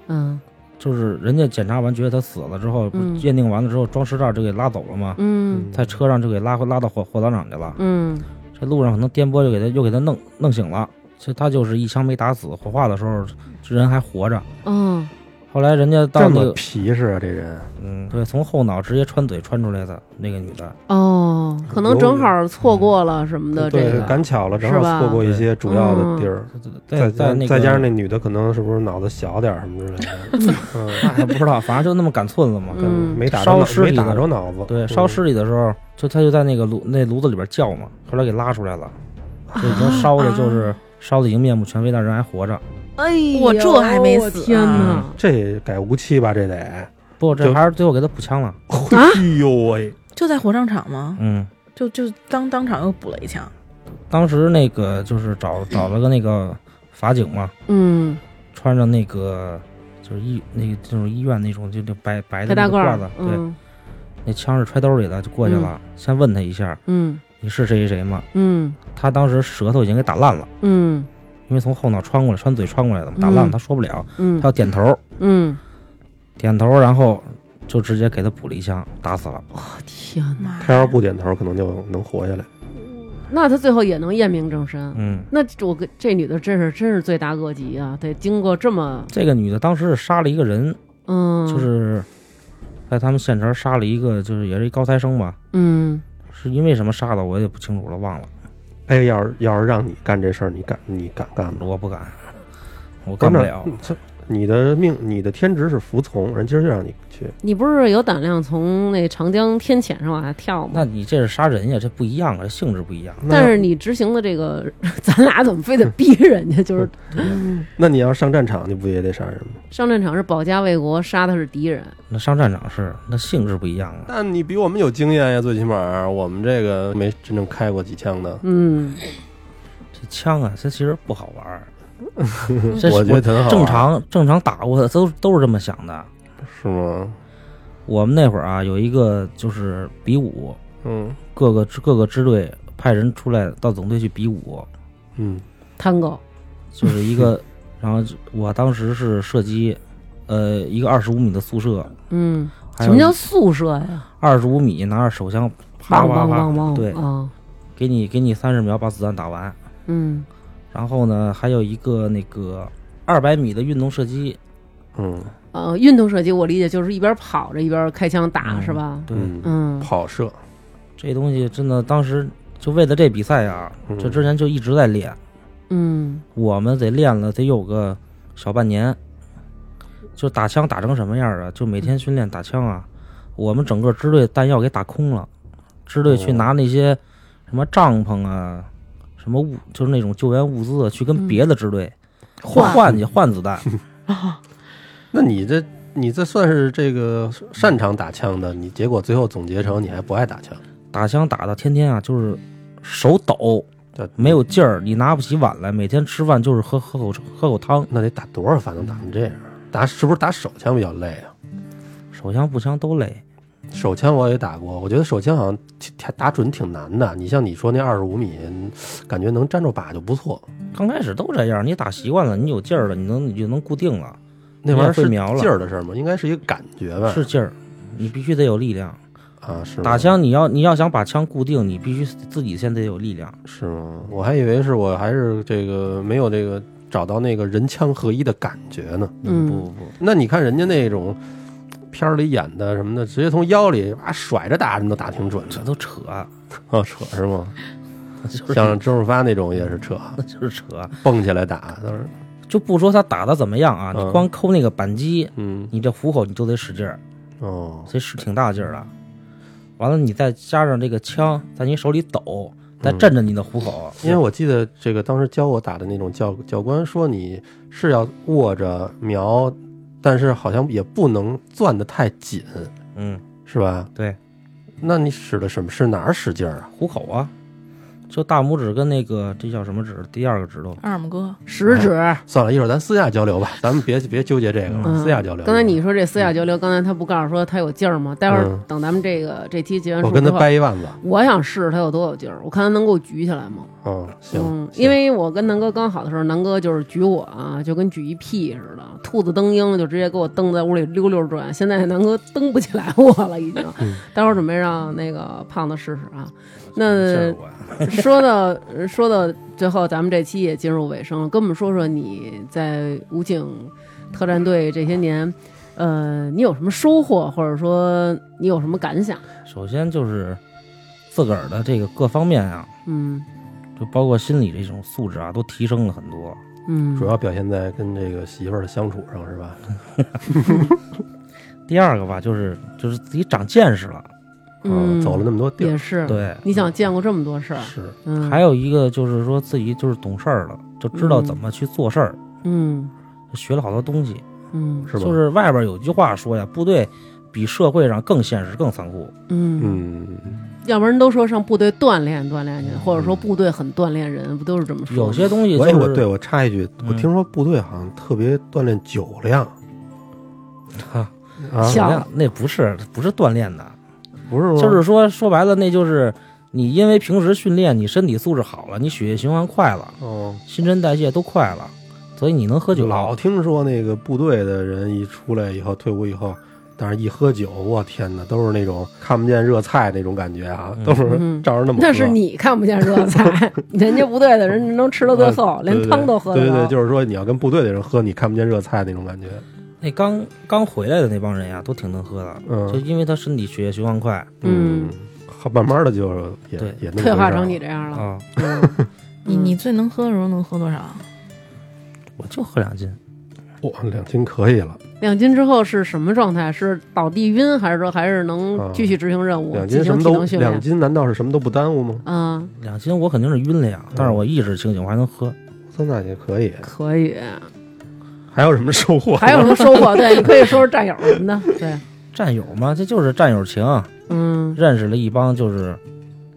Speaker 1: 嗯
Speaker 3: 就是人家检查完觉得她死了之后，不
Speaker 1: 嗯
Speaker 3: 鉴定完了之后装尸袋就给拉走了嘛，
Speaker 1: 嗯
Speaker 3: 在车上就给拉回拉到火火葬场去了。
Speaker 1: 嗯
Speaker 3: 这路上可能颠簸就给他又给他弄弄醒了，其实他就是一枪没打死，火化的时候这人还活着。
Speaker 1: 嗯，
Speaker 3: 后来人家到
Speaker 2: 这
Speaker 3: 那
Speaker 2: 么
Speaker 3: 个，
Speaker 2: 皮实啊，这人
Speaker 3: 嗯，对，从后脑直接穿嘴穿出来的那个女的，
Speaker 1: 哦，可能正好错过了什么的这
Speaker 2: 对
Speaker 1: 个，
Speaker 2: 赶巧了，正
Speaker 1: 是
Speaker 2: 好
Speaker 1: 吧嗯
Speaker 2: 错过一些主要的地儿。再
Speaker 3: 在在那个，
Speaker 2: 再加上那女的可能是不是脑子小点儿什么之类 的，嗯，
Speaker 3: 那不知道，反正就那么赶寸子嘛。
Speaker 1: 嗯
Speaker 2: 没打
Speaker 3: 烧
Speaker 2: 着脑
Speaker 3: 尸体
Speaker 2: 没
Speaker 3: 的
Speaker 2: 打着脑子，
Speaker 3: 对，
Speaker 2: 嗯
Speaker 3: 烧尸体的时候，就他就在那个炉那炉子里边叫嘛，后来给拉出来了，就已经烧的就是、烧的已经面目全非，但人还活着。
Speaker 1: 哎呦，
Speaker 4: 我这还没死啊
Speaker 1: 天哪！
Speaker 2: 这改无期吧，这得。
Speaker 3: 不，这
Speaker 2: 就
Speaker 3: 还是最后给他补枪了。
Speaker 1: 啊
Speaker 2: 哎呦喂！
Speaker 4: 就在火葬场吗？
Speaker 3: 嗯，
Speaker 4: 就就当当场又补了一枪。
Speaker 3: 当时那个就是找找了个那个法警嘛，
Speaker 1: 嗯，
Speaker 3: 穿着那个就是医那个这种医院那种就就白白的
Speaker 1: 开
Speaker 3: 那
Speaker 1: 大
Speaker 3: 个
Speaker 1: 褂
Speaker 3: 褂
Speaker 1: 儿
Speaker 3: 子，，对，
Speaker 1: 嗯
Speaker 3: 那枪是揣兜里的，就过去了，先问他一下
Speaker 1: 嗯
Speaker 3: 你是谁谁谁吗？
Speaker 1: 嗯
Speaker 3: 他当时舌头已经给打烂了，
Speaker 1: 嗯
Speaker 3: 因为从后脑穿过来，穿嘴穿过来的嘛，打
Speaker 1: 嗯
Speaker 3: 烂了他说不了，
Speaker 1: 嗯
Speaker 3: 他要点头，
Speaker 1: 嗯，
Speaker 3: 点头，然后就直接给他补了一枪，打死了。
Speaker 1: 我哦天哪！
Speaker 4: 妈呀
Speaker 2: 他要是不点头，可能就能活下来。
Speaker 1: 那他最后也能验明正身。
Speaker 3: 嗯，
Speaker 1: 那这我跟这女的真是真是罪大恶极啊！得经过这么，
Speaker 3: 这个女的当时是杀了一个人，
Speaker 1: 嗯，
Speaker 3: 就是在他们县城杀了一个，就是也是一高材生吧，
Speaker 1: 嗯，
Speaker 3: 是因为什么杀的我也不清楚了，忘了，
Speaker 2: 哎，要是要是让你干这事儿，你敢你敢干吗？
Speaker 3: 我不敢，我干不了。
Speaker 2: 嗯这你的命，你的天职是服从，人今儿就让你去。
Speaker 1: 你不是有胆量从那长江天堑上往下跳吗？
Speaker 3: 那你这是杀人呀，这不一样啊，性质不一样。
Speaker 1: 但
Speaker 2: 那
Speaker 1: 是你执行的这个， 咱俩怎么非得逼人家？ 就是
Speaker 2: 嗯那你要上战场，你不也得杀人吗？
Speaker 1: 上战场是保家卫国，杀的是敌人。
Speaker 3: 那上战场是，那性质不一样啊。
Speaker 2: 那你比我们有经验呀，最起码我们这个没真正开过几枪的。
Speaker 1: 嗯，
Speaker 3: 这枪啊，它其实不好 玩儿。这是
Speaker 2: 我觉得挺好玩儿
Speaker 3: 正常正常打过的都都是这么想的。
Speaker 2: 是吗？
Speaker 3: 我们那会儿啊，有一个就是比武，
Speaker 2: 嗯
Speaker 3: 各个支各个支队派人出来到总队去比武，
Speaker 2: 嗯，
Speaker 1: 探戈，
Speaker 3: 就是 一个，然后就我当时是射击，呃，一个二十五米的速射，
Speaker 1: 嗯，
Speaker 3: 还
Speaker 1: 什么叫
Speaker 3: 有
Speaker 1: 宿舍呀？
Speaker 3: 二十五米拿着手枪 啪
Speaker 1: 梆
Speaker 3: 啪
Speaker 1: 梆梆
Speaker 3: 啪，
Speaker 1: 梆，
Speaker 3: 对
Speaker 1: 啊，
Speaker 3: 给你给你三十秒把子弹打完。
Speaker 1: 嗯
Speaker 3: 然后呢，还有一个那个二百米的运动射击，
Speaker 2: 嗯
Speaker 1: 呃，运动射击我理解就是一边跑着一边开枪打，
Speaker 3: 嗯
Speaker 1: 是吧？
Speaker 3: 对，
Speaker 1: 嗯，
Speaker 2: 跑射，
Speaker 3: 这东西真的当时就为了这比赛啊，
Speaker 2: 嗯
Speaker 3: 这之前就一直在练，
Speaker 1: 嗯，
Speaker 3: 我们得练了得有个小半年，就打枪打成什么样啊？就每天训练打枪啊，我们整个支队弹药给打空了，支队去
Speaker 2: 哦
Speaker 3: 拿那些什么帐篷啊。什么物就是那种救援物资啊，去跟别的支队、
Speaker 1: 换
Speaker 3: 换去换子弹，
Speaker 2: 那你这你这算是这个擅长打枪的，你结果最后总结成你还不爱打枪，
Speaker 3: 打枪打的天天啊，就是手抖，
Speaker 2: 这
Speaker 3: 没有劲儿，你拿不起碗来，每天吃饭就是喝喝口喝口汤，
Speaker 2: 那得打多少饭能打成这样？打是不是打手枪比较累啊？
Speaker 3: 手枪步枪都累。
Speaker 2: 手枪我也打过，我觉得手枪好像挺挺打准挺难的。你像你说那二十五米，感觉能粘住靶就不错。
Speaker 3: 刚开始都这样，你打习惯了，你有劲儿了，你能你就能固定了，
Speaker 2: 那玩意儿
Speaker 3: 你也会
Speaker 2: 是
Speaker 3: 瞄了
Speaker 2: 劲儿的事儿吗？应该是一个感觉吧？
Speaker 3: 是劲儿，你必须得有力量。
Speaker 2: 啊，是吗
Speaker 3: 打枪你要你要想把枪固定，你必须自己先得有力量。
Speaker 2: 是吗？我还以为是我还是这个没有这个找到那个人枪合一的感觉呢。
Speaker 1: 嗯
Speaker 3: 不不不，
Speaker 2: 那你看人家那种片儿里演的什么的，直接从腰里啊甩着打，人都打挺准的
Speaker 3: 这都扯，
Speaker 2: 啊，扯是吗？
Speaker 3: 就是
Speaker 2: 像周润发那种也是 扯，
Speaker 3: 就是扯，啊
Speaker 2: 蹦起来打，当时
Speaker 3: 就不说他打的怎么样啊，
Speaker 2: 嗯
Speaker 3: 你光抠那个扳机，
Speaker 2: 嗯
Speaker 3: 你这虎口你就得使劲儿，
Speaker 2: 哦，
Speaker 3: 得使挺大劲儿的。完了，你再加上这个枪在你手里抖，再震着你的虎口，
Speaker 2: 嗯因为我记得这个当时教我打的那种教教官说你是要握着瞄，但是好像也不能攥得太紧，
Speaker 3: 嗯，
Speaker 2: 是吧？
Speaker 3: 对，
Speaker 2: 那你使的什么？是哪儿使劲儿啊？
Speaker 3: 虎口啊，就大拇指跟那个这叫什么指？第二个指头，
Speaker 4: 二姆哥，
Speaker 1: 食指。
Speaker 3: 哎
Speaker 2: 算了，一会儿咱私下交流吧，咱们别别纠结这个了，
Speaker 1: 嗯
Speaker 2: 私下交流。
Speaker 1: 刚才你说这私下交流，刚才他不告诉说他有劲儿吗？待会儿
Speaker 2: 嗯
Speaker 1: 等咱们这个这期结完
Speaker 2: 我
Speaker 1: 束
Speaker 2: 跟
Speaker 1: 之
Speaker 2: 他
Speaker 1: 后，
Speaker 2: 掰一腕子，
Speaker 1: 我想试试他有多有劲儿，我看他能给我举起来吗？
Speaker 2: 嗯，行，
Speaker 1: 嗯，
Speaker 2: 行
Speaker 1: 因为我跟南哥刚好的时候，南哥就是举我啊，就跟举一屁似的，兔子蹬鹰就直接给我蹬在屋里溜溜转。现在南哥蹬不起来我了，已经。
Speaker 2: 嗯
Speaker 1: 待会儿准备让那个胖子试试啊。那
Speaker 3: 吓我呀
Speaker 1: 说到说到最后，咱们这期也进入尾声了，跟我们说说你在武警特战队这些年，呃，你有什么收获，或者说你有什么感想？
Speaker 3: 首先就是自个儿的这个各方面啊，
Speaker 1: 嗯
Speaker 3: 就包括心理这种素质啊，都提升了很多。
Speaker 1: 嗯，
Speaker 2: 主要表现在跟这个媳妇儿的相处上，是吧？
Speaker 3: 第二个吧，就是就是自己长见识了，
Speaker 1: 嗯
Speaker 2: 呃啊走了那么多地
Speaker 1: 也
Speaker 2: 儿，
Speaker 1: 是，
Speaker 3: 对，
Speaker 1: 你想见过这么多事儿，
Speaker 2: 是
Speaker 1: 嗯，
Speaker 3: 还有一个就是说自己就是懂事儿了，就知道怎么去做事儿，
Speaker 1: 嗯
Speaker 3: 学了好多东西。
Speaker 1: 嗯
Speaker 2: 是吧？
Speaker 3: 就是外边有句话说呀，部队比社会上更现实、更残酷。
Speaker 1: 嗯，
Speaker 2: 嗯，
Speaker 1: 要不然都说上部队锻炼锻炼去，或者说部队很锻炼人，不都是这么说吗？
Speaker 3: 有些东西
Speaker 2: 我也
Speaker 3: 就
Speaker 2: 我
Speaker 3: 是
Speaker 2: 对我插一句，我
Speaker 3: 嗯
Speaker 2: 听说部队好像特别锻炼酒量
Speaker 3: 啊，
Speaker 2: 啊，
Speaker 1: 像
Speaker 3: 那那不是不是锻炼的，
Speaker 2: 不是吗？
Speaker 3: 就是说说白了，那就是你因为平时训练，你身体素质好了，你血液循环快了，
Speaker 2: 哦，
Speaker 3: 新陈代谢都快了，所以你能喝酒。
Speaker 2: 老听说那个部队的人一出来以后，退伍以后。但是，一喝酒，我天哪，都是那种看不见热菜那种感觉啊，
Speaker 3: 嗯
Speaker 2: 都是
Speaker 1: 嗯
Speaker 2: 照着那么喝。
Speaker 1: 那是你看不见热 菜，人家部队的人能吃得多厚，连汤都喝
Speaker 2: 啊嗯对
Speaker 1: 得
Speaker 2: 对对，
Speaker 1: 着。
Speaker 2: 就是说你要跟部队的人喝，你看不见热菜那种感觉。
Speaker 3: 那刚刚回来的那帮人呀，都挺能喝的，就
Speaker 2: 嗯
Speaker 3: 因为他身体血液循环快
Speaker 1: 嗯，
Speaker 2: 好，慢慢的就也
Speaker 3: 对
Speaker 2: 也那么
Speaker 1: 退化
Speaker 2: 回事儿
Speaker 1: 成你这样了，
Speaker 3: 啊，
Speaker 1: 嗯
Speaker 4: 你你最能喝的时候能喝多少？
Speaker 3: 我就喝两斤。
Speaker 2: 哇，两斤可以了，
Speaker 1: 两斤之后是什么状态？是倒地晕，还是说还是能
Speaker 2: 啊
Speaker 1: 继续执行任务，
Speaker 2: 两斤
Speaker 1: 进行
Speaker 2: 什么
Speaker 1: 体
Speaker 2: 都
Speaker 1: 能训
Speaker 2: 两
Speaker 1: 练？
Speaker 2: 斤难道是什么都不耽误吗？
Speaker 1: 嗯，
Speaker 3: 两斤我肯定是晕了呀，但是我意识清醒，我还能喝。
Speaker 2: 三大也可以，
Speaker 1: 可 以。
Speaker 2: 还有什么收获？
Speaker 1: 还有什么收获？对，你可以说说战友什么的。对，
Speaker 3: 战友嘛，这就是战友情，
Speaker 1: 嗯，
Speaker 3: 认识了一帮就是，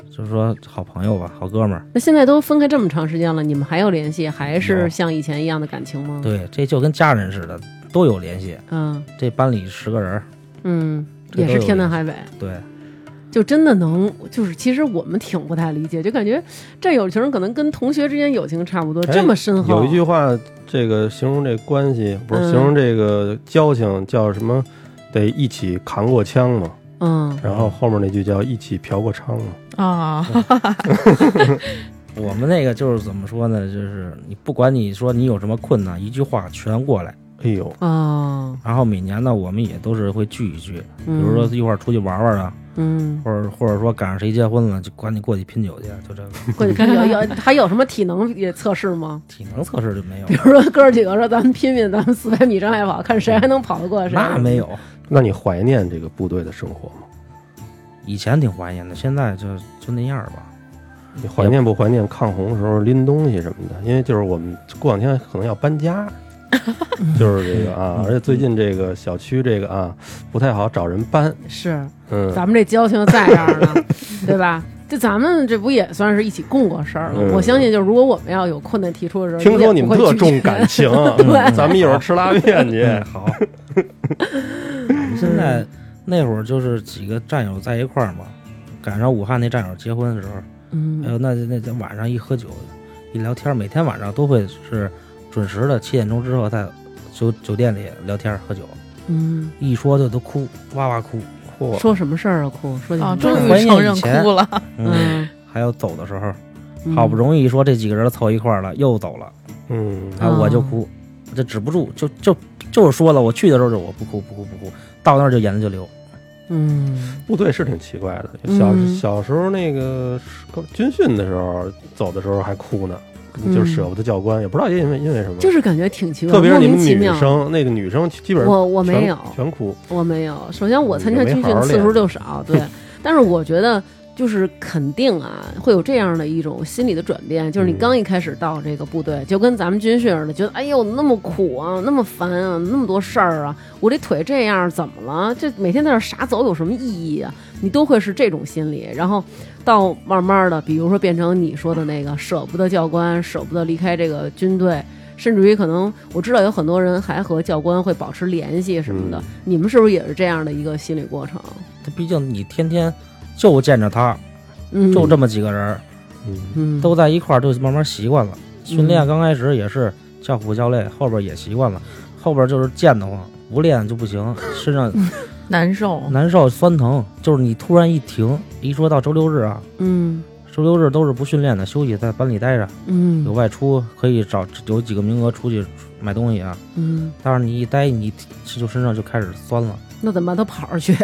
Speaker 3: 就是说好朋友吧，好哥们儿。
Speaker 1: 那现在都分开这么长时间了，你们还有联系，还是
Speaker 3: 有
Speaker 1: 像以前一样的感情吗？
Speaker 3: 对，这就跟家人似的，都有联系。
Speaker 1: 嗯
Speaker 3: 这班里十个人儿，
Speaker 1: 嗯，
Speaker 3: 这
Speaker 1: 也
Speaker 3: 都
Speaker 1: 是
Speaker 3: 有
Speaker 1: 天南
Speaker 3: 联系
Speaker 1: 海北。
Speaker 3: 对，
Speaker 1: 就真的能，就是其实我们挺不太理解，就感觉战友情可能跟同学之间友情差不多，
Speaker 2: 哎
Speaker 1: 这么深厚。
Speaker 2: 有一句话，这个形容这关系不是
Speaker 1: 嗯
Speaker 2: 形容这个交情叫什么？得一起扛过枪嘛，
Speaker 1: 嗯
Speaker 2: 然后后面那句叫一起嫖过娼嘛。
Speaker 4: 啊，
Speaker 3: 我们那个就是怎么说呢？就是你不管你说你有什么困难，一句话全过来。
Speaker 2: 哎呦，
Speaker 1: 哦，
Speaker 3: 然后每年呢，我们也都是会聚一聚，
Speaker 1: 比
Speaker 3: 比如说一块儿出去玩玩啊，
Speaker 1: 嗯，
Speaker 3: 或者或者说赶上谁结婚了，就赶紧过去拼酒去，就这个
Speaker 1: 过去看有有嗯还有什么体能也测试吗？
Speaker 3: 体能测试就没有
Speaker 1: 比，如说哥儿几个说咱们拼命，咱们四百米障碍跑，看谁还能跑得过谁。
Speaker 3: 那没有。
Speaker 2: 那你怀念这个部队的生活吗？
Speaker 3: 以前挺怀念的，现在就就那样儿吧。
Speaker 2: 你怀念不怀念抗洪时候拎东西什么的？因为就是我们过两天可能要 搬家，就是这个
Speaker 1: 嗯
Speaker 2: 啊，而且最近这个小区这个啊不太好找人搬，
Speaker 1: 是，
Speaker 2: 嗯，
Speaker 1: 咱们这交情在这儿呢，对吧？这咱们这不也算是一起共过事儿吗？
Speaker 2: 嗯
Speaker 1: 我相信，就是如果我们要有困难提出的时候，
Speaker 2: 听说你们
Speaker 1: 也不
Speaker 2: 特
Speaker 1: 会拒
Speaker 2: 重
Speaker 1: 绝
Speaker 2: 感情，嗯
Speaker 1: 对
Speaker 2: 咱们一会儿吃拉 面去。
Speaker 3: 好。现在那会儿就是几个战友在一块儿嘛，赶上武汉那战友结婚的时候，哎
Speaker 1: 嗯，
Speaker 2: 呃
Speaker 3: 呦，那那那晚上一喝酒，一聊天，每天晚上都会是准时的七点钟之后在酒酒店里聊天喝酒，
Speaker 1: 嗯，
Speaker 3: 一说就都哭，哇哇哭。嚯，
Speaker 1: 说什么事儿啊？哭，说你
Speaker 4: 哦，
Speaker 1: 们
Speaker 4: 终
Speaker 3: 怀
Speaker 4: 于
Speaker 3: 念
Speaker 4: 承认
Speaker 3: 以前
Speaker 4: 哭了，
Speaker 3: 嗯，
Speaker 1: 嗯，
Speaker 3: 还有走的时候，
Speaker 1: 嗯
Speaker 3: 好不容易说这几个人凑一块儿了，又走了，
Speaker 2: 嗯，
Speaker 3: 哎，
Speaker 1: 哦
Speaker 3: 我就哭，我就止不住，就就就是说了，我去的时候就我不哭不哭不哭，到那儿就眼泪就流。
Speaker 1: 嗯，
Speaker 2: 部队是挺奇怪的。小
Speaker 1: 嗯
Speaker 2: 小时候那个军训的时候，走的时候还哭呢，就
Speaker 1: 嗯
Speaker 2: 舍不得教官，也不知道因为因为什么。
Speaker 1: 就是感觉挺奇怪，
Speaker 2: 特别是你
Speaker 1: 莫
Speaker 2: 们
Speaker 1: 名其
Speaker 2: 女
Speaker 1: 妙。
Speaker 2: 生，那个女生基本上
Speaker 1: 我我没
Speaker 2: 全
Speaker 1: 有，
Speaker 2: 全哭。
Speaker 1: 我没有。首先，我参加
Speaker 2: 也没
Speaker 1: 军
Speaker 2: 好好
Speaker 1: 训次
Speaker 2: 练
Speaker 1: 数就 少，对。但是我觉得，就是肯定啊，会有这样的一种心理的转变，就是你
Speaker 2: 嗯
Speaker 1: 刚一开始到这个部队，就跟咱们军训似的，觉得哎呦那么苦啊，那么烦啊，那么多事儿啊，我这腿这样怎么了？这每天在这傻走有什么意义啊？你都会是这种心理，然后到慢慢的，比如说变成你说的那个舍不得教官，舍不得离开这个军队。甚至于可能我知道有很多人还和教官会保持联系什么的，
Speaker 2: 嗯
Speaker 1: 你们是不是也是这样的一个心理过程？
Speaker 3: 他毕竟你天天就见着他，
Speaker 1: 嗯，
Speaker 3: 就这么几个人儿，
Speaker 2: 嗯，
Speaker 1: 嗯
Speaker 3: 都在一块儿，就慢慢习惯了。训练刚开始也是叫苦叫累，后边也习惯了，后边就是贱得慌，不练就不行，身上
Speaker 1: 嗯
Speaker 4: 难受。
Speaker 3: 难受酸疼。就是你突然一停，一说到周六日啊，
Speaker 1: 嗯
Speaker 3: 周六日都是不训练的，休息在班里待着，有
Speaker 1: 嗯
Speaker 3: 外出可以找有几个名额出去买东西啊。
Speaker 1: 嗯，
Speaker 3: 但是你一待，你就身上就开始酸了，
Speaker 1: 那怎么办？他跑着去，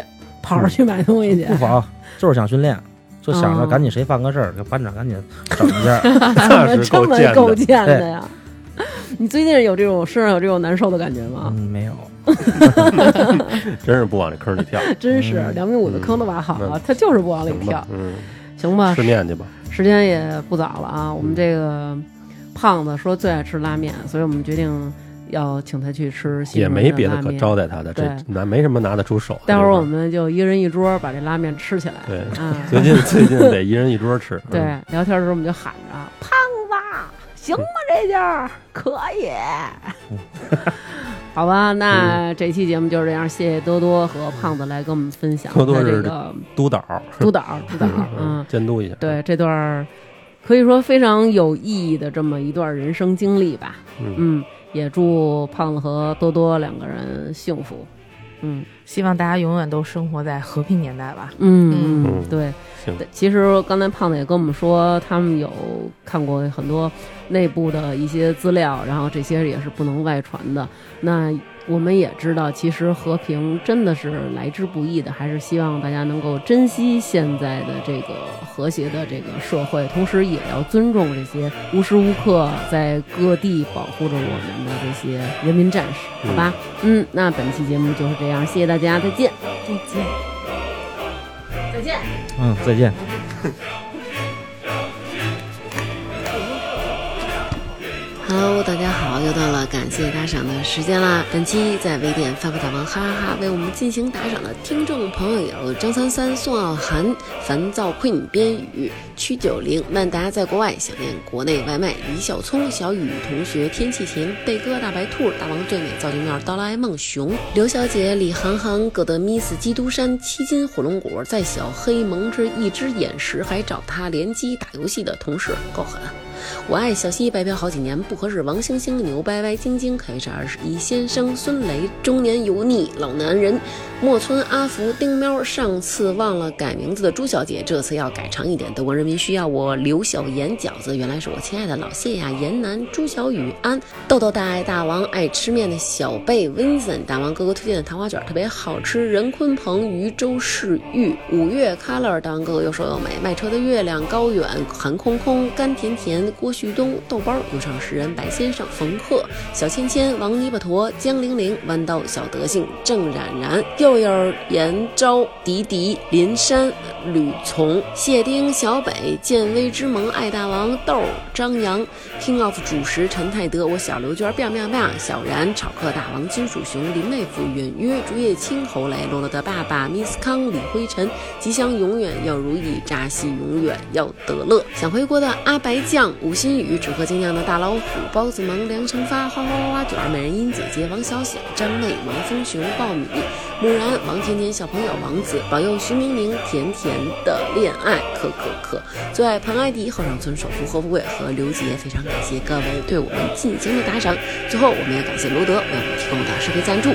Speaker 1: 跑着去买东西去
Speaker 3: 不，妨就是想训练。就想着
Speaker 1: 哦
Speaker 3: 赶紧谁犯个事儿，给班长赶紧整一下。
Speaker 1: 怎么这么
Speaker 2: 那是
Speaker 1: 够
Speaker 2: 够
Speaker 1: 贱
Speaker 3: 的
Speaker 1: 的呀？你最近有这种身上有这种难受的感觉吗
Speaker 3: 嗯，？没有，
Speaker 2: 真是不往这坑里跳。
Speaker 1: 真是
Speaker 3: 嗯
Speaker 1: 两米五的坑都挖好啊了，他就是不往里
Speaker 2: 行
Speaker 1: 跳
Speaker 2: 吧，，嗯，
Speaker 1: 行吧
Speaker 2: 吃？面去吧。
Speaker 1: 时间也不早了
Speaker 2: 嗯
Speaker 1: 啊，我们这个胖子说最爱吃拉面，所以我们决定要请他去吃西
Speaker 2: 也
Speaker 1: 城
Speaker 2: 没
Speaker 1: 的
Speaker 2: 别的
Speaker 1: 拉
Speaker 2: 可
Speaker 1: 面
Speaker 2: 招待他的，这
Speaker 1: 对
Speaker 2: 拿没什么拿得出手的地
Speaker 1: 待
Speaker 2: 方。
Speaker 1: 会儿我们就一人一桌把这拉面吃起来。
Speaker 2: 对
Speaker 1: 啊，
Speaker 2: 最近最近得一人一桌吃。
Speaker 1: 对
Speaker 2: 嗯，，
Speaker 1: 聊天的时候我们就喊着“胖子，行吗？这劲儿可以。”好吧，那这期节目就是这样，谢谢多多和胖子来跟我们分享
Speaker 2: 多多
Speaker 1: 他这
Speaker 2: 是
Speaker 1: 个
Speaker 2: 督导，
Speaker 1: 督导督 导，嗯
Speaker 2: 嗯，，监督一下。
Speaker 1: 对这段儿可以说非常有意义的这么一段人生经历吧。
Speaker 2: 嗯，
Speaker 1: 嗯，也祝胖子和多多两个人幸福。嗯
Speaker 4: 希望大家永远都生活在和平年代吧。
Speaker 1: 嗯嗯
Speaker 2: 嗯，
Speaker 1: 对。
Speaker 2: 行，
Speaker 1: 对其实刚才胖子也跟我们说，他们有看过很多内部的一些资料，然后这些也是不能外传的。那我们也知道，其实和平真的是来之不易的，还是希望大家能够珍惜现在的这个和谐的这个社会，同时也要尊重这些无时无刻在各地保护着我们的这些人民战士，好吧？嗯，那本期节目就是这样，谢谢大家，再见，
Speaker 4: 再见。
Speaker 1: 再见。
Speaker 3: 嗯，再见。
Speaker 5: Hello，大家好，又到了感谢打赏的时间啦！本期在微店发布大王哈哈哈为我们进行打赏的听众朋友有张三三、宋傲寒、烦躁 Queen、边宇、曲九零、曼达在国外想念国内外卖、李小聪、小雨同学、天气晴、贝哥、大白兔、大王最美造型面、哆啦 A 梦熊、刘小姐、李航航、葛德米斯、基督山、七金火龙果、在小黑蒙之一只眼石，还找他联机打游戏的同事，够狠。我爱小溪白嫖好几年不合适，王星星、牛掰歪、晶晶、KH 二十一先生、孙雷、中年油腻老男人、莫村、阿福、丁喵，上次忘了改名字的朱小姐，这次要改长一点。德国人民需要我，刘小妍饺子，原来是我亲爱的老谢呀、严楠、朱小雨、安、豆豆大爱大王，爱吃面的小贝、Vincent 大王哥哥推荐的糖花卷特别好吃，任鲲鹏、渝州市玉、五月 Color 大王哥哥又说又美，卖车的月亮、高远、韩空空、甘甜甜、
Speaker 1: 郭旭东、豆包、有唱诗人白先生、冯克、小芊芊、王泥巴坨、江玲玲、弯刀小德性、郑冉冉、佑佑、严昭、迪迪、林珊、吕从、谢丁、小北、建威之盟、爱大王、豆儿、张扬、King of 主食陈泰德，我小刘娟，biang biang biang，小然，炒客大王，金属熊，林妹夫，远约，竹叶青，侯磊，洛洛的爸爸，Miss 康，李灰尘，吉祥永远要如意，扎西永远要得乐，想回国的阿白酱，吴新宇，只喝精酿的大老虎，包子萌，梁成发，花花花花卷，美人音姐姐，王小小，张磊，王风雄，爆米，木然，王甜甜小朋友，王子，保佑徐明明，甜甜的恋爱，可可可。最爱彭艾迪、后上村首富贺富贵和刘杰，非常感谢各位对我们进行的打赏。最后，我们也感谢罗德为我们提供的设备赞助。